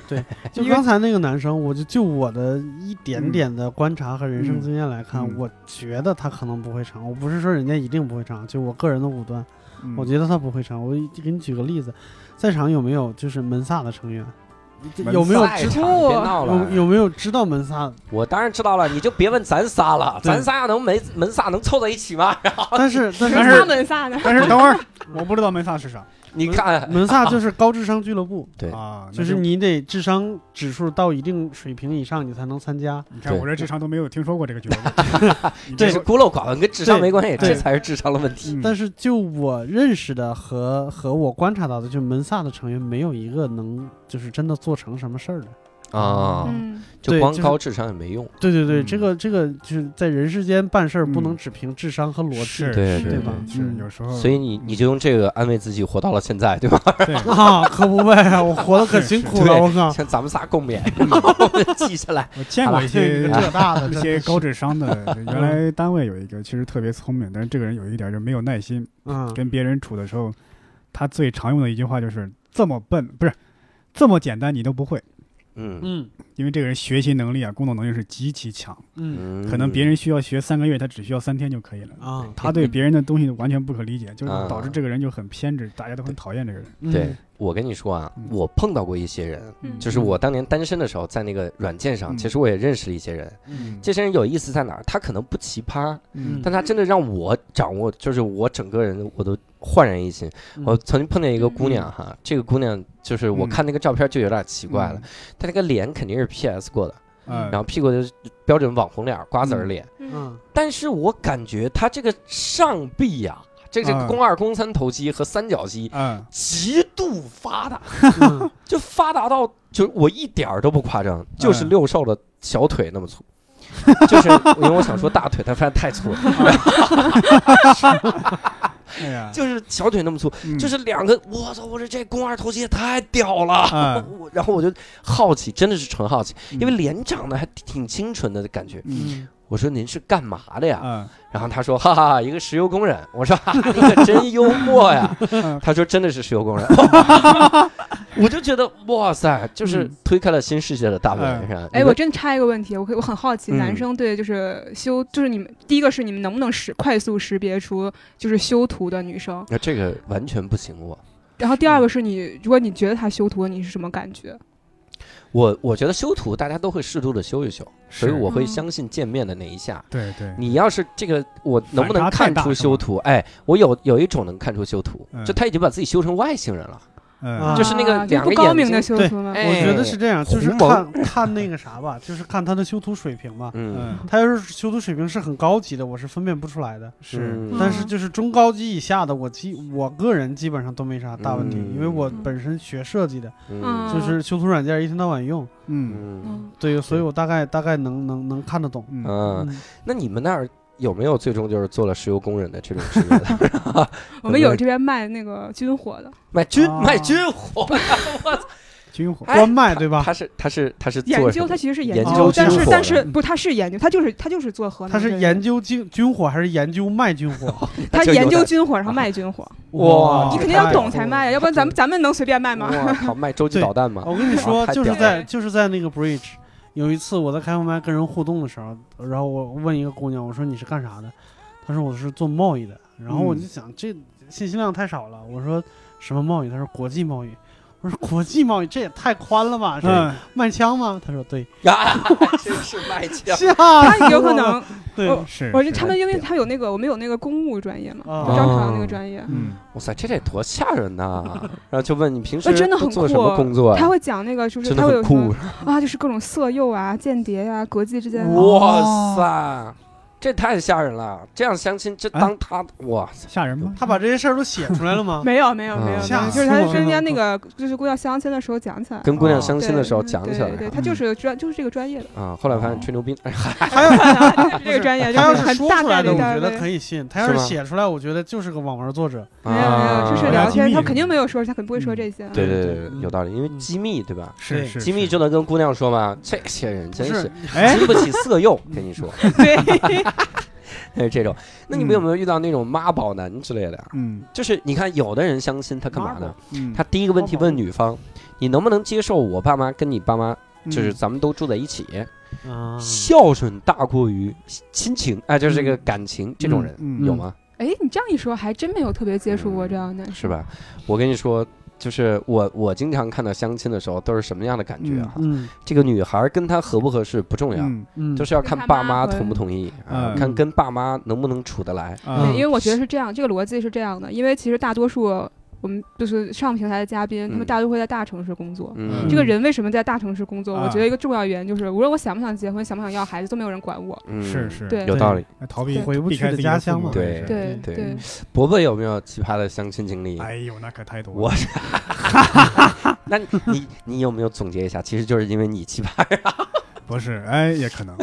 [SPEAKER 2] 对，
[SPEAKER 3] 就
[SPEAKER 2] 因为
[SPEAKER 3] 刚才那个男生，我就就我的一点点的观察和人生
[SPEAKER 2] 嗯
[SPEAKER 3] 经验来看，
[SPEAKER 2] 嗯
[SPEAKER 3] 我觉得他可能不会唱，我不是说人家一定不会唱，就我个人的武断，
[SPEAKER 2] 嗯
[SPEAKER 3] 我觉得他不会唱。我给你举个例子，在场有没有就是门萨的成员？
[SPEAKER 2] 门
[SPEAKER 3] 有没有
[SPEAKER 1] 赛
[SPEAKER 3] 知
[SPEAKER 1] 场
[SPEAKER 4] 道啊
[SPEAKER 1] 别闹了
[SPEAKER 2] 啊
[SPEAKER 3] 有有没有知道门萨的？
[SPEAKER 1] 我当然知道了，你就别问咱仨了，
[SPEAKER 3] 对
[SPEAKER 1] 咱仨能没门萨能凑在一起吗？ [LAUGHS]
[SPEAKER 2] [LAUGHS]
[SPEAKER 3] 但是
[SPEAKER 2] 但
[SPEAKER 3] 但是
[SPEAKER 2] 啊是哦
[SPEAKER 4] 萨门萨呢？
[SPEAKER 2] 但是等会儿我不知道门萨是啥
[SPEAKER 1] 你看，
[SPEAKER 3] 门萨就是高智商俱乐部，
[SPEAKER 1] 对
[SPEAKER 2] 啊，那
[SPEAKER 3] 就是你得智商指数到一定水平以上，你才能参加。
[SPEAKER 2] 你看
[SPEAKER 1] 对
[SPEAKER 2] 我这智商都没有听说过这个角色，你
[SPEAKER 1] 这是孤陋寡闻，跟智商
[SPEAKER 3] 对
[SPEAKER 1] 没关系，
[SPEAKER 3] 对
[SPEAKER 1] 这才是智商的问题。
[SPEAKER 2] 嗯
[SPEAKER 3] 但是就我认识的和和我观察到的，就门萨的成员没有一个能就是真的做成什么事儿的。
[SPEAKER 1] 啊，
[SPEAKER 4] 嗯，
[SPEAKER 1] 就
[SPEAKER 3] 对
[SPEAKER 1] 光
[SPEAKER 3] 就是
[SPEAKER 1] 高智商也没用，
[SPEAKER 3] 对对对，
[SPEAKER 2] 嗯
[SPEAKER 3] 这个这个就是在人世间办事儿不能
[SPEAKER 2] 嗯
[SPEAKER 3] 只凭智商和逻辑。
[SPEAKER 2] 是
[SPEAKER 1] 对
[SPEAKER 4] 是
[SPEAKER 1] 对
[SPEAKER 3] 对吧
[SPEAKER 2] 是
[SPEAKER 3] 嗯
[SPEAKER 2] 有时候，
[SPEAKER 1] 所以你你就用这个安慰自己，活到了现在，对吧？
[SPEAKER 2] 对
[SPEAKER 3] 啊，可不呗，我活得可辛苦了，
[SPEAKER 1] 对
[SPEAKER 3] 我靠！
[SPEAKER 1] 像咱们仨
[SPEAKER 3] [LAUGHS]
[SPEAKER 1] 共勉，我们记下来。
[SPEAKER 2] [LAUGHS] 我见过一些
[SPEAKER 3] 这
[SPEAKER 2] [LAUGHS]
[SPEAKER 3] 大的
[SPEAKER 2] 一些高智商
[SPEAKER 3] [LAUGHS]
[SPEAKER 2] 的，原来单位有一个其实特别聪明，但是这个人有一点就是没有耐心，
[SPEAKER 3] 嗯
[SPEAKER 2] 跟别人处的时候，他最常用的一句话就是这么笨，不是这么简单你都不会，
[SPEAKER 1] 嗯
[SPEAKER 3] 嗯
[SPEAKER 2] 因为这个人学习能力啊，工作能力是极其强，
[SPEAKER 3] 嗯
[SPEAKER 1] 嗯，
[SPEAKER 2] 可能别人需要学三个月，他只需要三天就可以了。
[SPEAKER 3] 啊，
[SPEAKER 2] 他对别人的东西完全不可理解，就是
[SPEAKER 1] 啊
[SPEAKER 2] 导致这个人就很偏执，大家都很讨厌这个人。
[SPEAKER 3] 嗯
[SPEAKER 1] 对我跟你说啊
[SPEAKER 2] 嗯，
[SPEAKER 1] 我碰到过一些人，
[SPEAKER 4] 嗯
[SPEAKER 1] 就是我当年单身的时候，在那个软件上，
[SPEAKER 2] 嗯
[SPEAKER 1] 其实我也认识了一些人。
[SPEAKER 3] 嗯
[SPEAKER 1] 这些人有意思在哪儿？他可能不奇葩，
[SPEAKER 3] 嗯
[SPEAKER 1] 但他真的让我掌握，就是我整个人我都焕然一新。
[SPEAKER 3] 嗯
[SPEAKER 1] 我曾经碰见一个姑娘哈，这个姑娘就是我
[SPEAKER 2] 嗯
[SPEAKER 1] 看那个照片就有点奇怪了，她那个脸肯定是 P S 过的，
[SPEAKER 2] 嗯，
[SPEAKER 1] 然后屁股就是标准网红脸儿、瓜子儿
[SPEAKER 2] 嗯
[SPEAKER 1] 脸，
[SPEAKER 2] [LAUGHS]
[SPEAKER 3] 嗯
[SPEAKER 1] 但是我感觉她这个上臂呀、这这个
[SPEAKER 2] 啊
[SPEAKER 1] 肱二、肱三头肌和三角肌
[SPEAKER 2] 嗯
[SPEAKER 1] 极度发达，
[SPEAKER 3] 嗯
[SPEAKER 1] 就发达到就是我一点儿都不夸张，
[SPEAKER 2] 嗯
[SPEAKER 1] 就是六兽的小腿那么粗。 [LAUGHS] 就是因为我想说大腿，但发现太粗
[SPEAKER 2] [LAUGHS]
[SPEAKER 1] 了，
[SPEAKER 2] 嗯哎呀，
[SPEAKER 1] 就是小腿那么粗，
[SPEAKER 2] 嗯
[SPEAKER 1] 就是两个，我操！我说这肱二头肌也太屌了， [LAUGHS]
[SPEAKER 2] 嗯
[SPEAKER 1] 我然后我就好奇，真的是纯好奇，
[SPEAKER 2] 嗯
[SPEAKER 1] 因为脸长得还挺清纯的感觉。
[SPEAKER 2] 嗯
[SPEAKER 1] 我说您是干嘛的呀？
[SPEAKER 2] 嗯
[SPEAKER 1] 然后他说哈哈，一个石油工人。我说哈哈，你可真幽默呀。
[SPEAKER 2] 嗯
[SPEAKER 1] 他说真的是石油工
[SPEAKER 2] [LAUGHS]
[SPEAKER 1] 人。我就觉得哇塞，就是
[SPEAKER 2] 嗯
[SPEAKER 1] 推开了新世界的大门，
[SPEAKER 2] 嗯
[SPEAKER 1] 是吧？
[SPEAKER 4] 哎，我真的插一个问题，我可以我很好奇，
[SPEAKER 1] 嗯
[SPEAKER 4] 男生对就是修，就是你们第一个是你们能不能识快速识别出就是修图的女生，
[SPEAKER 1] 那呃这个完全不行，我
[SPEAKER 4] 然后第二个是你，如果你觉得她修图，你是什么感觉？
[SPEAKER 1] 我我觉得修图大家都会适度的修一修，所以
[SPEAKER 2] 是
[SPEAKER 1] 我会
[SPEAKER 4] 嗯
[SPEAKER 1] 相信见面的那一下，
[SPEAKER 2] 对对，
[SPEAKER 1] 你要是这个，我能不能
[SPEAKER 2] 反差太
[SPEAKER 1] 看
[SPEAKER 2] 大
[SPEAKER 1] 出
[SPEAKER 2] 是
[SPEAKER 1] 修
[SPEAKER 2] 吗
[SPEAKER 1] 图？哎，我有有一种能看出修图，
[SPEAKER 2] 嗯
[SPEAKER 1] 就他已经把自己修成外星人了。
[SPEAKER 2] 嗯
[SPEAKER 3] 啊
[SPEAKER 1] 就是那个
[SPEAKER 4] 啊
[SPEAKER 1] 两
[SPEAKER 4] 不
[SPEAKER 1] 个
[SPEAKER 4] 高
[SPEAKER 1] 眼
[SPEAKER 4] 明的
[SPEAKER 1] 睛
[SPEAKER 4] 修
[SPEAKER 3] 对
[SPEAKER 4] 图吗？
[SPEAKER 1] 哎
[SPEAKER 3] 我觉得是这样，就是
[SPEAKER 1] 鸿蒙
[SPEAKER 3] 看看那个啥吧，就是看他的修图水平吧。
[SPEAKER 1] 嗯，
[SPEAKER 2] 嗯
[SPEAKER 3] 他要是修图水平是很高级的，我是分辨不出来的。
[SPEAKER 2] 是
[SPEAKER 1] 嗯
[SPEAKER 3] 但是就是中高级以下的，我基我个人基本上都没啥大问题，
[SPEAKER 1] 嗯
[SPEAKER 3] 因为我本身学设计的，
[SPEAKER 1] 嗯
[SPEAKER 4] 嗯
[SPEAKER 3] 就是修图软件一天到晚用，
[SPEAKER 2] 嗯
[SPEAKER 1] 嗯
[SPEAKER 4] 嗯，
[SPEAKER 3] 对，所以我大概大概能能能看得懂。
[SPEAKER 2] 嗯
[SPEAKER 1] 嗯，
[SPEAKER 3] 嗯，
[SPEAKER 1] 那你们那儿有没有最终就是做了石油工人的这种职业
[SPEAKER 4] [LAUGHS]
[SPEAKER 1] 的？
[SPEAKER 4] 我们有这边卖那个军火的，
[SPEAKER 1] 卖军
[SPEAKER 2] 啊
[SPEAKER 1] 卖军火？
[SPEAKER 2] 军火
[SPEAKER 1] 哎
[SPEAKER 3] 关麦对吧？
[SPEAKER 1] 他是他是他是
[SPEAKER 4] 研
[SPEAKER 1] 做什
[SPEAKER 4] 究，
[SPEAKER 1] 么
[SPEAKER 4] 它？其实是
[SPEAKER 1] 研
[SPEAKER 4] 究，
[SPEAKER 3] 究
[SPEAKER 4] 但
[SPEAKER 3] 军
[SPEAKER 4] 是
[SPEAKER 3] 火
[SPEAKER 4] 但
[SPEAKER 1] 的
[SPEAKER 4] 是不，他是研究，他就是他就是做河南
[SPEAKER 3] 他
[SPEAKER 4] 这
[SPEAKER 3] 是
[SPEAKER 4] 个
[SPEAKER 3] 研究军军火还是研究卖军
[SPEAKER 4] [LAUGHS]
[SPEAKER 3] 火？
[SPEAKER 4] 他
[SPEAKER 1] 就有
[SPEAKER 4] 研究
[SPEAKER 1] 点
[SPEAKER 4] 军火，然后卖军火，
[SPEAKER 1] 哇
[SPEAKER 3] 啊
[SPEAKER 4] 你
[SPEAKER 1] 这
[SPEAKER 4] 肯定要
[SPEAKER 1] 太
[SPEAKER 4] 懂才卖呀，啊要不然咱们。咱们能随便卖吗？哦
[SPEAKER 1] 我靠，卖洲际
[SPEAKER 3] 对
[SPEAKER 1] 导弹吗？
[SPEAKER 3] 我跟你说，
[SPEAKER 1] 啊太
[SPEAKER 3] 就是
[SPEAKER 1] 屌
[SPEAKER 3] 在
[SPEAKER 4] 了
[SPEAKER 3] 就是在那个 Bridge，有一次我在开放麦跟人互动的时候，然后我问一个姑娘，我说你是干啥的？她说我是做贸易的。然后我就
[SPEAKER 1] 嗯
[SPEAKER 3] 想、这信息量太少了，我说什么贸易？她说国际贸易。我说国际贸易这也太宽了吧？是、
[SPEAKER 2] 嗯
[SPEAKER 3] 卖枪吗？她说对，
[SPEAKER 1] 呀， [LAUGHS] 真是卖枪！
[SPEAKER 3] 吓
[SPEAKER 4] [LAUGHS] 他有
[SPEAKER 3] 死
[SPEAKER 4] 可
[SPEAKER 3] 我了 [LAUGHS]
[SPEAKER 4] 能，
[SPEAKER 3] 对，
[SPEAKER 4] 我
[SPEAKER 2] 是，
[SPEAKER 4] 我
[SPEAKER 2] 是
[SPEAKER 4] 这他们因为他有那个，我们有那个公务专业嘛，
[SPEAKER 3] 啊
[SPEAKER 4] 张传那个专业，
[SPEAKER 2] 嗯
[SPEAKER 1] 哇塞，这得多吓人
[SPEAKER 4] [LAUGHS]
[SPEAKER 1] 呐！然后就问你平时
[SPEAKER 4] 哎真的
[SPEAKER 1] 都
[SPEAKER 4] 很
[SPEAKER 1] 做什
[SPEAKER 4] 酷
[SPEAKER 1] 么工作啊？
[SPEAKER 4] 他会讲那个，就是
[SPEAKER 1] 真的
[SPEAKER 4] 他
[SPEAKER 1] 很
[SPEAKER 4] 会有什么
[SPEAKER 1] 酷，
[SPEAKER 4] 啊啊，就是各种色诱啊、间谍呀、国际之间的
[SPEAKER 1] 哇塞！这太吓人了。这样相亲，这
[SPEAKER 2] 啊
[SPEAKER 1] 当他哇塞，
[SPEAKER 2] 吓人吗？
[SPEAKER 3] 他把这些事儿都写出来了吗？
[SPEAKER 4] 没有没有
[SPEAKER 1] 啊
[SPEAKER 4] 没有，没有
[SPEAKER 3] 吓
[SPEAKER 4] 就是
[SPEAKER 3] 死
[SPEAKER 4] 他
[SPEAKER 3] 我了
[SPEAKER 4] 中间那个就是姑娘相亲的时候讲起来了，
[SPEAKER 1] 跟姑娘
[SPEAKER 2] 哦
[SPEAKER 1] 相亲的时候
[SPEAKER 4] 对嗯
[SPEAKER 1] 讲起
[SPEAKER 4] 对对，
[SPEAKER 1] 来嗯
[SPEAKER 4] 他就是专就是这个专业的，
[SPEAKER 1] 啊，后来发现吹牛逼，哎呀
[SPEAKER 4] [LAUGHS]
[SPEAKER 3] 他要 [LAUGHS]
[SPEAKER 4] 就是这个专业，
[SPEAKER 3] 他
[SPEAKER 4] 就
[SPEAKER 3] 要是
[SPEAKER 4] 很
[SPEAKER 3] 说
[SPEAKER 4] 大
[SPEAKER 3] 出来
[SPEAKER 4] 概
[SPEAKER 3] 的，
[SPEAKER 4] 率
[SPEAKER 3] 我
[SPEAKER 4] 大
[SPEAKER 3] 觉得
[SPEAKER 4] 概率。
[SPEAKER 3] 可以信；他要
[SPEAKER 1] 是
[SPEAKER 3] 是
[SPEAKER 1] 吗
[SPEAKER 3] 写出来，我觉得就是个网文作者。
[SPEAKER 4] 没有没有，
[SPEAKER 1] 啊
[SPEAKER 4] 这是
[SPEAKER 2] 啊
[SPEAKER 4] 聊
[SPEAKER 2] 机
[SPEAKER 4] 天，
[SPEAKER 2] 密
[SPEAKER 4] 他肯定没有说，他肯定不会说这些啊。
[SPEAKER 1] 对对
[SPEAKER 3] 嗯
[SPEAKER 1] 对，有道理，因为
[SPEAKER 3] 嗯
[SPEAKER 1] 机密对吧？
[SPEAKER 2] 是
[SPEAKER 3] 对
[SPEAKER 2] 是，
[SPEAKER 1] 机密
[SPEAKER 2] 是
[SPEAKER 1] 就能跟姑娘说吗？这些人
[SPEAKER 3] 不
[SPEAKER 1] 真
[SPEAKER 3] 是
[SPEAKER 1] 是，
[SPEAKER 2] 哎
[SPEAKER 1] 经不起色诱，跟
[SPEAKER 3] [LAUGHS]
[SPEAKER 1] 你说，
[SPEAKER 4] 对，
[SPEAKER 1] 哎，这种。那你们有没有遇到那种妈宝男之类的呀？
[SPEAKER 2] 嗯
[SPEAKER 1] 就是你看，有的人相亲他干嘛呢？
[SPEAKER 2] 嗯，
[SPEAKER 1] 他第一个问题
[SPEAKER 3] 妈宝
[SPEAKER 1] 问女方，你能不能接受我爸妈跟你爸妈，就是
[SPEAKER 2] 嗯
[SPEAKER 1] 咱们都住在一起？
[SPEAKER 3] 啊，
[SPEAKER 1] 孝顺大过于亲情，哎，就是这个感情，这种人
[SPEAKER 2] 嗯
[SPEAKER 1] 有吗？
[SPEAKER 4] [LAUGHS] 哎，你这样一说，还真没有特别接触过这样的，
[SPEAKER 1] 嗯
[SPEAKER 3] 嗯
[SPEAKER 1] 是吧？我跟你说，就是我我经常看到相亲的时候都是什么样的感觉啊？
[SPEAKER 3] 嗯
[SPEAKER 1] 这个女孩跟他合不合适不重要，
[SPEAKER 2] 嗯
[SPEAKER 3] 嗯，
[SPEAKER 1] 就是要看
[SPEAKER 4] 跟他
[SPEAKER 1] 爸
[SPEAKER 4] 妈
[SPEAKER 1] 妈
[SPEAKER 4] 和
[SPEAKER 1] 同不同意啊，
[SPEAKER 2] 嗯
[SPEAKER 1] 看跟爸妈能不能处得来。
[SPEAKER 2] 啊
[SPEAKER 4] 对，因为我觉得是这样，这个逻辑是这样的，因为其实大多数我们就是上平台的嘉宾，他
[SPEAKER 1] 嗯
[SPEAKER 4] 们大多会在大城市工作。
[SPEAKER 1] 嗯，
[SPEAKER 4] 这个人为什么在大城市工作？
[SPEAKER 2] 啊
[SPEAKER 4] 我觉得一个重要原因就是，无论我想不想结婚，想不想要孩子，都没有人管我。
[SPEAKER 1] 嗯
[SPEAKER 2] 是是
[SPEAKER 4] 对
[SPEAKER 1] 有道理。
[SPEAKER 2] 那逃避
[SPEAKER 3] 回不
[SPEAKER 2] 避
[SPEAKER 3] 去
[SPEAKER 2] 开
[SPEAKER 3] 的
[SPEAKER 2] 自己
[SPEAKER 3] 家
[SPEAKER 2] 父
[SPEAKER 3] 乡
[SPEAKER 2] 母
[SPEAKER 3] 嘛
[SPEAKER 2] 的
[SPEAKER 1] 对
[SPEAKER 2] 事
[SPEAKER 4] 对
[SPEAKER 1] 对
[SPEAKER 4] 对，
[SPEAKER 1] 伯伯有没有奇葩的相亲经历？
[SPEAKER 2] 嗯哎呦，那可太多了。
[SPEAKER 1] 我是，那你你你有没有总结一下？其实就是因为你奇葩，
[SPEAKER 2] 不是，哎，也可能，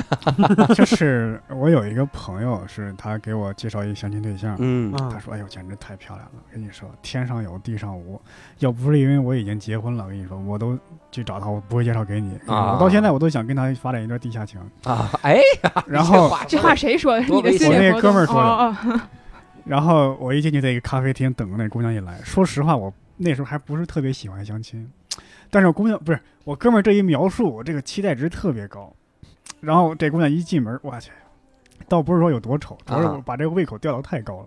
[SPEAKER 2] 就是我有一个朋友，是他给我介绍一个相亲对象，
[SPEAKER 1] 嗯
[SPEAKER 2] 他
[SPEAKER 3] 啊，
[SPEAKER 2] 说：“哎呦，简直太漂亮了！跟你说，天上有地上无，要不是因为我已经结婚了，我跟你说，我都去找他，我不会介绍给你。
[SPEAKER 1] 啊
[SPEAKER 2] 我到现在我都想跟他发展一段地下情。
[SPEAKER 1] 啊，哎，
[SPEAKER 2] 然后，
[SPEAKER 4] 这话谁说的？是你的心
[SPEAKER 1] 我
[SPEAKER 4] 理
[SPEAKER 2] 那
[SPEAKER 4] 活
[SPEAKER 2] 哥们儿
[SPEAKER 4] 动
[SPEAKER 2] 说的
[SPEAKER 4] 哦哦
[SPEAKER 2] 然后我一进去，在一个咖啡厅等着那姑娘一来。说实话，我那时候还不是特别喜欢相亲，但是我姑娘不是我哥们儿这一描述，我这个期待值特别高。然后这姑娘一进门，我去，倒不是说有多丑，主要是
[SPEAKER 1] 啊
[SPEAKER 2] 我把这个胃口吊得太高了。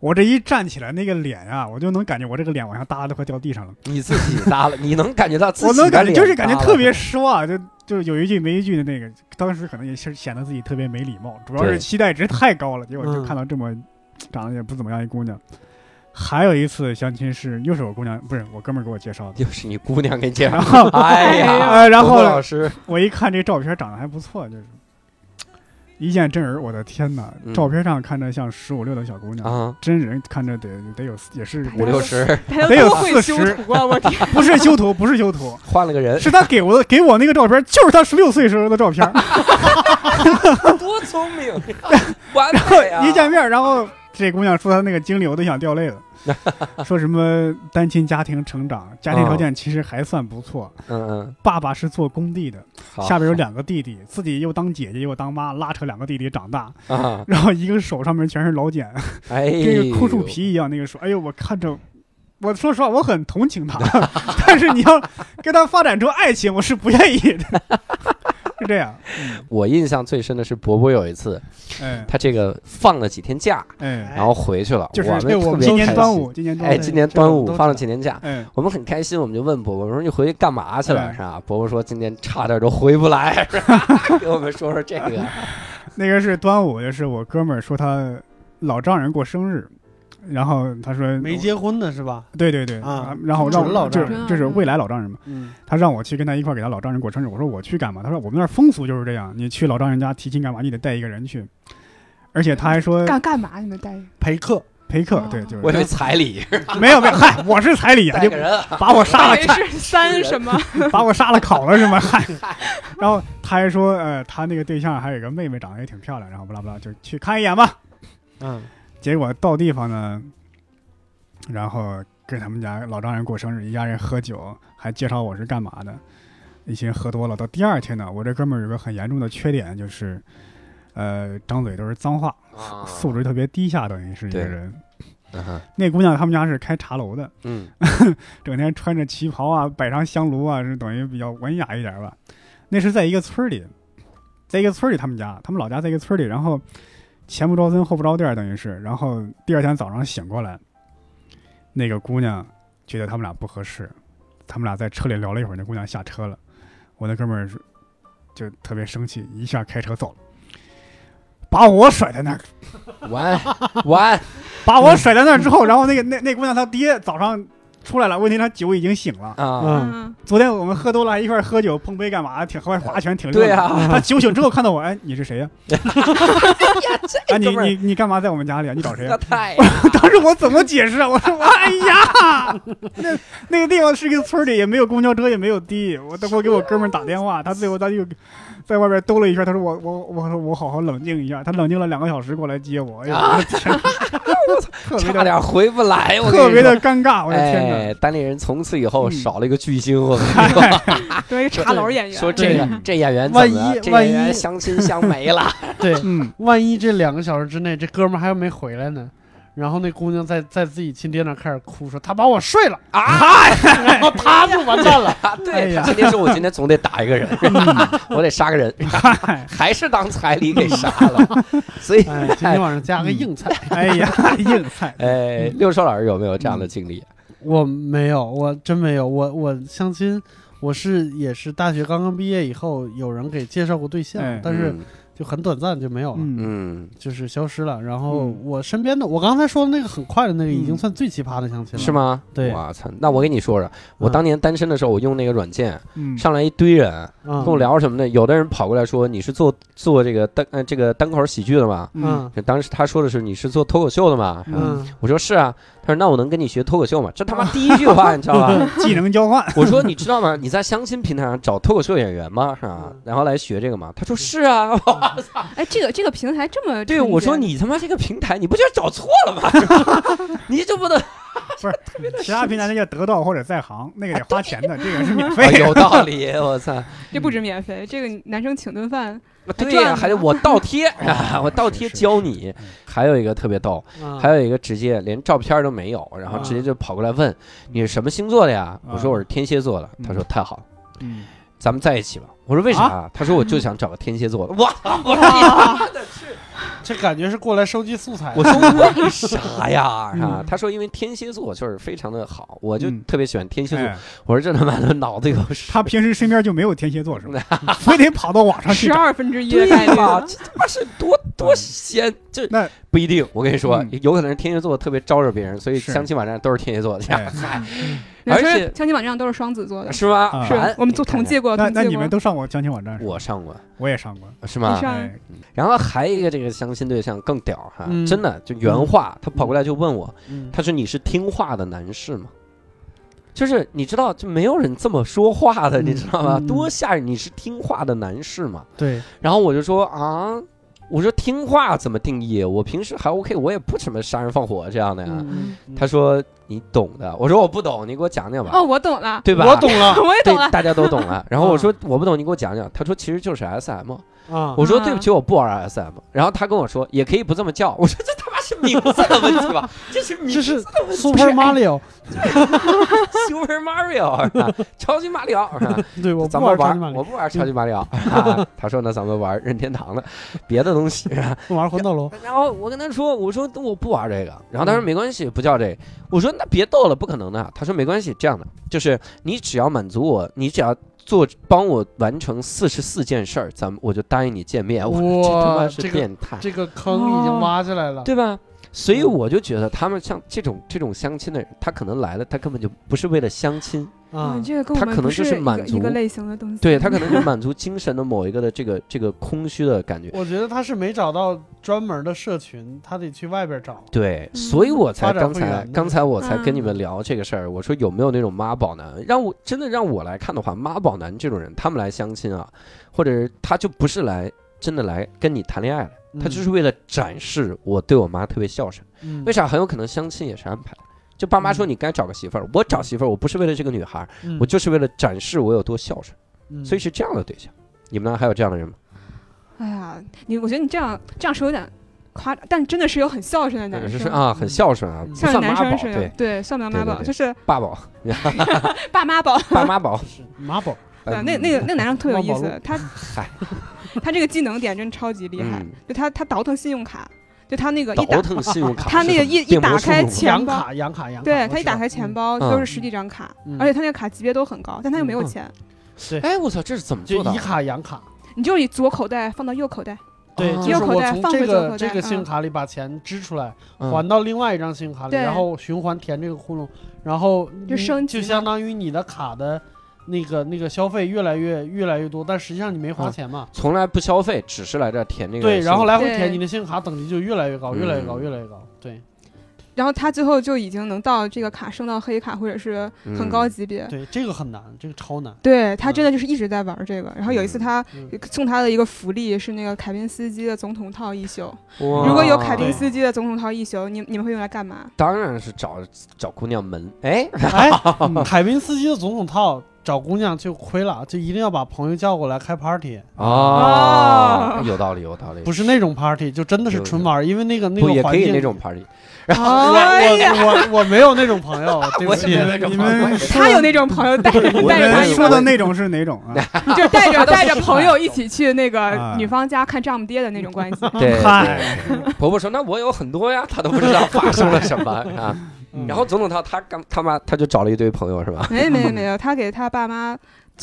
[SPEAKER 2] 我这一站起来，那个脸呀、我就能感觉我这个脸往下耷拉的快掉地上了。”
[SPEAKER 1] 你自己搭了，你能感觉到自己
[SPEAKER 2] 我能
[SPEAKER 1] 的
[SPEAKER 2] 感觉
[SPEAKER 1] 脸
[SPEAKER 2] 就是感觉
[SPEAKER 1] 搭了
[SPEAKER 2] 特别失望，就就有一句没一句的那个，当时可能也是显得自己特别没礼貌，主要
[SPEAKER 1] 对
[SPEAKER 2] 是期待值太高了，结果就
[SPEAKER 3] 嗯
[SPEAKER 2] 看到这么长得也不怎么样一姑娘。还有一次相亲是又是我姑娘，不是我哥们儿给我介绍的，
[SPEAKER 1] 又是你姑娘给你介绍 [LAUGHS]
[SPEAKER 2] 然，后
[SPEAKER 1] 哎呀，
[SPEAKER 2] 呃，然
[SPEAKER 1] 伯伯
[SPEAKER 2] 后
[SPEAKER 1] 老师，
[SPEAKER 2] 我一看这照片长得还不错，就是一见真人，我的天哪！
[SPEAKER 1] 嗯
[SPEAKER 2] 照片上看着像十五六的小姑娘，
[SPEAKER 1] 啊，
[SPEAKER 2] 真人看着得得有也是
[SPEAKER 1] 五六十
[SPEAKER 4] 他
[SPEAKER 2] 得有
[SPEAKER 4] 多会
[SPEAKER 2] 四
[SPEAKER 4] 修
[SPEAKER 2] 十
[SPEAKER 4] 图啊！我天，
[SPEAKER 2] 不是修图，不是修
[SPEAKER 1] [LAUGHS]
[SPEAKER 2] 图，
[SPEAKER 1] 换了个人，
[SPEAKER 2] 是他给我的给我那个照片，就是他十六岁时候的照片。
[SPEAKER 1] 多聪
[SPEAKER 2] [LAUGHS]
[SPEAKER 1] 明，完
[SPEAKER 2] 然后
[SPEAKER 1] 美啊！
[SPEAKER 2] 一见面，然后这姑娘说她那个经历，我都想掉
[SPEAKER 1] [LAUGHS]
[SPEAKER 2] 泪了，说什么单亲家庭成长，家
[SPEAKER 1] 哦
[SPEAKER 2] 庭条件其实还算不错，
[SPEAKER 1] 嗯嗯，
[SPEAKER 2] 爸爸是做工地的，
[SPEAKER 1] 哦好
[SPEAKER 2] 下边有两个弟弟，自己又当姐姐又当妈，拉扯两个弟弟长大，
[SPEAKER 1] 啊，
[SPEAKER 2] 然后一个手上面全是老茧，
[SPEAKER 1] 哎呦，
[SPEAKER 2] 跟个枯树皮一样。那个说，哎呦，我看着。我说实话，我很
[SPEAKER 1] [LAUGHS]
[SPEAKER 2] 同情他，但是你要跟他发展出爱情，我是不愿意的， [LAUGHS] 是这样。嗯
[SPEAKER 1] 我印象最深的是伯伯有一次，
[SPEAKER 2] 哎
[SPEAKER 1] 他这个放了几天假，
[SPEAKER 2] 哎，
[SPEAKER 1] 然后回去了，
[SPEAKER 2] 就是哎
[SPEAKER 1] 我们
[SPEAKER 3] 这我
[SPEAKER 1] 特
[SPEAKER 3] 们
[SPEAKER 1] 别
[SPEAKER 2] 今年
[SPEAKER 1] 开
[SPEAKER 2] 端
[SPEAKER 1] 心
[SPEAKER 2] 午，今年端
[SPEAKER 1] 哎，
[SPEAKER 2] 午，
[SPEAKER 1] 今年
[SPEAKER 3] 这
[SPEAKER 1] 端
[SPEAKER 3] 我们
[SPEAKER 1] 午
[SPEAKER 3] 都知
[SPEAKER 1] 放了
[SPEAKER 3] 道
[SPEAKER 1] 几天假。
[SPEAKER 2] 哎，
[SPEAKER 1] 我们很开心，我们就问伯伯，我说你回去干嘛去了
[SPEAKER 2] 哎
[SPEAKER 1] 是吧？伯伯说今天差点都回不
[SPEAKER 2] [LAUGHS]
[SPEAKER 1] 来，是吧给我们说说这个。
[SPEAKER 2] 那个是端午，就是我哥们儿说他老丈人过生日，然后他说
[SPEAKER 3] 没，结婚的是吧？
[SPEAKER 2] 对对对，
[SPEAKER 3] 啊
[SPEAKER 2] 然后让
[SPEAKER 3] 准老丈
[SPEAKER 2] 就
[SPEAKER 3] 人
[SPEAKER 2] 是就是未来老丈人嘛，
[SPEAKER 3] 嗯，
[SPEAKER 2] 他让我去跟他一块儿给他老丈人过生日，我说我去干嘛？他说我们那儿风俗就是这样，你去老丈人家提亲干嘛？你得带一个人去，而且他还说
[SPEAKER 4] 干干嘛？你们带人
[SPEAKER 3] 陪客
[SPEAKER 2] 陪客
[SPEAKER 4] 哦，
[SPEAKER 2] 对，就是
[SPEAKER 1] 我以为彩礼，
[SPEAKER 2] 没有没有，嗨，我是彩礼啊，
[SPEAKER 1] 带
[SPEAKER 2] 就
[SPEAKER 1] 个人啊，
[SPEAKER 2] 把我杀了
[SPEAKER 4] 我以为是三什么？
[SPEAKER 2] 把我杀了烤了是吗？嗨，然后他还说呃，他那个对象还有一个妹妹长得也挺漂亮，然后不拉不拉就去看一眼吧，
[SPEAKER 3] 嗯，
[SPEAKER 2] 结果到地方呢，然后跟他们家老丈人过生日，一家人喝酒，还介绍我是干嘛的。一些喝多了，到第二天呢，我这哥们儿有个很严重的缺点，就是，呃，张嘴都是脏话，素质特别低下，等于是一个
[SPEAKER 1] 对
[SPEAKER 2] 人。
[SPEAKER 1] 嗯哼
[SPEAKER 2] 那姑娘他们家是开茶楼的，
[SPEAKER 1] 嗯，
[SPEAKER 2] 整天穿着旗袍啊，摆上香炉啊，是等于比较文雅一点吧。那是在一个村儿里，在一个村儿里，他们家，他们老家在一个村儿里，然后前不着村后不着店，等于是，然后第二天早上醒过来，那个姑娘觉得他们俩不合适，他们俩在车里聊了一会儿，那姑娘下车了，我那哥们儿是就特别生气，一下开车走了。把我甩在那儿，
[SPEAKER 1] 完完，
[SPEAKER 2] 把我甩在那儿之后，然后那个那那姑娘她爹早上出来了，问题他酒已经醒了。
[SPEAKER 1] 啊，
[SPEAKER 3] 嗯，
[SPEAKER 4] 嗯，
[SPEAKER 2] 昨天我们喝多了，一块儿喝酒碰杯干嘛？挺喝划拳，挺溜
[SPEAKER 1] 对
[SPEAKER 2] 的。
[SPEAKER 1] 啊，
[SPEAKER 2] 他酒醒之后看到我，哎，你是谁呀、
[SPEAKER 1] [LAUGHS]
[SPEAKER 2] 啊？你
[SPEAKER 1] 哎哥们儿
[SPEAKER 2] 你你干嘛在我们家里啊？你找谁
[SPEAKER 1] [LAUGHS]
[SPEAKER 2] 呀、
[SPEAKER 1] 那太
[SPEAKER 2] [LAUGHS] 当时我怎么解释啊？我说， [LAUGHS] 哎呀， [LAUGHS] 那那个地方是一个村儿里，也没有公交车，也没有地。我等会给我哥们儿打电话，他最后他就在外边兜了一圈，他说我我我说我好好冷静一下。他冷静了两个小时过来
[SPEAKER 1] [LAUGHS]
[SPEAKER 2] 接我，哎呀，我的天，特别
[SPEAKER 1] 差
[SPEAKER 2] 的
[SPEAKER 1] 点回不来，我
[SPEAKER 2] 特
[SPEAKER 1] 跟你
[SPEAKER 2] 别
[SPEAKER 1] 说。
[SPEAKER 2] 的尴尬，我的天哪！
[SPEAKER 1] 哎，单立人从此以后
[SPEAKER 2] 嗯
[SPEAKER 1] 少了一个巨星，我跟你
[SPEAKER 2] [LAUGHS]
[SPEAKER 1] 说，
[SPEAKER 4] 对，一个茶楼演员，
[SPEAKER 1] 说这
[SPEAKER 2] 对
[SPEAKER 1] 个这演员怎
[SPEAKER 3] 万
[SPEAKER 1] 么了
[SPEAKER 3] 一
[SPEAKER 1] 这
[SPEAKER 3] 万
[SPEAKER 1] 演员
[SPEAKER 3] 一
[SPEAKER 1] 相亲相没了， [LAUGHS]
[SPEAKER 3] 对，
[SPEAKER 2] 嗯，
[SPEAKER 3] 万一这两个小时之内这哥们儿还没回来呢，然后那姑娘在在自己亲爹那儿开始哭，说他把我睡了啊，然后他就完蛋了。
[SPEAKER 1] 啊
[SPEAKER 2] 哎
[SPEAKER 1] 对，
[SPEAKER 2] 呀
[SPEAKER 1] 他今天说我今天总得打一个人， [LAUGHS] 我得杀个人，
[SPEAKER 2] 嗨，
[SPEAKER 1] [LAUGHS] 还是当彩礼给杀了，所以
[SPEAKER 3] 哎，今天晚上加个硬菜，
[SPEAKER 2] 哎呀， [LAUGHS] 硬菜，
[SPEAKER 1] 哎，六少老师有没有这样的经历？
[SPEAKER 3] 我没有，我真没有，我我相亲。我是也是大学刚刚毕业以后，有人给介绍过对象，
[SPEAKER 2] 哎
[SPEAKER 3] 但是就很短暂就没有了，
[SPEAKER 2] 嗯
[SPEAKER 1] 嗯，
[SPEAKER 3] 就是消失了。然后
[SPEAKER 2] 嗯
[SPEAKER 3] 我身边的，我刚才说的那个很快的那个，已经
[SPEAKER 2] 嗯
[SPEAKER 3] 算最奇葩的相亲
[SPEAKER 1] 嗯
[SPEAKER 3] 了，
[SPEAKER 1] 是？吗？
[SPEAKER 3] 对
[SPEAKER 1] 我操！那我跟你说说，我当年单身的时候，我用那个软件，
[SPEAKER 2] 嗯，
[SPEAKER 1] 上来一堆人
[SPEAKER 3] 嗯
[SPEAKER 1] 跟我聊什么呢？有的人跑过来说你是做做这个单呃这个单口喜剧的吗？
[SPEAKER 2] 嗯
[SPEAKER 3] 嗯
[SPEAKER 1] 当时他说的是你是做脱口秀的吗？
[SPEAKER 3] 嗯
[SPEAKER 1] 我说是啊，他说那我能跟你学脱口秀吗？这他妈第一句话你知道
[SPEAKER 2] [LAUGHS]
[SPEAKER 1] 吧？
[SPEAKER 2] 技能交
[SPEAKER 1] [LAUGHS]
[SPEAKER 2] 换，
[SPEAKER 1] 我说你知道吗？你在相亲平台上找脱口秀演员吗？是吧
[SPEAKER 3] 嗯？
[SPEAKER 1] 然后来学这个吗？他说是啊。
[SPEAKER 4] 哎，这个这个平台这么
[SPEAKER 1] 对，
[SPEAKER 4] 纯洁
[SPEAKER 1] 我说你他妈这个平台你不就是找错了吗？ [LAUGHS] 你这不能
[SPEAKER 2] 其他平台那叫得到或者在行，那个得花钱的，这个
[SPEAKER 1] [LAUGHS]
[SPEAKER 2] 是免
[SPEAKER 1] 啊
[SPEAKER 2] 费的。
[SPEAKER 1] 有道理，我操！
[SPEAKER 4] 这不止免费，这个男生请顿饭，
[SPEAKER 1] 对
[SPEAKER 4] 赚
[SPEAKER 1] 呀、
[SPEAKER 4] 了
[SPEAKER 1] 还得我倒贴，啊、我倒贴
[SPEAKER 2] 是是
[SPEAKER 1] 教你。还有一个特别逗，
[SPEAKER 3] 嗯，
[SPEAKER 1] 还有一个直接连照片都没有，然后直接就跑过来问你是什么星座的呀？
[SPEAKER 2] 啊
[SPEAKER 1] 我说我是天蝎座的。
[SPEAKER 2] 嗯
[SPEAKER 1] 他说太好了，
[SPEAKER 2] 嗯
[SPEAKER 1] 咱们在一起吧。我说为啥啊？他说我就想找个天蝎座的。哇，
[SPEAKER 3] 这感觉是过来收集素材的。
[SPEAKER 1] 我说
[SPEAKER 2] [LAUGHS]
[SPEAKER 1] 为啥呀？是吧
[SPEAKER 2] 嗯
[SPEAKER 1] 他说因为天蝎座就是非常的好，我就
[SPEAKER 2] 嗯
[SPEAKER 1] 特别喜欢天蝎座。
[SPEAKER 2] 哎
[SPEAKER 1] 我说这他妈的脑子有屎
[SPEAKER 2] 他平时身边就没有天蝎座
[SPEAKER 1] [LAUGHS]
[SPEAKER 2] 是吧？非得跑到网上去
[SPEAKER 4] 十
[SPEAKER 2] 找。
[SPEAKER 4] 二分之一的
[SPEAKER 1] 对
[SPEAKER 4] 概率
[SPEAKER 1] 吧？
[SPEAKER 4] 了，
[SPEAKER 1] 这他妈是多多闲，这
[SPEAKER 2] 嗯那
[SPEAKER 1] 不一定。我跟你说
[SPEAKER 2] 嗯，
[SPEAKER 1] 有可能是天蝎座特别招惹别人，所以
[SPEAKER 2] 是
[SPEAKER 1] 相亲网站都是天蝎座的，
[SPEAKER 2] 哎
[SPEAKER 4] 你
[SPEAKER 1] 而
[SPEAKER 4] 说
[SPEAKER 1] 且
[SPEAKER 4] 相亲网站都是双子座的，
[SPEAKER 1] 是吗？
[SPEAKER 2] 啊
[SPEAKER 4] [LAUGHS] 是
[SPEAKER 1] 完
[SPEAKER 4] 我们做统，计过，
[SPEAKER 2] 那
[SPEAKER 4] 统
[SPEAKER 2] 那
[SPEAKER 4] 计
[SPEAKER 2] 你
[SPEAKER 4] 过
[SPEAKER 2] 们，都上过相亲网站是吧？
[SPEAKER 1] 我上过
[SPEAKER 2] 我也上过。
[SPEAKER 1] 是吗
[SPEAKER 4] 你？
[SPEAKER 1] [LAUGHS]
[SPEAKER 4] 上
[SPEAKER 2] 哎，
[SPEAKER 1] 然后还有一个这个相亲对象更屌哈，
[SPEAKER 3] 嗯
[SPEAKER 1] 真的就原话，他跑过来就问我，
[SPEAKER 3] 嗯
[SPEAKER 1] 他说你是听话的男士吗？就是你知道，就没有人这么说话的，
[SPEAKER 3] 嗯
[SPEAKER 1] 你知道吗？
[SPEAKER 3] 嗯
[SPEAKER 1] 多吓人！你是听话的男士吗？
[SPEAKER 3] 对，
[SPEAKER 1] 然后我就说啊，我说听话怎么定义？我平时还 OK，我也不什么杀人放火这样的呀。
[SPEAKER 3] 嗯嗯
[SPEAKER 1] 他说你懂的，我说我不懂，你给我讲讲吧，
[SPEAKER 4] 哦，我懂了， [LAUGHS]
[SPEAKER 1] 对吧？
[SPEAKER 3] 我懂了
[SPEAKER 4] 我也
[SPEAKER 1] 对，
[SPEAKER 4] 懂了，
[SPEAKER 1] 大家都懂
[SPEAKER 3] [LAUGHS]
[SPEAKER 1] 了。然后
[SPEAKER 3] 啊
[SPEAKER 1] 我说我不懂，你给我讲讲。他说其实就是 SM。
[SPEAKER 3] 啊，
[SPEAKER 1] [LAUGHS] 我说
[SPEAKER 4] 啊
[SPEAKER 1] 对不起，我不玩 SM。然后他跟我说也可以不这么叫。我说这他妈是名字的问题吧？这是名字
[SPEAKER 3] 这是
[SPEAKER 1] 的问题。
[SPEAKER 3] Super
[SPEAKER 1] [LAUGHS]
[SPEAKER 3] Mario，
[SPEAKER 1] Super Mario，是 [LAUGHS] 吧超级马里奥。是吧
[SPEAKER 3] 对，我不
[SPEAKER 1] 咱们
[SPEAKER 3] 玩超级
[SPEAKER 1] 玩
[SPEAKER 3] 马里
[SPEAKER 1] 我
[SPEAKER 3] 奥，
[SPEAKER 1] 不玩超级马里 [LAUGHS] 奥。啊他说那咱们玩任天堂的别的东西。是吧
[SPEAKER 3] 我玩魂斗罗。
[SPEAKER 1] [LAUGHS] 然后我跟他说我说我不玩这个。然后他说没关系，不叫这个。我说那别逗了，不可能的。他说没关系，这样的就是你只要满足我，你只要。做帮我完成四十四件事儿，咱们我就答应你见面。我说这嗯他妈
[SPEAKER 3] 哇
[SPEAKER 1] 是
[SPEAKER 3] 这个
[SPEAKER 1] 变态！
[SPEAKER 3] 这个坑已经挖起来了，
[SPEAKER 1] 对吧？所以我就觉得他们像这种这种相亲的人，他可能来了，他根本就不是为了相亲，
[SPEAKER 3] 啊
[SPEAKER 4] 嗯，，这个跟我
[SPEAKER 1] 他
[SPEAKER 4] 们
[SPEAKER 1] 可能
[SPEAKER 4] 不
[SPEAKER 1] 哦就是
[SPEAKER 4] 一个
[SPEAKER 1] 满足
[SPEAKER 4] 一个类型的东西，
[SPEAKER 1] [LAUGHS] 对他可能就满足精神的某一个的这个这个空虚的感觉。
[SPEAKER 3] 我觉得他是没找到专门的社群，他得去外边找。
[SPEAKER 1] 对，
[SPEAKER 4] 嗯
[SPEAKER 1] 所以我才
[SPEAKER 3] 发展
[SPEAKER 1] 刚
[SPEAKER 3] 会
[SPEAKER 1] 才
[SPEAKER 3] 员的
[SPEAKER 1] 刚才我才跟你们聊这个事儿，我说有没有那种妈宝男？让我真的让我来看的话，妈宝男这种人，他们来相亲啊，或者是他就不是来真的来跟你谈恋爱的，
[SPEAKER 3] 嗯
[SPEAKER 1] 他就是为了展示我对我妈特别孝顺。为
[SPEAKER 3] 为
[SPEAKER 1] 啥很有可能相亲也是安排的？就爸妈说你该找个媳妇儿，我找媳妇儿，我不是为了这个女孩儿，
[SPEAKER 3] 嗯
[SPEAKER 1] 我就是为了展示我有多孝顺，所以是这样的对象。你们那儿还有这样的人吗？
[SPEAKER 4] 哎呀，你我觉得你这样这样说有点夸张，但真的是有很孝顺的男
[SPEAKER 1] 就
[SPEAKER 4] 生，
[SPEAKER 1] 是啊，很孝顺啊，
[SPEAKER 3] 嗯
[SPEAKER 1] 不
[SPEAKER 4] 像
[SPEAKER 1] 算
[SPEAKER 4] 男
[SPEAKER 1] 妈
[SPEAKER 4] 生
[SPEAKER 1] 宝，
[SPEAKER 4] 似的
[SPEAKER 1] 对，，
[SPEAKER 4] 对，算不了妈宝，
[SPEAKER 1] 对对对
[SPEAKER 4] 就是
[SPEAKER 1] 爸宝、
[SPEAKER 4] 爸妈宝。
[SPEAKER 1] 爸妈宝。嗯
[SPEAKER 3] 妈宝，
[SPEAKER 4] [LAUGHS]
[SPEAKER 1] 呃
[SPEAKER 4] 对，那那个那个男生特有意
[SPEAKER 3] 妈宝
[SPEAKER 4] 思，他
[SPEAKER 1] [LAUGHS] 嗨
[SPEAKER 4] 他这个技能点真超级厉害
[SPEAKER 1] 嗯，
[SPEAKER 4] 就他他倒腾信用卡，就他那个一打
[SPEAKER 1] 倒腾信用
[SPEAKER 4] [LAUGHS]
[SPEAKER 1] 卡，
[SPEAKER 4] 他那个一一打开钱
[SPEAKER 3] 养
[SPEAKER 4] 包
[SPEAKER 3] 卡养卡养卡，
[SPEAKER 4] 对
[SPEAKER 3] 我
[SPEAKER 4] 他一
[SPEAKER 3] 知
[SPEAKER 4] 打
[SPEAKER 3] 道嗯
[SPEAKER 4] 开钱，包都是十几张卡，而且他那个卡级别都很高，但他又没有
[SPEAKER 1] 嗯
[SPEAKER 4] 钱，
[SPEAKER 1] 哎，我操，这是怎么
[SPEAKER 3] 就
[SPEAKER 4] 啊
[SPEAKER 1] 做到
[SPEAKER 3] 以？卡养卡，
[SPEAKER 4] 你就以左口袋放到右口袋，
[SPEAKER 3] 对，
[SPEAKER 1] 哦
[SPEAKER 3] 就是
[SPEAKER 4] 右口
[SPEAKER 3] 我
[SPEAKER 4] 袋
[SPEAKER 3] 从
[SPEAKER 4] 放
[SPEAKER 3] 这
[SPEAKER 4] 回左
[SPEAKER 3] 个
[SPEAKER 4] 口
[SPEAKER 3] 这
[SPEAKER 4] 袋
[SPEAKER 3] 个
[SPEAKER 4] 嗯
[SPEAKER 3] 信用卡里把钱支出来，
[SPEAKER 1] 嗯
[SPEAKER 3] 还到另外一张信用卡里，
[SPEAKER 4] 对
[SPEAKER 3] 然后循环填这个窟窿，然后
[SPEAKER 4] 就
[SPEAKER 3] 你
[SPEAKER 4] 升级
[SPEAKER 3] 就
[SPEAKER 4] 嘛
[SPEAKER 3] 相当于你的卡的那个那个消费越来越越来越多，但实际上你没花
[SPEAKER 1] 嗯
[SPEAKER 3] 钱嘛。
[SPEAKER 1] 从来不消费，只是来这儿填这个信。
[SPEAKER 3] 对，然后来回
[SPEAKER 4] 对
[SPEAKER 3] 填，你的信用卡等级就越来越高，越来越高，
[SPEAKER 1] 嗯
[SPEAKER 3] 越来越高。对
[SPEAKER 4] 然后他最后就已经能到这个卡升到黑卡或者是
[SPEAKER 1] 嗯
[SPEAKER 4] 很高级别。
[SPEAKER 3] 对，这个很难，这个超难。
[SPEAKER 4] 对他真的就是一直在玩这个。然后有一次他 [LAUGHS]
[SPEAKER 3] 嗯
[SPEAKER 4] 送他的一个福利是那个凯宾斯基的总统套一宿，
[SPEAKER 1] 哇
[SPEAKER 4] 如果有凯宾
[SPEAKER 3] 对
[SPEAKER 4] 斯基的总统套一宿，你你们会用来干嘛？
[SPEAKER 1] 当然是找找姑娘门。
[SPEAKER 4] [LAUGHS]
[SPEAKER 1] 哎，
[SPEAKER 3] 哎，凯宾斯基的总统套找姑娘就亏了，就一定要把朋友叫过来开 party，
[SPEAKER 1] 哦，有道理，有道理。
[SPEAKER 3] 不是那种 party，就真的是纯玩儿，因为那个那
[SPEAKER 1] 不也
[SPEAKER 3] 个
[SPEAKER 1] 可
[SPEAKER 3] 环
[SPEAKER 1] 以
[SPEAKER 3] 境
[SPEAKER 1] 那。种 party，
[SPEAKER 3] 我
[SPEAKER 4] [LAUGHS] 哎呀，
[SPEAKER 3] 我我我没有那种朋友，对不
[SPEAKER 1] 我也
[SPEAKER 3] 起
[SPEAKER 1] 没。有那种
[SPEAKER 2] 你
[SPEAKER 1] 朋友
[SPEAKER 2] 们
[SPEAKER 4] 他有那种朋友带着
[SPEAKER 1] 我
[SPEAKER 4] 带着
[SPEAKER 1] 我
[SPEAKER 4] 他
[SPEAKER 1] 我
[SPEAKER 4] 一
[SPEAKER 2] 说
[SPEAKER 4] 块
[SPEAKER 2] 的那种是哪种啊？
[SPEAKER 1] 哎
[SPEAKER 4] 就是带着带着朋友一起去那
[SPEAKER 2] 啊
[SPEAKER 4] 个女方家看丈母爹的那种关系。
[SPEAKER 1] 对，
[SPEAKER 2] 嗨
[SPEAKER 1] 对对婆婆说：“那我有很多呀，她都不知道发生了什么啊。”
[SPEAKER 4] [LAUGHS]
[SPEAKER 3] 嗯
[SPEAKER 1] 然后总统套他干他妈他就找了一堆朋友是吧？
[SPEAKER 4] [LAUGHS] 没
[SPEAKER 1] [LAUGHS]
[SPEAKER 4] 没没有，他给他爸妈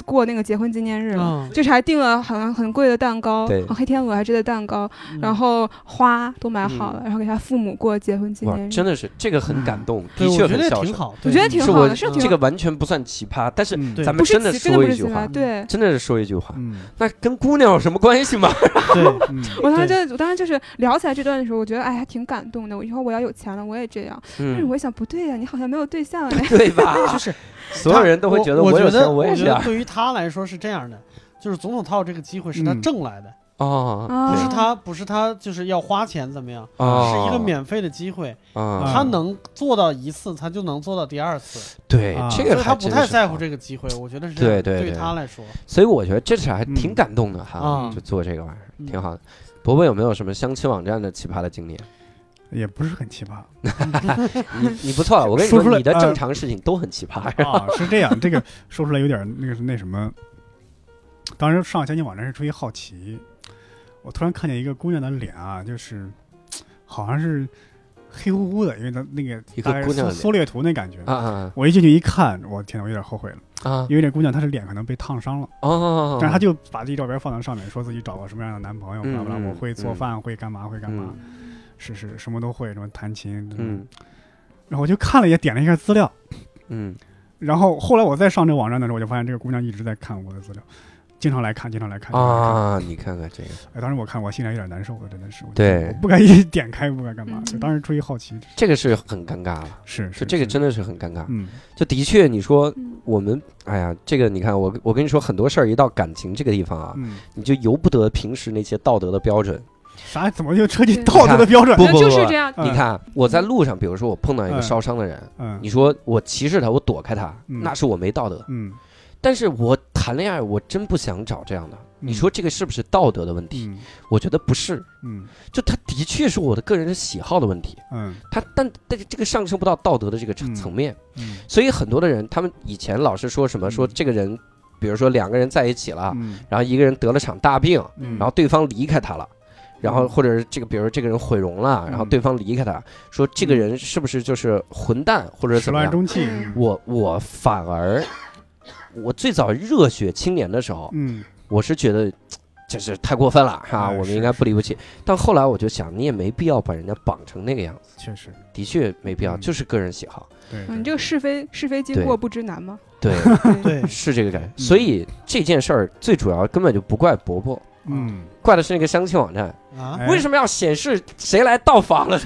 [SPEAKER 4] 过那个结婚纪念日嘛，
[SPEAKER 3] 嗯，
[SPEAKER 4] 就是还订了很很贵的蛋
[SPEAKER 1] 哦
[SPEAKER 4] 糕，
[SPEAKER 1] 对嗯
[SPEAKER 4] 黑天鹅还织的蛋糕，
[SPEAKER 3] 嗯
[SPEAKER 4] 然后花都买好了，然后给他父母过结婚纪
[SPEAKER 1] 哇
[SPEAKER 4] 念，日。
[SPEAKER 1] 真的是这个很感动，
[SPEAKER 3] 对，
[SPEAKER 1] 的
[SPEAKER 3] 我
[SPEAKER 1] 确
[SPEAKER 3] 觉得
[SPEAKER 1] 很
[SPEAKER 3] 也
[SPEAKER 1] 孝
[SPEAKER 3] 挺
[SPEAKER 1] 顺。
[SPEAKER 3] 好，
[SPEAKER 4] 我
[SPEAKER 3] 对
[SPEAKER 4] 觉得挺
[SPEAKER 1] 是
[SPEAKER 4] 好
[SPEAKER 1] 我
[SPEAKER 4] 的，是挺
[SPEAKER 1] 这
[SPEAKER 4] 好
[SPEAKER 1] 个
[SPEAKER 4] 的，
[SPEAKER 1] 完全不算奇葩，但是
[SPEAKER 2] 嗯
[SPEAKER 3] 对
[SPEAKER 1] 咱
[SPEAKER 4] 不
[SPEAKER 1] 们
[SPEAKER 4] 是
[SPEAKER 1] 真的
[SPEAKER 4] 奇真的
[SPEAKER 1] 说一
[SPEAKER 4] 不是
[SPEAKER 1] 句
[SPEAKER 4] 奇葩
[SPEAKER 1] 话，
[SPEAKER 4] 对。
[SPEAKER 1] 真的是说一句话，
[SPEAKER 2] 嗯
[SPEAKER 1] 那跟姑娘有什么关系
[SPEAKER 3] [LAUGHS]
[SPEAKER 1] 吗？
[SPEAKER 3] 对，
[SPEAKER 2] 嗯
[SPEAKER 4] 我当时
[SPEAKER 3] 对
[SPEAKER 4] 就，我当时就是聊起来这段的时候，我觉得哎，还挺感动的。我以后我要有钱了，我也这样。但是
[SPEAKER 1] 嗯，
[SPEAKER 4] 我一想，不对呀、你好像没有对象哎。
[SPEAKER 1] [LAUGHS] 对吧？
[SPEAKER 3] [LAUGHS] 就是
[SPEAKER 1] 所有人都会
[SPEAKER 3] 我
[SPEAKER 1] 觉得
[SPEAKER 3] 我
[SPEAKER 1] 有
[SPEAKER 3] 觉
[SPEAKER 1] 钱，
[SPEAKER 3] 得
[SPEAKER 1] 我也啊
[SPEAKER 3] 觉
[SPEAKER 1] 这
[SPEAKER 3] 得
[SPEAKER 1] 样
[SPEAKER 3] 对于他来说是这样的，就是总统套这个机会是他
[SPEAKER 2] 嗯
[SPEAKER 3] 挣来的，
[SPEAKER 1] 哦
[SPEAKER 4] 啊
[SPEAKER 3] 不是他不是他就是要花钱怎么样，
[SPEAKER 1] 哦，
[SPEAKER 3] 是一个免费的机会，
[SPEAKER 1] 啊，
[SPEAKER 3] 他能做到一次，他就能做到第二次，
[SPEAKER 1] 对
[SPEAKER 2] 啊
[SPEAKER 1] 这
[SPEAKER 3] 所
[SPEAKER 1] 个
[SPEAKER 3] 以他
[SPEAKER 1] 还
[SPEAKER 3] 不
[SPEAKER 1] 真
[SPEAKER 3] 太
[SPEAKER 1] 是
[SPEAKER 3] 在
[SPEAKER 1] 好
[SPEAKER 3] 乎这个机会，我觉得是这样
[SPEAKER 1] 对
[SPEAKER 3] 的
[SPEAKER 1] 对
[SPEAKER 3] 对于
[SPEAKER 1] 对
[SPEAKER 3] 他来说，
[SPEAKER 1] 所以我觉得这事儿还挺
[SPEAKER 2] 嗯
[SPEAKER 1] 感动的哈，
[SPEAKER 3] 啊
[SPEAKER 1] 就做这个玩意儿
[SPEAKER 3] 嗯
[SPEAKER 1] 挺好的。伯伯有没有什么相亲网站的奇葩的经历？啊
[SPEAKER 2] 也不是很奇葩
[SPEAKER 1] 你你不错了，我跟你
[SPEAKER 2] 说出
[SPEAKER 1] 说，
[SPEAKER 2] 来
[SPEAKER 1] 你的
[SPEAKER 2] 呃
[SPEAKER 1] 正常事情都很奇葩。
[SPEAKER 2] [LAUGHS] 啊，是这样，这个说出来有点那个是那什么。当时上相亲网站是出于好奇，我突然看见一个姑娘的脸啊，就是好像是黑乎乎的，因为她那个
[SPEAKER 1] 一个
[SPEAKER 2] 大概
[SPEAKER 1] 姑娘的脸
[SPEAKER 2] 缩缩略图那感觉。
[SPEAKER 1] 啊啊
[SPEAKER 2] 我一进去一看，我天呐，我有点后悔了，
[SPEAKER 1] 啊！
[SPEAKER 2] 因为这姑娘她的脸可能被烫伤了，
[SPEAKER 1] 哦，
[SPEAKER 2] 但是她就把自己照片放到上面，说自己找到什么样的男朋友，
[SPEAKER 1] 嗯
[SPEAKER 2] 巴拉巴拉，
[SPEAKER 1] 嗯
[SPEAKER 2] 我会做饭，会干嘛，会干嘛，
[SPEAKER 1] 嗯
[SPEAKER 2] 是是什么都会，什么弹琴，
[SPEAKER 1] 嗯
[SPEAKER 2] 然后我就看了一眼，点了一下资料，
[SPEAKER 1] 嗯
[SPEAKER 2] 然后后来我再上这个网站的时候，我就发现这个姑娘一直在看我的资料，经常来看，经常来看。
[SPEAKER 1] 啊，你看看这个，
[SPEAKER 2] 经常来看哎，当时我看我心里有点难受的，真的是。我
[SPEAKER 1] 对
[SPEAKER 2] 我不该一点开，不该干嘛
[SPEAKER 4] 嗯，
[SPEAKER 2] 就当时出于好奇。
[SPEAKER 1] 这个是很尴尬了，
[SPEAKER 2] 是，
[SPEAKER 1] 就是这个
[SPEAKER 2] 是
[SPEAKER 1] 真的是很尴尬。
[SPEAKER 2] 嗯
[SPEAKER 1] 就的确，你说
[SPEAKER 4] 嗯
[SPEAKER 1] 我们，哎呀，这个你看，我我跟你说，很多事儿一到感情这个地方啊，
[SPEAKER 2] 嗯，
[SPEAKER 1] 你就由不得平时那些道德的标准。
[SPEAKER 2] 啥怎么就彻底道德的标准
[SPEAKER 1] 不？
[SPEAKER 4] 我觉得就是这样，
[SPEAKER 2] 嗯
[SPEAKER 1] 你看，我在路上，比如说我碰到一个
[SPEAKER 2] 嗯
[SPEAKER 1] 烧伤的人，
[SPEAKER 2] 嗯
[SPEAKER 1] 你说我歧视他，我躲开他，
[SPEAKER 2] 嗯
[SPEAKER 1] 那是我没道德。
[SPEAKER 2] 嗯，
[SPEAKER 1] 但是我谈恋爱，我真不想找这样的。你
[SPEAKER 2] 嗯
[SPEAKER 1] 说这个是不是道德的问题？
[SPEAKER 2] 嗯
[SPEAKER 1] 我觉得不是，
[SPEAKER 2] 嗯
[SPEAKER 1] 就他的确是我的个人的喜好的问题。
[SPEAKER 2] 嗯
[SPEAKER 1] 他但但是这个上升不到道德的这个层
[SPEAKER 2] 嗯
[SPEAKER 1] 层面，
[SPEAKER 2] 嗯
[SPEAKER 1] 所以很多的人，他们以前老是说什么
[SPEAKER 2] 嗯
[SPEAKER 1] 说这个人，比如说两个人在一起了，
[SPEAKER 2] 嗯
[SPEAKER 1] 然后一个人得了场大病，
[SPEAKER 2] 嗯，
[SPEAKER 1] 然后对方离开他了。然后，
[SPEAKER 2] 嗯
[SPEAKER 1] 或者是这个，比如说这个人毁容了，然后
[SPEAKER 2] 嗯
[SPEAKER 1] 对方离开他，说这个人是不是就是混蛋，或者
[SPEAKER 2] 始
[SPEAKER 1] 怎么
[SPEAKER 2] 乱
[SPEAKER 1] 样？
[SPEAKER 2] 终弃。嗯
[SPEAKER 1] 我我反而，我最早热血青年的时候，
[SPEAKER 2] 嗯
[SPEAKER 1] 我是觉得这是太过分了哈、
[SPEAKER 2] 哎
[SPEAKER 1] 我们
[SPEAKER 2] 是
[SPEAKER 1] 应该不离不弃。但后来我就想，你也没必要把人家绑成那个样子，
[SPEAKER 2] 确实
[SPEAKER 1] 的确没必要，
[SPEAKER 2] 嗯
[SPEAKER 1] 就是个人喜
[SPEAKER 2] [LAUGHS]
[SPEAKER 1] 好。
[SPEAKER 2] 对。
[SPEAKER 4] 嗯，
[SPEAKER 2] 对
[SPEAKER 4] 你这个是非是非经
[SPEAKER 1] 对
[SPEAKER 4] 过不知难嘛。
[SPEAKER 1] 对，
[SPEAKER 3] 对，
[SPEAKER 1] 是这个感
[SPEAKER 2] 嗯
[SPEAKER 1] 觉。所以这件事儿最主要根本就不怪伯伯，
[SPEAKER 2] 嗯
[SPEAKER 1] 怪的是那个相亲网站
[SPEAKER 3] 啊，
[SPEAKER 2] 哎
[SPEAKER 1] 为什么要显示谁来到访了？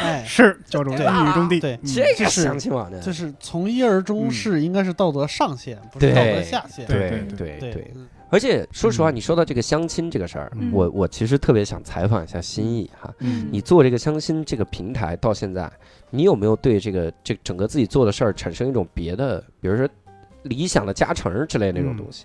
[SPEAKER 3] 哎，
[SPEAKER 2] 是教主一语中的
[SPEAKER 3] 对
[SPEAKER 2] 嗯
[SPEAKER 1] 这
[SPEAKER 3] 就
[SPEAKER 1] 个
[SPEAKER 3] 是
[SPEAKER 1] 相亲网站，
[SPEAKER 3] 就是从一而终
[SPEAKER 2] 嗯
[SPEAKER 3] 是应该是道德上限，不是道德
[SPEAKER 1] 对
[SPEAKER 3] 下限。
[SPEAKER 2] 对
[SPEAKER 1] 对对。
[SPEAKER 3] 嗯
[SPEAKER 1] 而且说实话，
[SPEAKER 2] 嗯
[SPEAKER 1] 你说到这个相亲这个事儿，
[SPEAKER 2] 嗯
[SPEAKER 1] 我我其实特别想采访一下新意哈。
[SPEAKER 2] 嗯
[SPEAKER 1] 你做这个相亲这个平台到现在，你有没有对这个这整个自己做的事儿产生一种别的，比如说理想的加成之类那
[SPEAKER 2] 嗯
[SPEAKER 1] 种东西？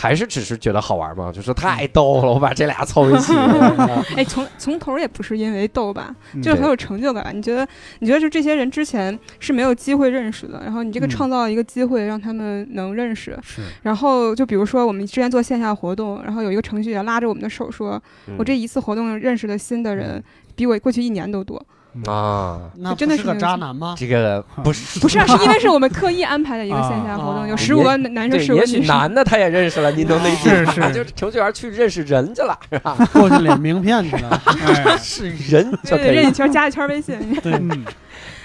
[SPEAKER 1] 还是只是觉得好玩吗？就说太逗了，我把这俩凑
[SPEAKER 2] [LAUGHS]
[SPEAKER 1] 一起。
[SPEAKER 4] [LAUGHS] 哎，从从头也不是因为逗吧，
[SPEAKER 2] 嗯
[SPEAKER 4] 就是很有成就感。你觉得你觉得就这些人之前是没有机会认识的，然后你这个
[SPEAKER 2] 嗯
[SPEAKER 4] 创造了一个机会让他们能认识。
[SPEAKER 2] 是
[SPEAKER 4] 然后就比如说我们之前做线下活动，然后有一个
[SPEAKER 1] 嗯
[SPEAKER 4] 程序员拉着我们的手说，我这一次活动认识的新的人比我过去一年都多。
[SPEAKER 2] 嗯
[SPEAKER 1] 啊，
[SPEAKER 3] 那
[SPEAKER 4] 真的
[SPEAKER 3] 不是
[SPEAKER 4] 是
[SPEAKER 3] 个
[SPEAKER 4] 没有
[SPEAKER 3] 渣
[SPEAKER 4] 钱
[SPEAKER 3] 男吗？
[SPEAKER 1] 这个不是
[SPEAKER 3] [LAUGHS]
[SPEAKER 4] 不是啊，是因为是我们刻意安排的一个线下活
[SPEAKER 3] 啊
[SPEAKER 4] 动，
[SPEAKER 3] 啊
[SPEAKER 4] 有十五个男生，
[SPEAKER 1] 对，
[SPEAKER 4] 十五
[SPEAKER 1] 也
[SPEAKER 4] 个
[SPEAKER 1] 许
[SPEAKER 4] 女生。
[SPEAKER 1] 男的他也认识了，你能理解
[SPEAKER 2] 是
[SPEAKER 1] 吗？[LAUGHS]
[SPEAKER 2] 是
[SPEAKER 1] 就是程序员去认识人去了，是吧？
[SPEAKER 3] 过去领名片去了，
[SPEAKER 2] 哎，
[SPEAKER 1] [LAUGHS] 是人就可
[SPEAKER 4] 对对，认
[SPEAKER 1] 以
[SPEAKER 4] 一。圈加一圈微信，
[SPEAKER 2] 嗯，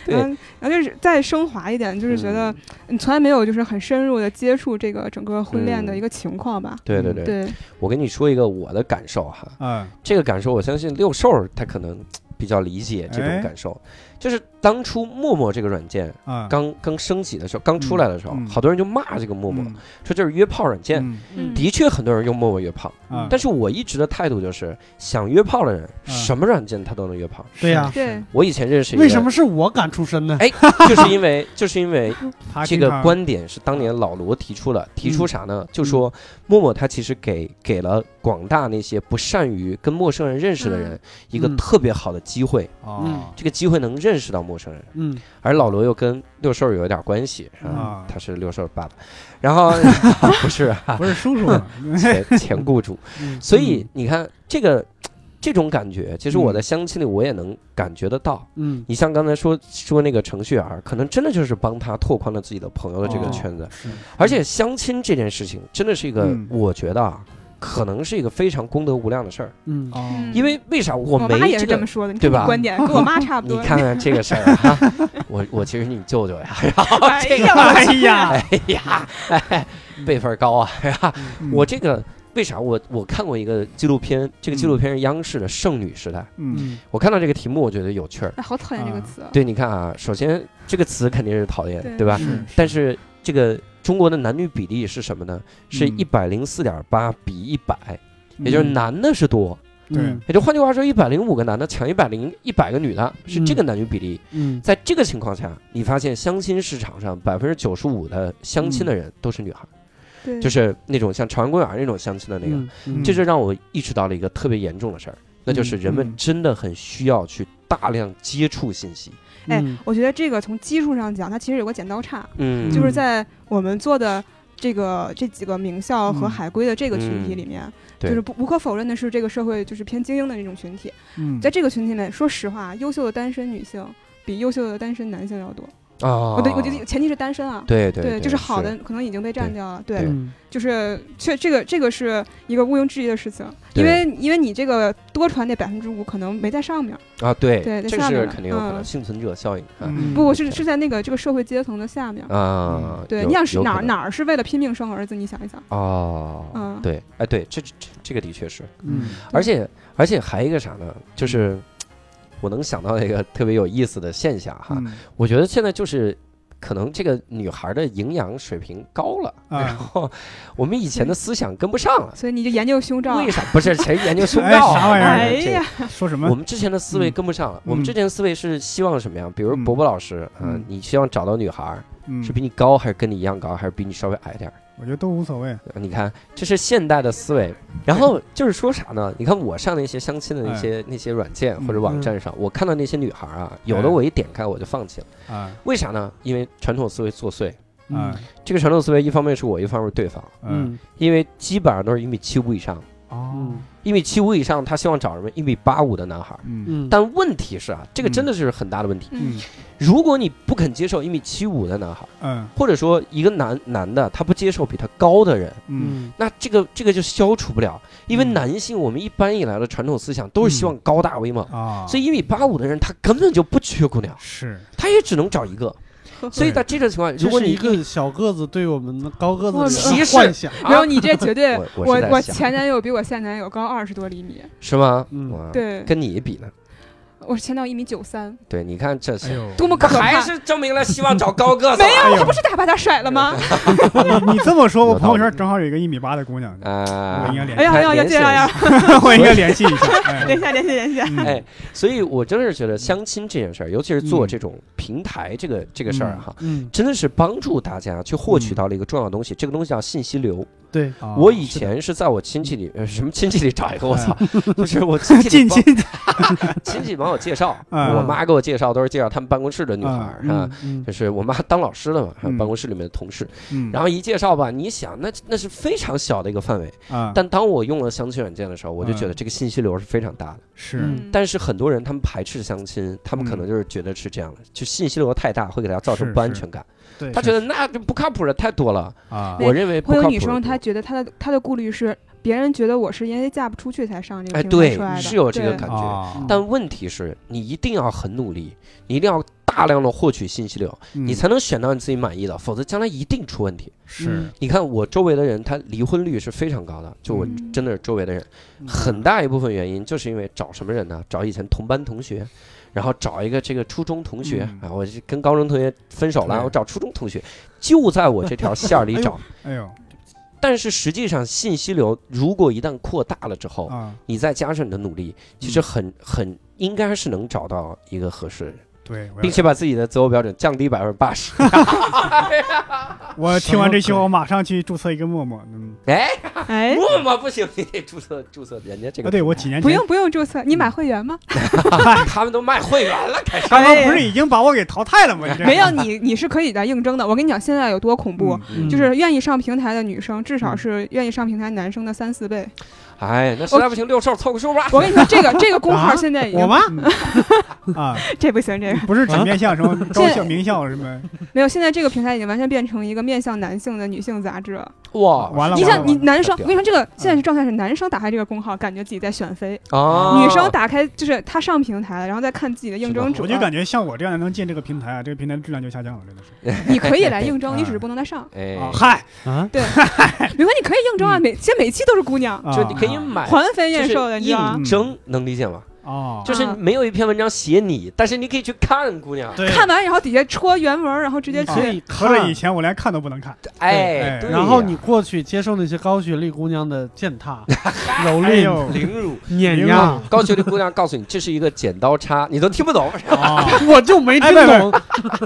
[SPEAKER 1] 对嗯
[SPEAKER 4] 嗯，然后就是再升华一点，就是觉得你从来没有就是很深入的接触这个整个婚恋的一个情况吧？
[SPEAKER 1] 嗯
[SPEAKER 4] 嗯
[SPEAKER 1] 对对对，
[SPEAKER 4] 对，
[SPEAKER 1] 我跟你说一个我的感受哈，
[SPEAKER 2] 哎，
[SPEAKER 1] 这个感受我相信六兽儿他可能嘖比较理解这种
[SPEAKER 2] 哎
[SPEAKER 1] 感受，就是当初陌陌这个软件
[SPEAKER 2] 啊，
[SPEAKER 1] 刚刚升起的时候，刚出来的时候，
[SPEAKER 2] 嗯嗯
[SPEAKER 1] 好多人就骂这个陌陌，
[SPEAKER 2] 嗯
[SPEAKER 1] 说这是约炮软件。
[SPEAKER 2] 嗯
[SPEAKER 4] 嗯
[SPEAKER 1] 的确，很多人用陌陌约炮，
[SPEAKER 2] 啊
[SPEAKER 1] 但是我一直的态度就是，想约炮的人，
[SPEAKER 2] 嗯
[SPEAKER 1] 什么软件他都能约炮。
[SPEAKER 3] 对呀
[SPEAKER 4] 对，
[SPEAKER 1] 我以前认识一个，
[SPEAKER 2] [LAUGHS]
[SPEAKER 3] 为什么是我敢出身呢？
[SPEAKER 1] 哎，就是因为就是因为
[SPEAKER 2] 他
[SPEAKER 1] 这
[SPEAKER 2] 经
[SPEAKER 1] 个
[SPEAKER 2] 常
[SPEAKER 1] 观点是当年老罗提出了，提出啥呢？就说陌陌它其实给给了广大那些不善于跟陌生人认识的人
[SPEAKER 4] 嗯
[SPEAKER 1] 一个
[SPEAKER 3] 嗯
[SPEAKER 1] 特别好的机会，
[SPEAKER 2] 哦
[SPEAKER 1] 这个机会能认识到陌生人。
[SPEAKER 3] 嗯，
[SPEAKER 1] 而老罗又跟六兽有一点关系啊，
[SPEAKER 2] 啊，
[SPEAKER 1] 他是六兽爸爸，然后不是啊
[SPEAKER 2] 不是叔 [LAUGHS] 叔吗，
[SPEAKER 1] 前前雇主，
[SPEAKER 3] 嗯
[SPEAKER 1] 所以你看这个。这种感觉，其实我在相亲里我也能感觉得到。
[SPEAKER 3] 嗯，
[SPEAKER 1] 你像刚才说说那个程序员，可能真的就是帮他拓宽了自己的朋友的这个
[SPEAKER 2] 哦
[SPEAKER 1] 圈子。
[SPEAKER 3] 是
[SPEAKER 1] 而且相亲这件事情真的是一个，
[SPEAKER 2] 嗯
[SPEAKER 1] 我觉得啊，可能是一个非常功德无量的事儿。
[SPEAKER 3] 嗯，
[SPEAKER 2] 哦
[SPEAKER 1] 因为为啥我
[SPEAKER 4] 我妈
[SPEAKER 1] 没
[SPEAKER 4] 也是
[SPEAKER 1] 这
[SPEAKER 4] 这
[SPEAKER 1] 个
[SPEAKER 4] 么？说的，你
[SPEAKER 1] 对
[SPEAKER 4] 看你
[SPEAKER 1] 吧
[SPEAKER 4] 观点跟我妈差不
[SPEAKER 1] [LAUGHS] 你
[SPEAKER 4] 多。 [LAUGHS]
[SPEAKER 1] 看看这个事儿啊，哈我我其实你舅舅呀，然后
[SPEAKER 4] 哎
[SPEAKER 1] 这个， [LAUGHS]
[SPEAKER 4] 呀，
[SPEAKER 2] 哎呀，
[SPEAKER 1] 哎呀，哎辈分高啊，哎呀，
[SPEAKER 2] 嗯
[SPEAKER 1] 我这个为啥我我看过一个纪录片，这个纪录片是央视的《剩女时代》，
[SPEAKER 2] 嗯
[SPEAKER 3] 嗯
[SPEAKER 1] 我看到这个题目我觉得有趣儿。
[SPEAKER 4] 哎好讨厌这个
[SPEAKER 2] 啊
[SPEAKER 4] 词啊。
[SPEAKER 1] 对，你看啊，首先这个词肯定是讨厌，
[SPEAKER 4] 对
[SPEAKER 1] 对吧？
[SPEAKER 3] 是
[SPEAKER 1] 但是这个中国的男女比例是什么呢？是
[SPEAKER 2] 嗯
[SPEAKER 1] 一百零四点八比一百、也就是
[SPEAKER 2] 嗯
[SPEAKER 1] 男的是多，
[SPEAKER 2] 对
[SPEAKER 3] 嗯
[SPEAKER 1] 也就换句话说，一百零五个男的抢一百零一百个女的，是这
[SPEAKER 3] 嗯
[SPEAKER 1] 个男女比例。
[SPEAKER 3] 嗯
[SPEAKER 1] 在这个情况下，你发现相亲市场上百分之九十五的相亲的人都是女孩，
[SPEAKER 4] 对，
[SPEAKER 1] 就是那种像朝阳公园啊那种相亲的那个，
[SPEAKER 3] 嗯嗯
[SPEAKER 1] 这就让我意识到了一个特别严重的事儿，那就是人们
[SPEAKER 2] 嗯
[SPEAKER 1] 真的很需要去大量接触信息。
[SPEAKER 4] 哎
[SPEAKER 3] 嗯
[SPEAKER 4] 我觉得这个从技术上讲，它其实有个剪刀差，
[SPEAKER 1] 嗯，
[SPEAKER 4] 就是
[SPEAKER 3] 嗯
[SPEAKER 4] 在我们做的这个这几个名校和
[SPEAKER 2] 嗯
[SPEAKER 4] 海归的这个群体
[SPEAKER 1] 嗯
[SPEAKER 4] 里面，
[SPEAKER 1] 对
[SPEAKER 4] 就是不无可否认的是，这个社会就是偏精英的那种群体，
[SPEAKER 2] 嗯
[SPEAKER 4] 在这个群体里面，说实话，优秀的单身女性比优秀的单身男性要多。
[SPEAKER 1] 啊，
[SPEAKER 4] 我的我觉得前提是单身啊。
[SPEAKER 1] 对对
[SPEAKER 4] 就是好的可能已经被占掉了，对，
[SPEAKER 1] 对
[SPEAKER 3] 嗯
[SPEAKER 4] 就是确这个这个是一个毋庸置疑的事情，因为因为你这个多传那百分之五可能没在上面，
[SPEAKER 1] 啊，对，
[SPEAKER 4] 对在
[SPEAKER 1] 这个
[SPEAKER 4] 下
[SPEAKER 1] 是
[SPEAKER 4] 面
[SPEAKER 1] 肯定有可能
[SPEAKER 4] 嗯
[SPEAKER 1] 幸存者效应啊
[SPEAKER 2] 嗯
[SPEAKER 4] 不是
[SPEAKER 1] 对
[SPEAKER 4] 是在那个这个社会阶层的下面，
[SPEAKER 1] 啊，
[SPEAKER 4] 对，
[SPEAKER 1] 有
[SPEAKER 4] 你想是
[SPEAKER 1] 有可
[SPEAKER 4] 哪儿
[SPEAKER 1] 能
[SPEAKER 4] 哪儿是为了拼命生儿子？你想一想，
[SPEAKER 1] 哦，
[SPEAKER 4] 嗯
[SPEAKER 1] 对，哎，对，这这这个的确是，
[SPEAKER 3] 嗯
[SPEAKER 1] 而且而且还一个啥呢？就是我能想到一个特别有意思的现象哈，
[SPEAKER 2] 嗯
[SPEAKER 1] 我觉得现在就是。可能这个女孩的营养水平高了，
[SPEAKER 2] 啊
[SPEAKER 1] 然后我们以前的思想跟不上了。
[SPEAKER 4] 所以你就研究胸罩嗯
[SPEAKER 1] 为，啥不是谁研究胸
[SPEAKER 2] [LAUGHS] 哎
[SPEAKER 1] 罩啊？
[SPEAKER 2] 啥玩意儿
[SPEAKER 4] 啊哎
[SPEAKER 1] 这
[SPEAKER 4] 呀，
[SPEAKER 2] [LAUGHS] 说什
[SPEAKER 1] 我
[SPEAKER 2] 么？
[SPEAKER 1] 们之前的思维
[SPEAKER 2] 嗯
[SPEAKER 1] 跟不上了。我们
[SPEAKER 2] 嗯
[SPEAKER 1] 之前的思维是希望什么呀？比如
[SPEAKER 2] 嗯
[SPEAKER 1] 伯伯老师，啊
[SPEAKER 2] 嗯，
[SPEAKER 1] 你希望找到女孩儿
[SPEAKER 2] 嗯
[SPEAKER 1] 是，比你高，还是跟你一样高，还是比你稍微矮点儿？呃
[SPEAKER 2] 我觉得都无所谓。
[SPEAKER 1] 你看，这是现代的思维。然后就是说啥呢？你看我上那些相亲的那些、那些软件或者网站上，我看到那些女孩啊，有的
[SPEAKER 2] 哎嗯哎
[SPEAKER 1] 我一点开我就放弃了。
[SPEAKER 2] 啊
[SPEAKER 1] 为啥呢？因为传统思维作祟。
[SPEAKER 2] 啊
[SPEAKER 1] 这个传统思维一方面是我，一方面是对方，
[SPEAKER 2] 嗯
[SPEAKER 3] 嗯
[SPEAKER 1] 因为基本上都是一米七五以上，
[SPEAKER 2] 哦
[SPEAKER 3] 嗯
[SPEAKER 1] 一米七五以上，他希望找什么一米八五的男孩。
[SPEAKER 2] 嗯
[SPEAKER 3] 嗯，
[SPEAKER 1] 但问题是啊，这个真的是很大的问题。
[SPEAKER 4] 嗯，
[SPEAKER 1] 如果你不肯接受一米七五的男孩，
[SPEAKER 2] 嗯
[SPEAKER 1] 或者说一个男男的他不接受比他高的人，
[SPEAKER 2] 嗯
[SPEAKER 3] 嗯
[SPEAKER 1] 那这个这个就消除不了，因为
[SPEAKER 2] 嗯
[SPEAKER 1] 男性我们一般以来的传统思想都是希望高大威猛，
[SPEAKER 2] 啊，
[SPEAKER 1] 所以一米八五的人他根本就不缺姑娘，
[SPEAKER 2] 是
[SPEAKER 1] 他也只能找一
[SPEAKER 4] [LAUGHS]
[SPEAKER 1] 个。所以在这种情况下，如
[SPEAKER 3] 这
[SPEAKER 1] 果
[SPEAKER 3] 是
[SPEAKER 1] 你
[SPEAKER 3] 一个小个子对我们的高个子的
[SPEAKER 4] 我
[SPEAKER 1] 歧视
[SPEAKER 3] 幻想，
[SPEAKER 1] 啊
[SPEAKER 4] 没有你这绝对
[SPEAKER 1] [LAUGHS] 我，我
[SPEAKER 4] 我
[SPEAKER 1] 是在
[SPEAKER 4] 我
[SPEAKER 1] 想
[SPEAKER 4] 前男友比我现男友高二十多厘米，
[SPEAKER 1] 是吗？
[SPEAKER 3] 嗯
[SPEAKER 1] 哇
[SPEAKER 4] 对
[SPEAKER 1] 跟你比呢？
[SPEAKER 4] 我前男友一米九三，
[SPEAKER 1] 对，你看这
[SPEAKER 2] 哎
[SPEAKER 1] 是
[SPEAKER 2] 呦，
[SPEAKER 4] 多么可怕！
[SPEAKER 1] 还是证明了希望找高个子
[SPEAKER 4] 没
[SPEAKER 1] [LAUGHS]
[SPEAKER 4] 有，
[SPEAKER 2] 哎呦
[SPEAKER 4] 我还不是得把他甩了吗？
[SPEAKER 2] 你这么说，
[SPEAKER 1] 有
[SPEAKER 2] 我朋友
[SPEAKER 1] 道
[SPEAKER 2] 圈
[SPEAKER 1] 理
[SPEAKER 2] 正好有一个一米八的姑
[SPEAKER 1] [LAUGHS]
[SPEAKER 2] 娘， [LAUGHS]
[SPEAKER 1] 啊
[SPEAKER 2] 我应。该联
[SPEAKER 4] 哎呀
[SPEAKER 1] 还
[SPEAKER 4] 呀呀，
[SPEAKER 1] 联系
[SPEAKER 4] 这样呀，
[SPEAKER 2] 我应该联系一下。哎
[SPEAKER 4] 联系联系联系，
[SPEAKER 2] 嗯
[SPEAKER 1] [LAUGHS] 哎，所以我真的是觉得相亲这件事儿，尤其是做
[SPEAKER 2] 嗯
[SPEAKER 1] 这种平台这个这个事儿哈，
[SPEAKER 3] 嗯
[SPEAKER 1] 真的是帮助大家去获取
[SPEAKER 2] 嗯
[SPEAKER 1] 到了一个重要的东西，这个东西叫信息流。
[SPEAKER 3] 对，
[SPEAKER 2] 啊
[SPEAKER 1] 我以前是在我亲戚里，呃什么亲戚里找一个，我操，就是我亲戚里
[SPEAKER 2] 近
[SPEAKER 1] 帮
[SPEAKER 2] 亲
[SPEAKER 1] 亲戚帮 [LAUGHS] 我介绍，
[SPEAKER 2] 嗯
[SPEAKER 1] 我妈给我介绍，都是介绍他们办公室的女孩儿啊
[SPEAKER 3] 嗯，嗯
[SPEAKER 1] 就是我妈当老师了嘛，
[SPEAKER 2] 哎嗯
[SPEAKER 1] 办公室里面的同事。
[SPEAKER 2] 嗯，
[SPEAKER 1] 然后一介绍吧，你想那那是非常小的一个范围，
[SPEAKER 2] 后啊，
[SPEAKER 1] 但当我用了相亲软件的时候，我就觉得这个信息流是非常大的。
[SPEAKER 2] 是
[SPEAKER 3] 嗯
[SPEAKER 1] 但是很多人他们排斥相亲，他们可能就是觉得是这样的，就信息流太大会给他造成不安全感，
[SPEAKER 3] 对，
[SPEAKER 1] 他觉得那就不靠谱的太多了。
[SPEAKER 2] 啊，
[SPEAKER 1] 我认为不
[SPEAKER 4] 会
[SPEAKER 1] 靠
[SPEAKER 4] 有
[SPEAKER 1] 谱的
[SPEAKER 4] 女生
[SPEAKER 1] 多
[SPEAKER 4] 她觉得她的她的顾虑是别人觉得我是因为嫁不出去才上这个
[SPEAKER 1] 哎
[SPEAKER 4] 平
[SPEAKER 1] 对
[SPEAKER 4] 台出来的，
[SPEAKER 1] 是有这个
[SPEAKER 4] 对
[SPEAKER 1] 感觉
[SPEAKER 2] 啊
[SPEAKER 1] 但问题是你一定要很努力，你一定要大量的获取信息流，你
[SPEAKER 2] 嗯
[SPEAKER 1] 才能选到你自己满意的，否则将来一定出问题。
[SPEAKER 2] 是
[SPEAKER 1] 你看我周围的人，他离婚率是非常高的，就我
[SPEAKER 4] 嗯
[SPEAKER 1] 真的是周围的人，
[SPEAKER 3] 嗯
[SPEAKER 1] 很大一部分原因就是因为找什么人呢？找以前同班同学。然后找一个这个初中同学、
[SPEAKER 2] 嗯
[SPEAKER 1] 啊，我就跟高中同学分手了，
[SPEAKER 2] 对
[SPEAKER 1] 我找初中同学，就在我这条线儿
[SPEAKER 2] [LAUGHS] 哎
[SPEAKER 1] 里
[SPEAKER 2] 呦
[SPEAKER 1] 找。
[SPEAKER 2] 哎呦
[SPEAKER 1] 但是实际上，信息流如果一旦扩大了之后，
[SPEAKER 2] 啊，
[SPEAKER 1] 你再加上你的努力，其实很很应该是能找到一个合适的人，
[SPEAKER 2] 对，我要
[SPEAKER 1] 并且把自己的择偶标准降低百分之八十。
[SPEAKER 2] 我听完这期
[SPEAKER 3] 什么鬼
[SPEAKER 2] 我马上去注册一个陌陌，嗯，
[SPEAKER 1] 哎，
[SPEAKER 4] 哎，
[SPEAKER 1] 不嘛不行，你得注册注册人家这
[SPEAKER 2] 啊，
[SPEAKER 1] 个。
[SPEAKER 2] 对我几年
[SPEAKER 4] 不
[SPEAKER 2] 前
[SPEAKER 4] 用不用注册，你买会员吗？哎
[SPEAKER 1] 他们都卖会员了，开始。
[SPEAKER 2] 他们不是已经把我给淘汰了吗？你这
[SPEAKER 4] 没有你你是可以来应征的。我跟你讲现哎在有多恐怖，
[SPEAKER 3] 嗯
[SPEAKER 4] 就是愿意上平台的女生至少
[SPEAKER 2] 嗯
[SPEAKER 4] 是愿意上平台男生的三四倍。
[SPEAKER 1] 哎，那实在不行，六兽凑个数吧。
[SPEAKER 4] 我跟你说这个这个工
[SPEAKER 2] 啊
[SPEAKER 4] 号现在已经、 [LAUGHS]
[SPEAKER 2] 我吗？嗯啊，
[SPEAKER 4] 这不行，这个
[SPEAKER 2] 不是只面向什么高校、名校什么，
[SPEAKER 4] 没有。现在这个平台已经完全变成一个面向男性的女性杂志了。
[SPEAKER 1] 哇，
[SPEAKER 2] 完了
[SPEAKER 4] 你
[SPEAKER 2] 完了
[SPEAKER 4] 想，你
[SPEAKER 2] 完了嗯
[SPEAKER 4] 男生，我跟你说，这个现在这状态是男生打开这个工号，感觉自己在选妃；
[SPEAKER 1] 啊，
[SPEAKER 4] 女生打开就是她上平台了，然后再看自己的应征者
[SPEAKER 2] 我。就感觉像我这样的能进这个平台啊，这个平台质量就下降了，真的是。
[SPEAKER 4] 你可以来应征，
[SPEAKER 2] 哎
[SPEAKER 4] 你只是不能来上。
[SPEAKER 1] 哎，
[SPEAKER 2] 啊，嗨，
[SPEAKER 3] 啊，
[SPEAKER 4] 没关系，你可以应征啊，每现在每期都是姑娘，
[SPEAKER 2] 啊
[SPEAKER 1] 就你可以买，
[SPEAKER 4] 环肥
[SPEAKER 1] 哎就
[SPEAKER 4] 燕
[SPEAKER 1] 是
[SPEAKER 4] 瘦的，你知道吗
[SPEAKER 1] 应？征，能理解吗？
[SPEAKER 2] 哦，
[SPEAKER 1] 就是没有一篇文章写你，但是你可以去看姑娘。
[SPEAKER 3] 对，
[SPEAKER 4] 看完然后底下戳原文，然后直接
[SPEAKER 3] 你可
[SPEAKER 4] 去。
[SPEAKER 3] 以
[SPEAKER 2] 合着
[SPEAKER 3] 看
[SPEAKER 2] 以，前我连看都不能看，
[SPEAKER 1] 哎，对呀
[SPEAKER 3] 然后你过去接受那些高学历姑娘的践踏、蹂
[SPEAKER 2] 哎
[SPEAKER 3] 躏、
[SPEAKER 4] [LAUGHS]
[SPEAKER 2] 呦，
[SPEAKER 1] 凌辱
[SPEAKER 3] 碾压，
[SPEAKER 1] 高学历姑娘告诉你，这是一个剪刀叉，你都听不懂。
[SPEAKER 2] 哦
[SPEAKER 3] 我就没听
[SPEAKER 2] 哎
[SPEAKER 3] 懂，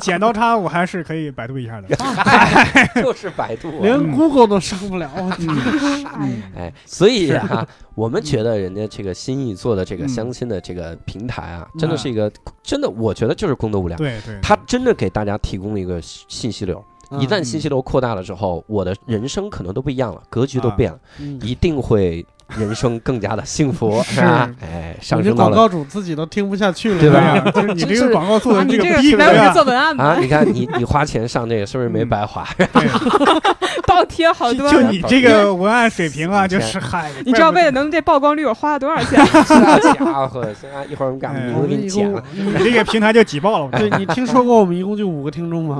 [SPEAKER 2] 剪刀差我还是可以百度一下
[SPEAKER 4] [LAUGHS]
[SPEAKER 2] 的。
[SPEAKER 1] 哎就是百度啊。
[SPEAKER 3] 连 Google 都上不了，我天
[SPEAKER 4] 哎
[SPEAKER 2] 嗯
[SPEAKER 4] 呀
[SPEAKER 1] 哎，所以啊，我们觉得人家这个新意做的这个相亲的这个平台啊，
[SPEAKER 2] 嗯
[SPEAKER 1] 真的是一个真的，我觉得就是功德无量。
[SPEAKER 2] 对对，
[SPEAKER 1] 它真的给大家提供了一个信息流，一旦
[SPEAKER 2] 嗯
[SPEAKER 1] 信息流扩大了之后，我的人生可能都不一样了，格局都变了，
[SPEAKER 3] 嗯
[SPEAKER 1] 一定会人生更加的幸福，
[SPEAKER 2] 是
[SPEAKER 1] 是吧？哎，上
[SPEAKER 3] 你这
[SPEAKER 1] 升到
[SPEAKER 3] 广
[SPEAKER 1] 了
[SPEAKER 3] 告主自己都听不下去了，
[SPEAKER 1] 对吧
[SPEAKER 2] 哎呀就是你这个广告做
[SPEAKER 4] 啊
[SPEAKER 2] 的
[SPEAKER 4] 你
[SPEAKER 2] 这
[SPEAKER 4] 这
[SPEAKER 2] 个
[SPEAKER 4] 个
[SPEAKER 2] 逼格
[SPEAKER 4] 来我
[SPEAKER 2] 呀
[SPEAKER 4] 这做文案吧，
[SPEAKER 1] 啊！你看你你花钱上这个是不是没白花？ [LAUGHS]
[SPEAKER 2] 对
[SPEAKER 4] 倒贴好
[SPEAKER 1] 啊
[SPEAKER 4] 多。
[SPEAKER 2] 就你这个文案水平啊，就是嗨，
[SPEAKER 4] 你知道为了能这曝光率，我花了多少钱？
[SPEAKER 1] 这家伙，现在一会儿我们把
[SPEAKER 2] 哎
[SPEAKER 1] 名
[SPEAKER 3] 我
[SPEAKER 1] 字给
[SPEAKER 3] 们
[SPEAKER 1] 你
[SPEAKER 3] 一
[SPEAKER 1] 剪
[SPEAKER 3] 共
[SPEAKER 1] 了，，
[SPEAKER 2] [LAUGHS] 你这个平台就挤爆了。
[SPEAKER 3] [LAUGHS] 对你听说过我们一共就五个听众吗？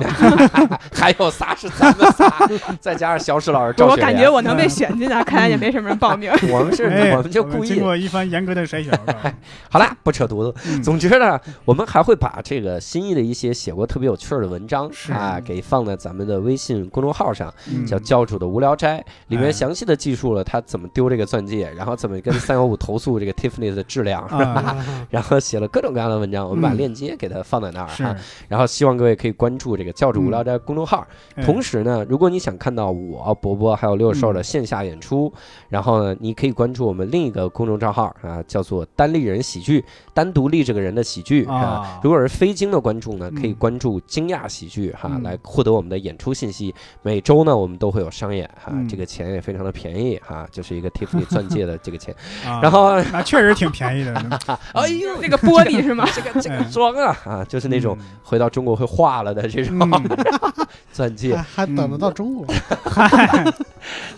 [SPEAKER 1] 还有仨是咱们仨，再加上小史老师、赵
[SPEAKER 4] 我
[SPEAKER 1] 雪莲
[SPEAKER 4] 感觉我能被选进来，看来也没什么人报名。
[SPEAKER 1] [LAUGHS] 我们是，
[SPEAKER 2] 哎，
[SPEAKER 1] 我们就故
[SPEAKER 2] 经
[SPEAKER 1] 意。哎
[SPEAKER 2] 过一番严格的筛选，
[SPEAKER 1] [LAUGHS]
[SPEAKER 2] 我告诉你
[SPEAKER 1] 好啦，不扯犊子。
[SPEAKER 2] 嗯
[SPEAKER 1] 总之呢，我们还会把这个新意的一些写过特别有趣儿的文章
[SPEAKER 2] 是
[SPEAKER 1] 啊，给放在咱们的微信公众号上，
[SPEAKER 2] 嗯
[SPEAKER 1] 叫教主的无聊斋，里
[SPEAKER 2] 哎
[SPEAKER 1] 面详细的记述了他怎么丢这个钻戒，然后怎么跟三幺五投诉这个 Tiffany 的质量。
[SPEAKER 2] [LAUGHS] 啊，
[SPEAKER 1] [LAUGHS] 然后写了各种各样的文章，我们把
[SPEAKER 2] 嗯
[SPEAKER 1] 链接给它放在那儿
[SPEAKER 2] 是
[SPEAKER 1] 啊哈。然后希望各位可以关注这个教主无聊斋公众号，
[SPEAKER 2] 哎
[SPEAKER 1] 同时呢，如果你想看到我博博还有六兽
[SPEAKER 2] 嗯
[SPEAKER 1] 的线下演出，然后呢，你可以关注我们另一个公众账号啊，叫做“单立人喜剧”，单独立这个人的喜剧啊。
[SPEAKER 2] 啊，
[SPEAKER 1] 如果是非京的观众呢，
[SPEAKER 2] 嗯
[SPEAKER 1] 可以关注“惊讶喜剧”哈，
[SPEAKER 2] 嗯
[SPEAKER 1] 来获得我们的演出信息。每周呢，我们都会有商演哈，
[SPEAKER 2] 嗯
[SPEAKER 1] 这个钱也非常的便宜哈，就是一个
[SPEAKER 2] [LAUGHS]
[SPEAKER 1] Tiffany 钻戒的这个钱。
[SPEAKER 2] 啊
[SPEAKER 1] 然
[SPEAKER 2] [LAUGHS]
[SPEAKER 1] 后，
[SPEAKER 2] 那确实挺便宜
[SPEAKER 1] [LAUGHS]
[SPEAKER 2] 的，
[SPEAKER 1] 哎呦，
[SPEAKER 4] 这个玻璃是吗？
[SPEAKER 1] 这个这个
[SPEAKER 2] 哎
[SPEAKER 1] 妆啊啊，就是那种
[SPEAKER 2] 嗯
[SPEAKER 1] 回到中国会化了的这 [LAUGHS] 种
[SPEAKER 2] 嗯
[SPEAKER 1] 钻戒
[SPEAKER 2] [LAUGHS]
[SPEAKER 3] 还还等得到中国？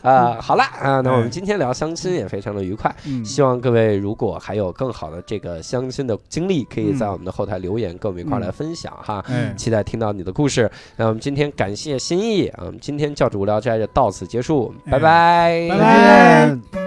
[SPEAKER 1] 啊。好啦啊，那我
[SPEAKER 2] 哎
[SPEAKER 1] 们今天聊相亲也非常的愉快。
[SPEAKER 2] 嗯
[SPEAKER 1] 希望各位如果还有更好的这个相亲的经历，可以在我们的后台留言，跟我们一块儿来分享哈。
[SPEAKER 2] 哎，
[SPEAKER 1] 期待听到你的故事。那我们今天嗯感谢心意啊，我们今天教主无聊斋就到此结束，拜拜，
[SPEAKER 3] 哎
[SPEAKER 2] 拜拜。